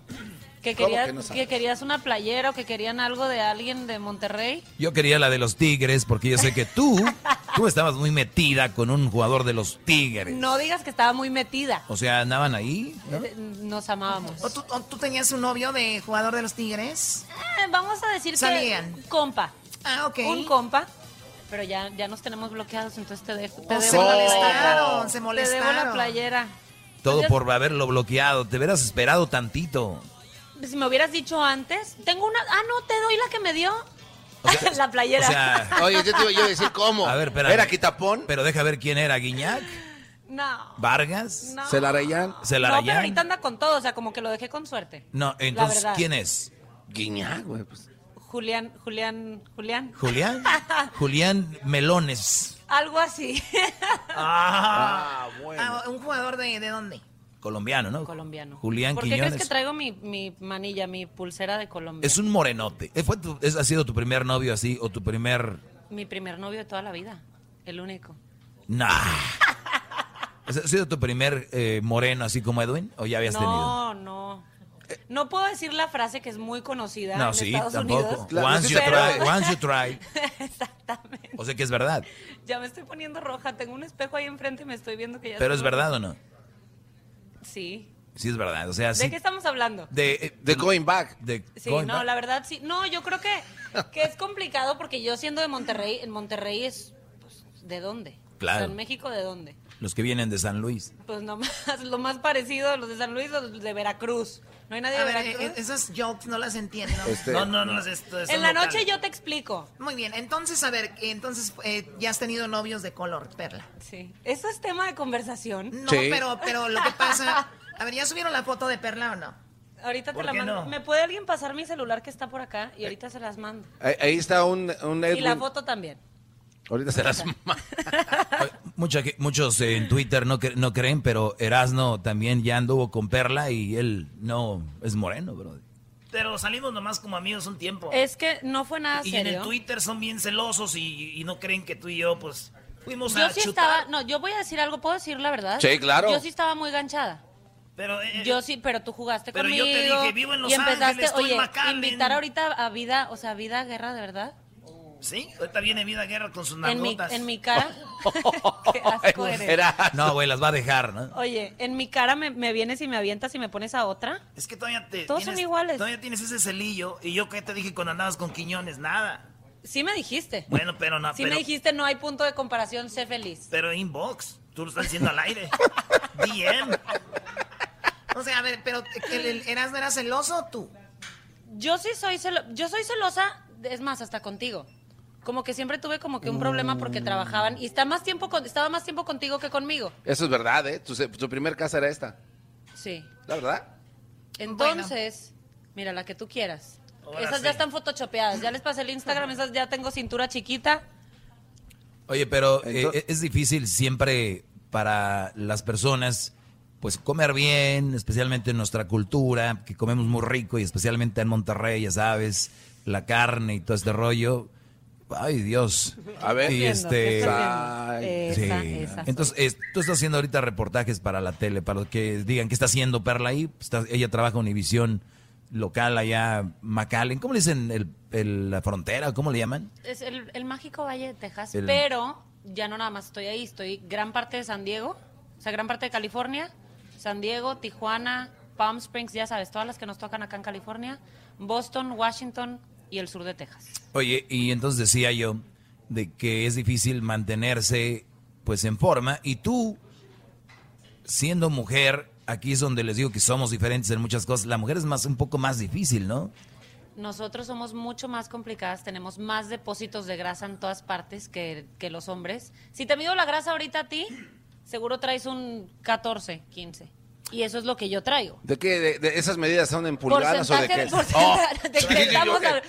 Que ¿Cómo querías, que no que, sabes? querías una playera o que querían algo de alguien de Monterrey. Yo quería la de los Tigres porque yo sé que tú, tú estabas muy metida con un jugador de los Tigres. No digas que estaba muy metida. O sea, andaban ahí. Pues. ¿no? Eh, Nos amábamos. ¿O tú, o tú tenías un novio de jugador de los Tigres? Eh, Vamos a decir Salían. que compa. Ah, ok. Un compa. Pero ya, ya nos tenemos bloqueados, entonces te dejo. Te Oh, se debo la molestaron, playera. se Te debo molestaron. la playera. Pues Todo por haberlo bloqueado. Te hubieras esperado tantito. Si me hubieras dicho antes, tengo una. Ah, no, te doy la que me dio. la playera. Oye, yo te iba yo iba a decir cómo. A ver, espérame. ¿Era Quitapón? Pero deja ver quién era, Guiñac, No. Vargas. No. Celarayán. No, pero Celarayán. ahorita anda con todo, o sea, como que lo dejé con suerte. No, entonces, verdad. ¿quién es? Guiñac, güey. pues. Julián, Julián, Julián. Julián. Julián Melones, Algo así. Ah, bueno. Ah, ¿Un jugador de, de dónde? colombiano, ¿no? Colombiano. Julián ¿Por qué Quiñones. crees que traigo mi, mi manilla, mi pulsera de Colombia? Es un morenote. Eh, fue tu- es- ¿Ha sido tu primer novio así o tu primer... Mi primer novio de toda la vida. El único. Nah. ¿Ha sido tu primer eh, moreno así como Edwin o ya habías tenido? no, no. No puedo decir la frase que es muy conocida No, en sí, Estados tampoco. Unidos. Once you pero- try, once you try. O sea que es verdad. Ya me estoy poniendo roja. Tengo un espejo ahí enfrente y me estoy viendo que ya Pero es estoy verdad roja. o no? Sí. Sí es verdad. O sea, sí. ¿De qué estamos hablando? De, going back. De Sí, going no, back. la verdad sí. No, yo creo que, que es complicado porque yo siendo de Monterrey, en Monterrey es pues, de dónde. Claro. O sea, ¿En México de dónde? Los que vienen de San Luis. Pues nomás, lo más parecido a los de San Luis, los de Veracruz. No hay nadie A de ver, Veracruz. eh, esas jokes no las entiendo. Este- No, no, no, es- en la noche yo te explico. Muy bien, entonces, a ver, entonces eh, ya has tenido novios de color, Perla. Sí. ¿Eso es tema de conversación? No, pero, pero lo que pasa... A ver, ¿ya subieron la foto de Perla o no? Ahorita te ¿Por la qué mando. no? ¿Me puede alguien pasar mi celular que está por acá? Eh, Y ahorita se las mando. Ahí, ahí está un, un Y la Edwin. foto también. Ahorita se las Mucha ge- muchos eh, en Twitter no, cre- no creen, pero Erasno también ya anduvo con Perla y él no es moreno, bro. Pero salimos nomás como amigos un tiempo. Es que no fue nada y en Ah, serio. el Twitter son bien celosos y, y no creen que tú y yo, pues, fuimos yo a sí chutar. estaba, no, yo voy a decir algo, ¿puedo decir la verdad? Sí, claro. Yo sí estaba muy ganchada. Pero, eh, yo sí, pero tú jugaste pero conmigo. yo te dije, vivo en Los y empezaste, Ángeles, estoy en oye, McAllen. invitar ahorita a vida, o sea, vida, guerra, de verdad. Sí, ahorita viene Vida Guerra con sus En mi, nalgotas. en mi cara, eres. No, güey, las va a dejar, ¿no? oye, en mi cara me, me vienes y me avientas y me pones a otra. Es que todavía te Todos tienes- son iguales. Todavía tienes ese celillo y yo que te dije cuando andabas con Quiñones, nada. Sí me dijiste. Bueno, pero no, sí pero, me dijiste, no hay punto de comparación, sé feliz. pero inbox, tú lo estás diciendo al aire. DM. O sea, a ver, pero ¿el, el Erasmo era celoso o tú? Yo sí soy celo yo soy celosa, es más, hasta contigo. Como que siempre tuve como que un problema Mm. porque trabajaban y está más tiempo con- estaba más tiempo contigo que conmigo. Eso es verdad, ¿eh? Tu, se- tu primer casa era esta. Sí. La verdad. Entonces, mira, la que tú quieras. Ahora esas sí. ya están photoshopeadas, ya les pasé el Instagram, esas ya tengo cintura chiquita. Oye, pero eh, es difícil siempre para las personas, pues comer bien, especialmente en nuestra cultura, que comemos muy rico y especialmente en Monterrey, ya sabes, la carne y todo este rollo. Ay, Dios. A ver. y ¿Qué estás este. viendo? ¿Qué estás viendo? sí. Esa, esa. Entonces, es- tú estás haciendo ahorita reportajes para la tele, para los que digan qué está haciendo Perla ahí. Pues, Está- ella trabaja en Univisión local allá, McAllen. ¿Cómo le dicen el- el- la frontera? ¿Cómo le llaman? Es el, el mágico Valle de Texas, El- pero ya no nada más estoy ahí, estoy gran parte de San Diego, o sea, gran parte de California, San Diego, Tijuana, Palm Springs, ya sabes, todas las que nos tocan acá en California, Boston, Washington y el sur de Texas. Oye, y entonces decía yo de que es difícil mantenerse pues en forma y tú siendo mujer, aquí es donde les digo que somos diferentes en muchas cosas. La mujer es más un poco más difícil, ¿no? Nosotros somos mucho más complicadas, tenemos más depósitos de grasa en todas partes que, que los hombres. Si te mido la grasa ahorita a ti, seguro traes un 14, 15. Y eso es lo que yo traigo. ¿De qué? ¿De, de esas medidas son en pulgadas o de qué? Oh. porcentaje de que Sí, sí, estamos ok. hab-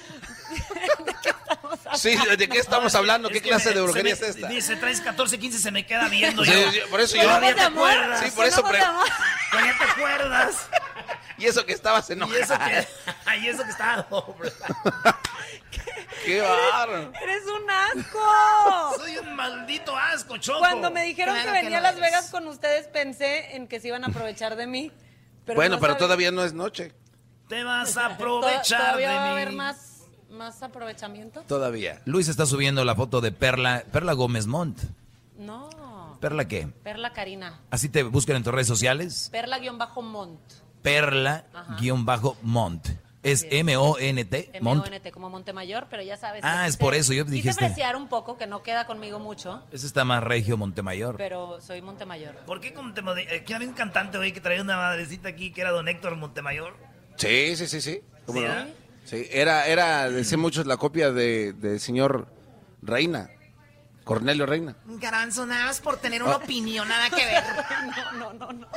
Oh, sí, ¿de qué estamos hablando? ¿Qué clase de brujería es Se me- esta? Dice, traes 14, 15, se me queda viendo. Sí, yo. sí, por eso Pero yo- Son todavía ojos de te amor, acuerdas. sí, por eso pre- Todavía te acuerdas. Y eso que estabas Y eso enojada. que, y eso que estaba doble. ¡Qué bárbaro! ¡Eres un asco! Soy un maldito asco, Choco. Cuando me dijeron Claro que que venía a lo Las eres. Vegas con ustedes, pensé en que se iban a aprovechar de mí. Pero bueno, no pero sabía- todavía no es noche. Te vas a Toda- aprovechar Todavía va a de haber mí. más, más aprovechamiento. Todavía. Luis está subiendo la foto de Perla, Perla Gómez Montt. No. ¿Perla qué? Perla Karina. Así te buscan en tus redes sociales. Perla-mont. Ajá. Perla-Mont. Es Bien. Eh, M-O-N-T. Mont. M-O-N-T, como Montemayor, pero ya sabes. Ah, que es quise- por eso, yo quise dijiste. apreciar un poco, que no queda conmigo mucho, Ese está más regio Montemayor. pero soy Montemayor. ¿Por qué con Montemayor? Aquí había un cantante hoy que traía una madrecita aquí que era don Héctor Montemayor. Sí, sí, sí, sí. ¿Cómo ¿Sí, no? ah? Sí, era, era, decía muchos, la copia de, de señor Reina, Cornelio Reina. Garanzo, nada más por tener una Ah. opinión, nada que ver. no, no, no.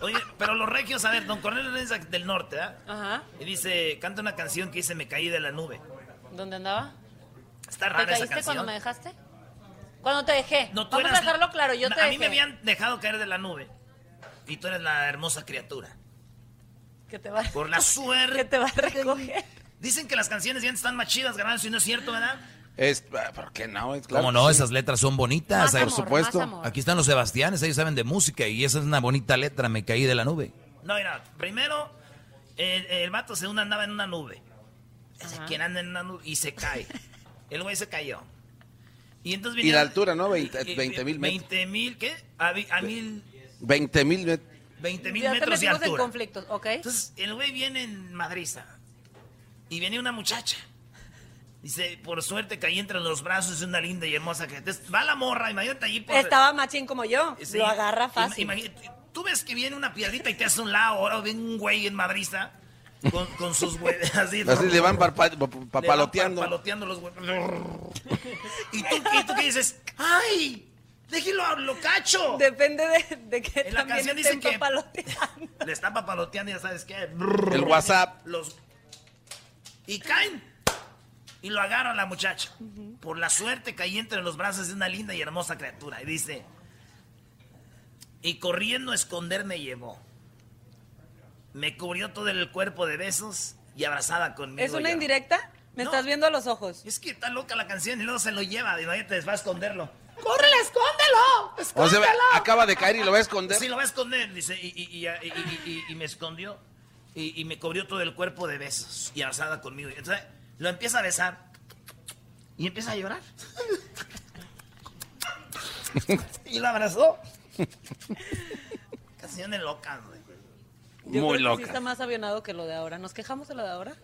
Oye, pero los regios, a ver, don Cornelio Lorenza del norte, ¿ah? Ajá. Y dice, canta una canción que dice Me caí de la nube. ¿Dónde andaba? Está ¿Te rara esa caíste canción. cuando me dejaste? Cuando te dejé. No, tú Vamos eras- a dejarlo claro, yo No, te A dejé. mí me habían dejado caer de la nube. Y tú eres la hermosa criatura. Que te va Por la suerte. que te va a recoger. Dicen que las canciones ya están más chidas, Garanzo, y no es cierto, ¿verdad? Es, ah, ¿Por qué no? Es Como claro no, que sí. esas letras son bonitas. Más Ahí- amor, Por supuesto. más amor. Aquí están los Sebastianes, ellos saben de música y esa es una bonita letra, me caí de la nube. No, mira, primero, el, el vato según andaba en una nube. Ese quien anda en una nube y se cae. El güey se cayó. Y Y entonces la vinieron- altura, ¿no? 20 eh, eh, 20 mil metros. 20 mil, ¿qué? A, vi- a mil, 20 mil metros. 20 mil Ya te metros de metimos en altura. conflictos, ¿ok? Entonces, el güey viene en Madriza. Y viene una muchacha. Dice, por suerte caí entre los brazos de una linda y hermosa que Entonces, va la morra, imagínate allí por... Estaba machín como yo. Sí. Lo agarra Ima- fácil. imagínate, tú ves que viene una piedrita y te hace un lado, ahora viene un güey en madriza con, con sus güeyes así. ¿no? Así le van parpa- Le van papaloteando. papaloteando los güeyes. ¿Y tú, qué- y tú qué dices? ¡Ay! ¡Déjelo a lo cacho! Depende de, de qué En la también canción estén dicen que papaloteando. le están papaloteando, ya sabes qué. El WhatsApp. Los... Y caen. Y lo agarra la muchacha. Por la suerte caí entre los brazos de una linda y hermosa criatura. Y dice, y corriendo a esconderme llevó. Me cubrió todo el cuerpo de besos y abrazada conmigo. ¿Es una lloró. indirecta? Me No. estás viendo a los ojos. Es que está loca la canción y luego se lo lleva. Y te va a esconderlo. ¡Córrele, escóndelo! O sea, acaba de caer y lo va a esconder. Sí, lo va a esconder. Dice, y, y- y- y- y- y- y me escondió. Y, y me cubrió todo el cuerpo de besos. Y abrazada conmigo. Y Entonces, lo empieza a besar. Y empieza a llorar. y lo abrazó. Canciones locas, güey. Yo Muy creo que Sí loca. está más avionado que lo de ahora. ¿Nos quejamos de lo de ahora?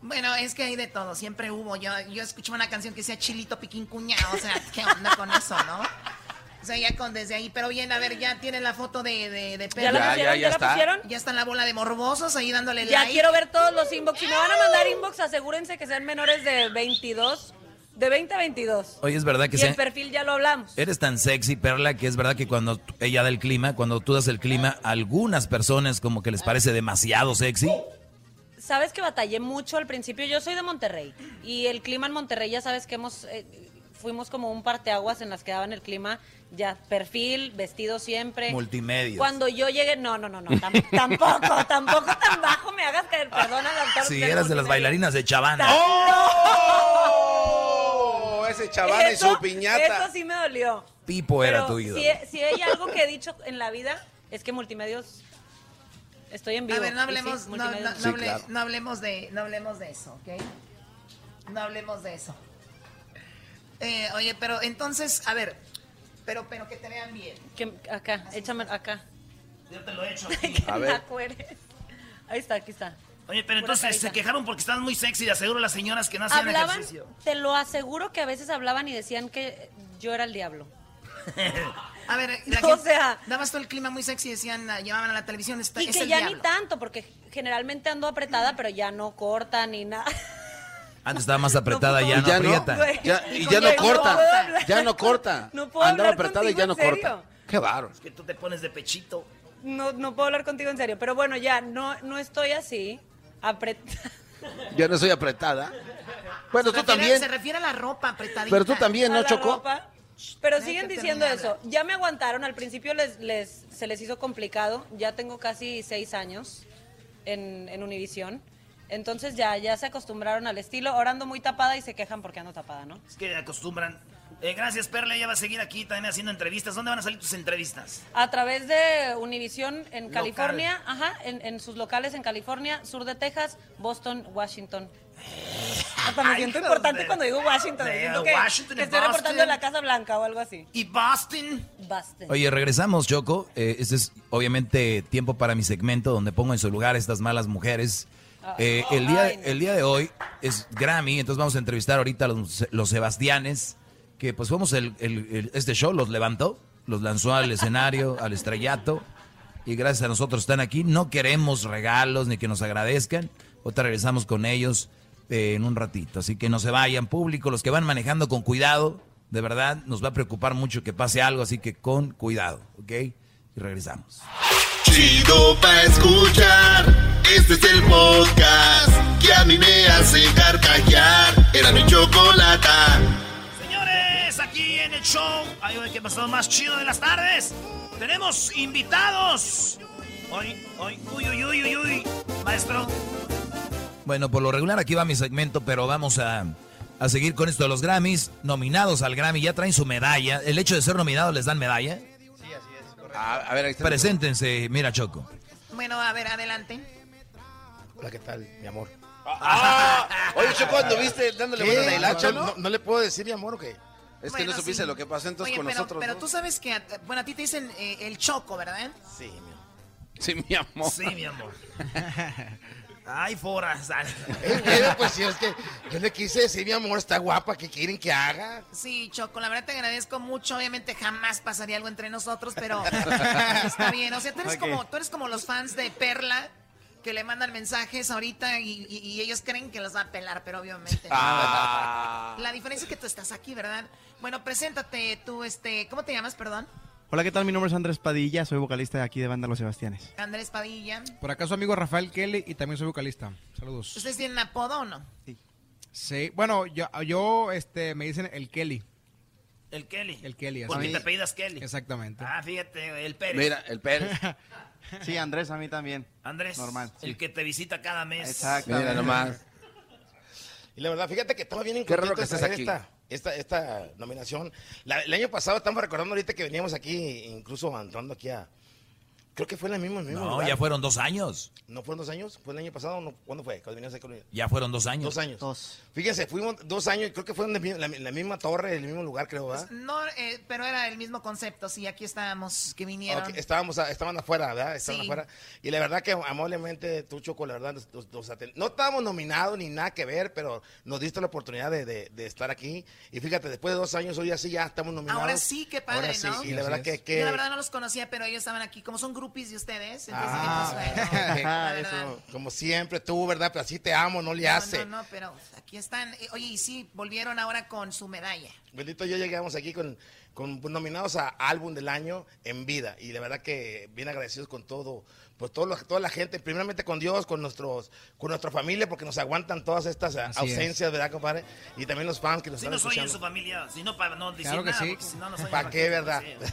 Bueno, es que hay de todo, siempre hubo. Yo, yo escuchaba una canción que decía Chilito Piquín Cuñado, o sea, ¿qué onda con eso, no? O sea, ya con desde ahí, pero bien, a ver, ya tienen la foto de, de, de ¿Ya la Ya, pusieron? ya, ¿Ya ya la está. pusieron? Ya están la bola de morbosos ahí dándole Ya like. quiero ver todos los inbox. Si me van a mandar inbox, asegúrense que sean menores de 22. De 20 a 22. Oye, es verdad que y se- el perfil ya lo hablamos. Eres tan sexy, Perla, que es verdad que cuando t- ella da el clima, cuando tú das el clima, a algunas personas como que les parece demasiado sexy. Sabes que batallé mucho al principio. Yo soy de Monterrey y el clima en Monterrey ya sabes que hemos eh, fuimos como un parteaguas en las que daban el clima ya perfil, vestido siempre. Multimedia. Cuando yo llegué, no, no, no, no, tam- tampoco, tampoco tan bajo me hagas caer, perdona, doctor. Si eras de las bailarinas de Chavana. ¡Oh! Ese chavana y Eso- su piñata. Eso sí me dolió. Pipo era Pero tu ídolo. Si, si hay algo que he dicho en la vida es que multimedios estoy en vivo. A ver, no Y sí, hablemos, no, no- multimedios. no hable- no hablemos de, no hablemos de eso, ¿ok? No hablemos de eso. Eh, oye, pero entonces, a ver, pero, pero que te vean bien. Que- acá, échame acá. Yo te lo he hecho. Que A me ver. acueres. Ahí está, aquí está. Oye, pero Pura entonces carita. se quejaron porque estaban muy sexy. De aseguro las señoras que no hacían Hablaban, ejercicio. te lo aseguro que a veces hablaban y decían que yo era el diablo. A ver, la O gente- sea- dabas todo el clima muy sexy y decían, ah, llamaban a la televisión, está, Y es que el ya diablo. ni tanto, porque generalmente ando apretada, pero ya no corta ni nada. Antes estaba más apretada, ya Y no ya no, aprieta. güey. Ya- y Oye, ya no corta, puedo hablar. ya no corta. No puedo Andaba hablar apretada y contigo ya en no corta. serio. Qué bárbaro. Que tú te pones de pechito. No, no puedo hablar contigo en serio, pero bueno, ya no, no estoy así, apretada. Ya no soy apretada. Bueno, Se tú refiere- también. Se refiere a la ropa apretadita. Pero tú también, a ¿no, la Choco? ropa. Pero siguen diciendo eso. Ya me aguantaron. Al principio les, les, se les hizo complicado. Ya tengo casi seis años en, en Univisión. Entonces ya, ya se acostumbraron al estilo. Ahora ando muy tapada y se quejan porque ando tapada, ¿no? Es que acostumbran. Eh, gracias, Perla. Ella va a seguir aquí también haciendo entrevistas. ¿Dónde van a salir tus entrevistas? A través de Univisión en Local. California, ajá, en, en sus locales en California, sur de Texas, Boston, Washington. Hasta me Ay, siento hijos importante de- cuando digo Washington. me de siento que, Washington que y estoy reportando Boston. en la Casa Blanca o algo así. ¿Y Boston? Boston. Oye, regresamos, Choco. Eh, este es obviamente tiempo para mi segmento donde pongo en su lugar a estas malas mujeres. Eh, Ah, el, día, el día de hoy es Grammy, entonces vamos a entrevistar ahorita a los, los Sebastianes, que pues fuimos el, el- el- este show, los levantó, los lanzó al escenario, al estrellato, y gracias a nosotros están aquí. No queremos regalos ni que nos agradezcan. Otra regresamos con ellos eh, en un ratito, así que no se vayan, público, los que van manejando con cuidado, de verdad nos va a preocupar mucho que pase algo, así que con cuidado, ¿ok? Y regresamos. Chido pa escuchar. Este es el podcast que a mí me hace carcajear. Era mi chocolata. Señores, aquí en el show, ay, güey, ¿qué pasó más chido de las tardes? Tenemos invitados. Hoy, hoy, uy, uy, uy, uy, uy. Maestro, Bueno, por lo regular aquí va mi segmento, pero vamos a, a seguir con esto de los Grammys. Nominados al Grammy, ya traen su medalla. El hecho de ser nominados les dan medalla. A, a ver, Ah, ahí está. Preséntense, mira Choco. Bueno, a ver, adelante. Hola, ¿qué tal, mi amor? Ah. Oye, Choco, anduviste dándole ¿Qué? vuelta a la hilacha, no, ¿no? no le puedo decir mi amor o qué? Es que no supiste lo que pasó entonces Oye, con pero, nosotros. pero ¿no? tú sabes que, a- bueno, a ti te dicen eh, el choco, ¿verdad? Sí, mi Sí, mi amor. Sí, mi amor. Ay, foras. Pero pues sí, es que yo le quise decir, mi amor, está guapa, ¿qué quieren que haga? Sí, Choco, la verdad te agradezco mucho. Obviamente jamás pasaría algo entre nosotros, pero está bien. O sea, tú eres, Ok. como, tú eres como los fans de Perla que le mandan mensajes ahorita y, y- y ellos creen que los va a pelar, pero obviamente. no. Ah. La diferencia es que tú estás aquí, ¿verdad? Bueno, preséntate tú, este, ¿cómo te llamas, perdón? Hola, ¿qué tal? Mi nombre es Andrés Padilla, soy vocalista de aquí de Banda Los Sebastianes. Andrés Padilla. Por acá su amigo Rafael Kelly y también soy vocalista. Saludos. ¿Ustedes tienen apodo o no? Sí, bueno, yo, yo este, me dicen el Kelly. El Kelly. El Kelly. ¿Por qué así. te apellidas Kelly? Exactamente. Ah, fíjate, el Pérez. sí, Andrés, a mí también. Andrés. Normal. El que te visita cada mes. Exacto. Ah, Mira nomás. Y la verdad, fíjate que todos vienen Qué raro que contentos de estés traer Esta, esta, esta nominación. La- el año pasado estamos recordando ahorita que veníamos aquí, incluso entrando aquí a... Creo que fue la misma, el mismo No, lugar. ya fueron dos años. ¿No fueron dos años? ¿Fue el año pasado? o No, ¿Cuándo fue? Cuando veníamos aquí con- Ya fueron dos años. Dos años. Fíjense, fuimos dos años, creo que fue en la mi- la, la misma torre, en el mismo lugar, creo, ¿verdad? No, eh, pero era el mismo concepto, sí, aquí estábamos, que vinieron. Ok, estábamos, a- estaban afuera, ¿verdad? Estaban Sí. afuera. Y la verdad que amablemente tú, Choco, la verdad, nos- nos- nos atend- no estábamos nominados ni nada que ver, pero nos diste la oportunidad de, de- de estar aquí. Y fíjate, después de dos años, hoy así ya estamos nominados. Ahora sí, qué padre, Ahora sí, ¿no? Y la verdad que... que- Yo la verdad no los conocía, pero ellos estaban aquí. Como son groupies de ustedes, entonces Ah, dije, pues, bueno, ok, la verdad. eso, como siempre tú, ¿verdad? Pero así te amo, no le hace. No, no, no, pero aquí están. Eh, Oye, y sí, volvieron ahora con su medalla. Bendito yo llegamos aquí con, con nominados a álbum del año en vida y la verdad que bien agradecidos con todo, pues todo lo- toda la gente, primeramente con Dios, con nuestros, con nuestra familia porque nos aguantan todas estas ah, Así es. ausencias, ¿verdad, compadre? Y también los fans que nos Si están no soy en su escuchando. familia, si no para no decir Claro que nada, sí. porque si no, no soy ¿Para qué, verdad? pues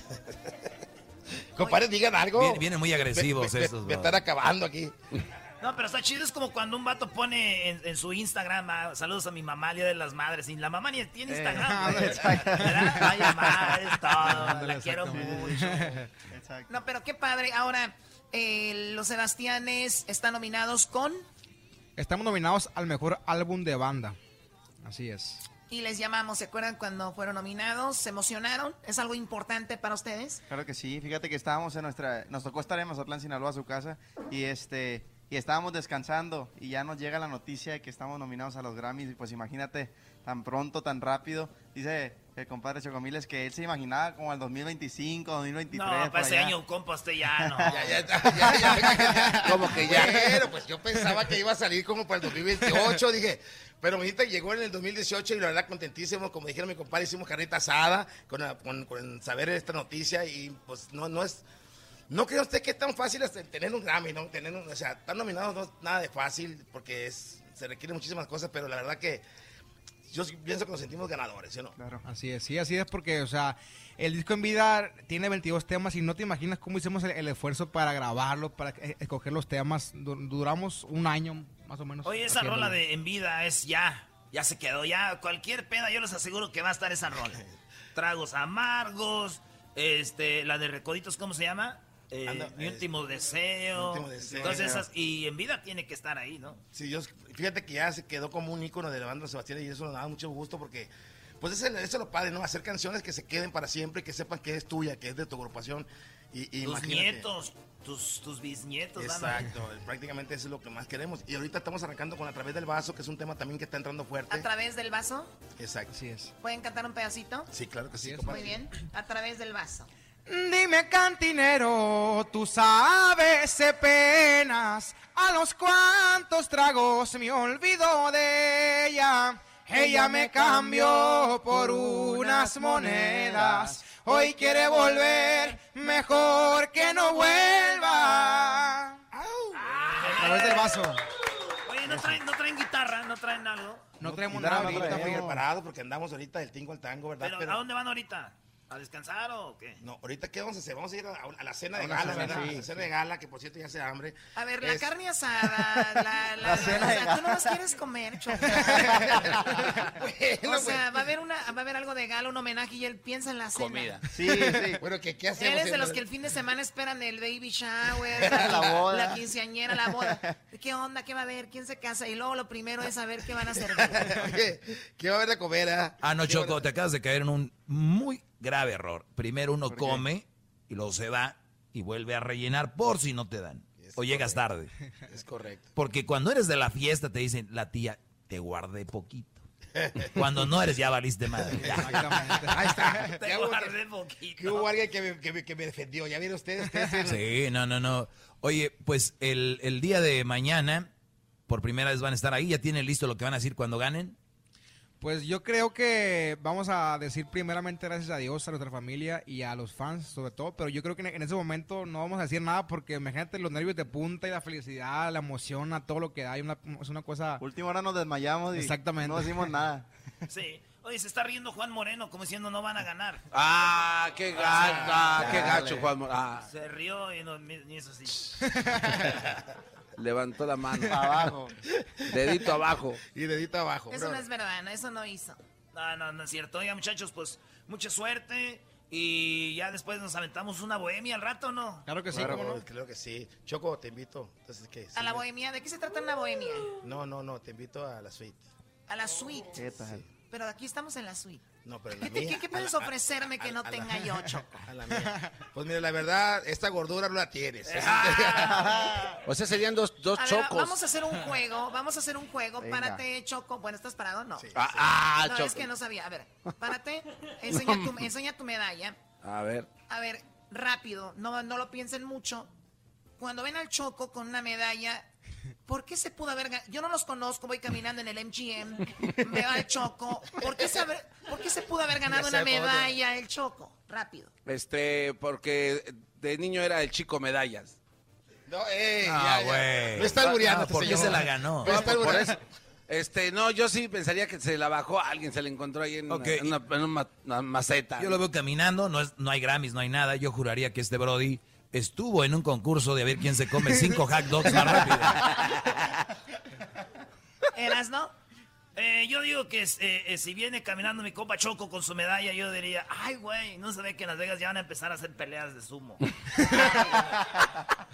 compadre, digan algo. Vienen- vienen muy agresivos me, me- estos, Me, bro. están acabando aquí. No, pero está chido, es como cuando un vato pone en, en su Instagram, ah, saludos a mi mamá, el Día de las Madres, y la mamá ni tiene Eh, Instagram, güey. ¿verdad? Ay, mamá, es todo, Ah, la quiero mucho. No, pero qué padre. Ahora, eh, los Sebastianes están nominados con. Estamos nominados al mejor álbum de banda. Así es. Y les llamamos, ¿se acuerdan cuando fueron nominados? ¿Se emocionaron? ¿Es algo importante para ustedes? Claro que sí, fíjate que estábamos en nuestra, nos tocó estar en Mazatlán, Sinaloa, su casa, y este, y estábamos descansando, y ya nos llega la noticia de que estamos nominados a los Grammys, y pues imagínate, tan pronto, tan rápido, dice el compadre Chocomiles que él se imaginaba como al 2025, 2023. No, por para ese allá. año, compa, usted ya no. Como que ya. Pero pues yo pensaba que iba a salir como para el 2028, dije. Pero ahorita llegó en el 2018 y la verdad contentísimo, como dijeron mi compadre, hicimos carnita asada con, la- con- con saber esta noticia y pues no, no es... No creo usted que es tan fácil hasta tener un Grammy, ¿no? Tener un- o sea, estar nominado no es nada de fácil porque es, se requieren muchísimas cosas, pero la verdad que yo sí pienso que nos sentimos ganadores, ¿sí o no? Así es, sí, así es porque, o sea, el disco en vida tiene 22 temas y no te imaginas cómo hicimos el, el esfuerzo para grabarlo, para eh, escoger los temas. Du- duramos un año más o menos. Oye, esa haciéndolo. rola de En Vida es ya, ya se quedó, ya cualquier peda yo les aseguro que va a estar esa rola. Tragos amargos, este, la de Recoditos, ¿cómo se llama? Eh, Anda, mi eh, último deseo. Mi Último Deseo. Entonces esas, y En Vida tiene que estar ahí, ¿no? Sí, yo, fíjate que ya se quedó como un ícono de la banda Sebastián y eso nos da mucho gusto porque, pues eso, es lo padre, ¿no? Hacer canciones que se queden para siempre, que sepan que es tuya, que es de tu agrupación. Y, y tus imagínate. nietos, tus, tus bisnietos. nada. Exacto, prácticamente eso es lo que más queremos. Y ahorita estamos arrancando con A través del vaso, que es un tema también que está entrando ¿A fuerte. través del vaso? Exacto. Así es. ¿Pueden cantar un pedacito? Sí, claro que sí. Muy compadre. bien. A través del vaso. Dime cantinero, tú sabes de penas, a los cuantos tragos me olvido de ella. Ella me cambió por unas monedas, hoy quiere volver, mejor que no vuelva. A través del vaso. Oye, ¿no traen, no traen guitarra, no traen algo. No traemos Y nada, no ahorita estamos no. preparados porque andamos ahorita del tingo al tango, ¿verdad? Pero, ¿a dónde van ahorita? ¿A descansar o qué? No, ahorita qué vamos a hacer? Vamos a ir a, a la cena A de una gala, cena, ¿verdad? sí, A la cena de gala, que por cierto ya se da hambre. A ver, la Es- carne asada, la, la, La cena o de sea, tú gala. no más quieres comer, Choco. o sea, va a haber una, va a haber algo de gala, un homenaje y él piensa en la cena. Sí, sí. Bueno, ¿qué, qué hacemos? Eres de en los la- que el fin de semana esperan el baby shower, la, La boda. la quinceañera, la boda. ¿Qué onda? ¿Qué va a haber? ¿Quién se casa? Y luego lo primero es saber qué van a servir. Oye, ¿qué va a haber de comer? ah? Ah, no, ¿Qué va a Choco, te acabas de caer en un muy grave error. Primero uno ¿Por qué? come y luego se va y vuelve a rellenar por si no te dan. o llegas tarde. Es correcto. Porque cuando eres de la fiesta te dicen, la tía, te guardé poquito. Cuando no eres, ya valiste madre. Exactamente. Ahí está. Te Ya hubo guardé que- que hubo alguien que me, que me- que me defendió. ¿Ya vieron ustedes? ustedes eran- Sí, no, no, no. Oye, pues el, el día de mañana, por primera vez van a estar ahí, ya tienen listo lo que van a decir cuando ganen. Pues yo creo que vamos a decir primeramente gracias a Dios, a nuestra familia y a los fans sobre todo, pero yo creo que en- en ese momento no vamos a decir nada porque imagínate los nervios de punta y la felicidad, la emoción, a todo lo que da, y una- es una cosa... Última hora nos desmayamos y Exactamente. no decimos nada. Sí. Oye, se está riendo Juan Moreno como diciendo no van a ganar. Ah, qué gacho, ah, qué gacho, Juan Mor- ah. Se rió y no, ni eso sí. Levantó la mano. Abajo. Dedito abajo. Y dedito abajo. Eso no es verdad, no, eso no hizo. No, no, no es cierto. Oigan, muchachos, pues mucha suerte. Y ya después nos aventamos una bohemia al rato, ¿no? Claro que sí, claro, claro que sí. Choco, te invito. Entonces, ¿qué? A la Sí, bohemia, ¿de qué se trata una bohemia? No, no, no, te invito a la suite. A la suite. ¿Qué tal? Pero aquí estamos en la suite. No, pero la ¿Qué, te- mía. qué- qué a puedes la- a- ofrecerme que no a la- tenga yo, Choco? A la mía. Pues mira, la verdad, esta gordura no la tienes. O sea, serían dos, dos Ah. A ver, chocos. vamos a hacer un juego, vamos a hacer un juego. Venga. Párate, Choco. Bueno, ¿estás parado? No. Ah, ah, no, Choco. es que no sabía. A ver, párate, enseña, tu, enseña tu medalla. A ver. A ver, rápido, no, no lo piensen mucho. Cuando ven al Choco con una medalla, ¿por qué se pudo haber ganado? Yo no los conozco, voy caminando en el MGM, veo al Choco. ¿Por qué se, haber- por qué se pudo haber ganado Ya una sé por dónde. medalla el Choco? Rápido. Este, porque de niño era el chico medallas. No, eh, Ah, ya, ya. güey. No está albureando este ¿Por qué señor. se la ganó? No está Pues, por albureando. eso. Este, no, yo sí pensaría que se la bajó a alguien, se la encontró ahí en, Ok. en una, en una- una maceta. Yo lo veo caminando, no, es, no hay Grammys, no hay nada. Yo juraría que este Brody estuvo en un concurso de a ver quién se come cinco hot dogs más rápido. ¿Eras, no? Eh, yo digo que es- eh, eh, si viene caminando mi copa Choco con su medalla, yo diría, ay, güey, no se ve que en Las Vegas ya van a empezar a hacer peleas de sumo.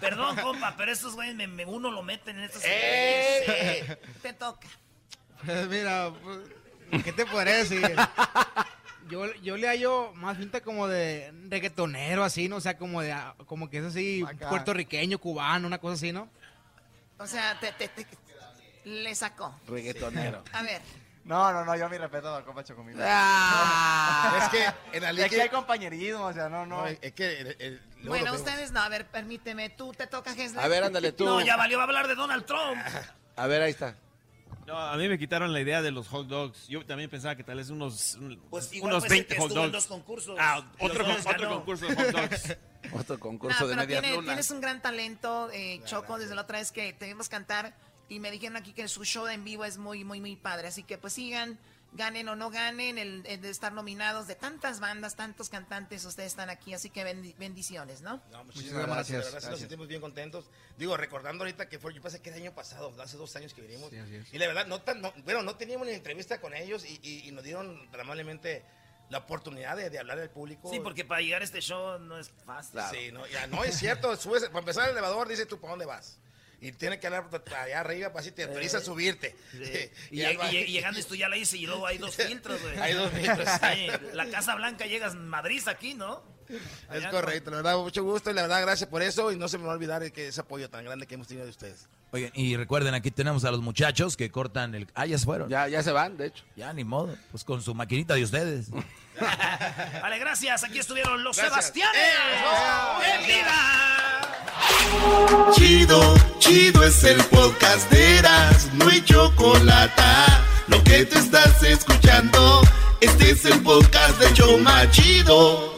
Perdón, compa, pero estos güeyes, me, me- uno lo meten en estos... ¡Eh! Te toca. Pues mira, pues, ¿qué te podré decir? Yo, yo le hallo más pinta como de reggaetonero, así, ¿no? O sea, como de ah, como que es así, Acá. puertorriqueño, cubano, una cosa así, ¿no? O sea, te, te- te- le sacó. Reggaetonero. A ver, No, no, no, yo mi respeto al compa Chocomil. Ah. Es que en la Aquí liga- hay compañerismo, o sea, no, no. No, es que el- el- luego bueno, lo vemos. ustedes no. A ver, permíteme, tú te toca, Gessler. A ver, ándale tú. No, ya valió, va a hablar de Donald Trump. A ver, ahí está. No, a mí me quitaron la idea de los hot dogs. Yo también pensaba que tal vez unos, un- Pues igual unos fue ese que 20 hot estuvo en dogs. dos concursos. Ah, Los otro, dos otro ganó. concurso de hot dogs. Otro No, concurso de pero medias tiene- lunas. tienes un gran talento, eh, Choco, desde la otra vez que te vimos cantar y me dijeron aquí que su show en vivo es muy, muy, muy padre. Así que pues sigan, ganen o no ganen, el, el de estar nominados de tantas bandas, tantos cantantes, ustedes están aquí, así que bendi- bendiciones, ¿no? No, Muchísimas muchísimas gracias. gracias. de verdad, sí Gracias. Nos sentimos bien contentos. Digo, recordando ahorita que fue, yo pensé que era el año pasado, hace dos años que vinimos. Sí, así es. Y la verdad, no tan, no- bueno, no teníamos ni entrevista con ellos y, y- y nos dieron amablemente la oportunidad de, de hablar al público. Sí, porque para llegar a este show no es fácil. Sí, no, ya, no es cierto. Subes, para empezar el elevador, dice tú, ¿para dónde vas? Y tiene que hablar para allá arriba para así te autoriza a subirte. Eh, Sí. Y, al lleg- ba- y lleg- llegando esto ya la hice y luego hay dos filtros, güey. Hay dos filtros, Sí, exacto. La Casa Blanca llegas Madrid aquí, ¿no? Es Allá correcto, la verdad, mucho gusto y la verdad, gracias por eso. Y no se me va a olvidar que ese apoyo tan grande que hemos tenido de ustedes. Oigan, y recuerden, aquí tenemos a los muchachos que cortan el... Ah, ya se fueron. Ya, ya se van, de hecho. Ya, ni modo. Pues con su maquinita de ustedes. Vale, gracias. Aquí estuvieron los Gracias. Sebastianes. ¡En vida! Chido, chido es el podcast de Eras, no hay chocolate. Lo que te estás escuchando, este es el podcast de Choma Chido.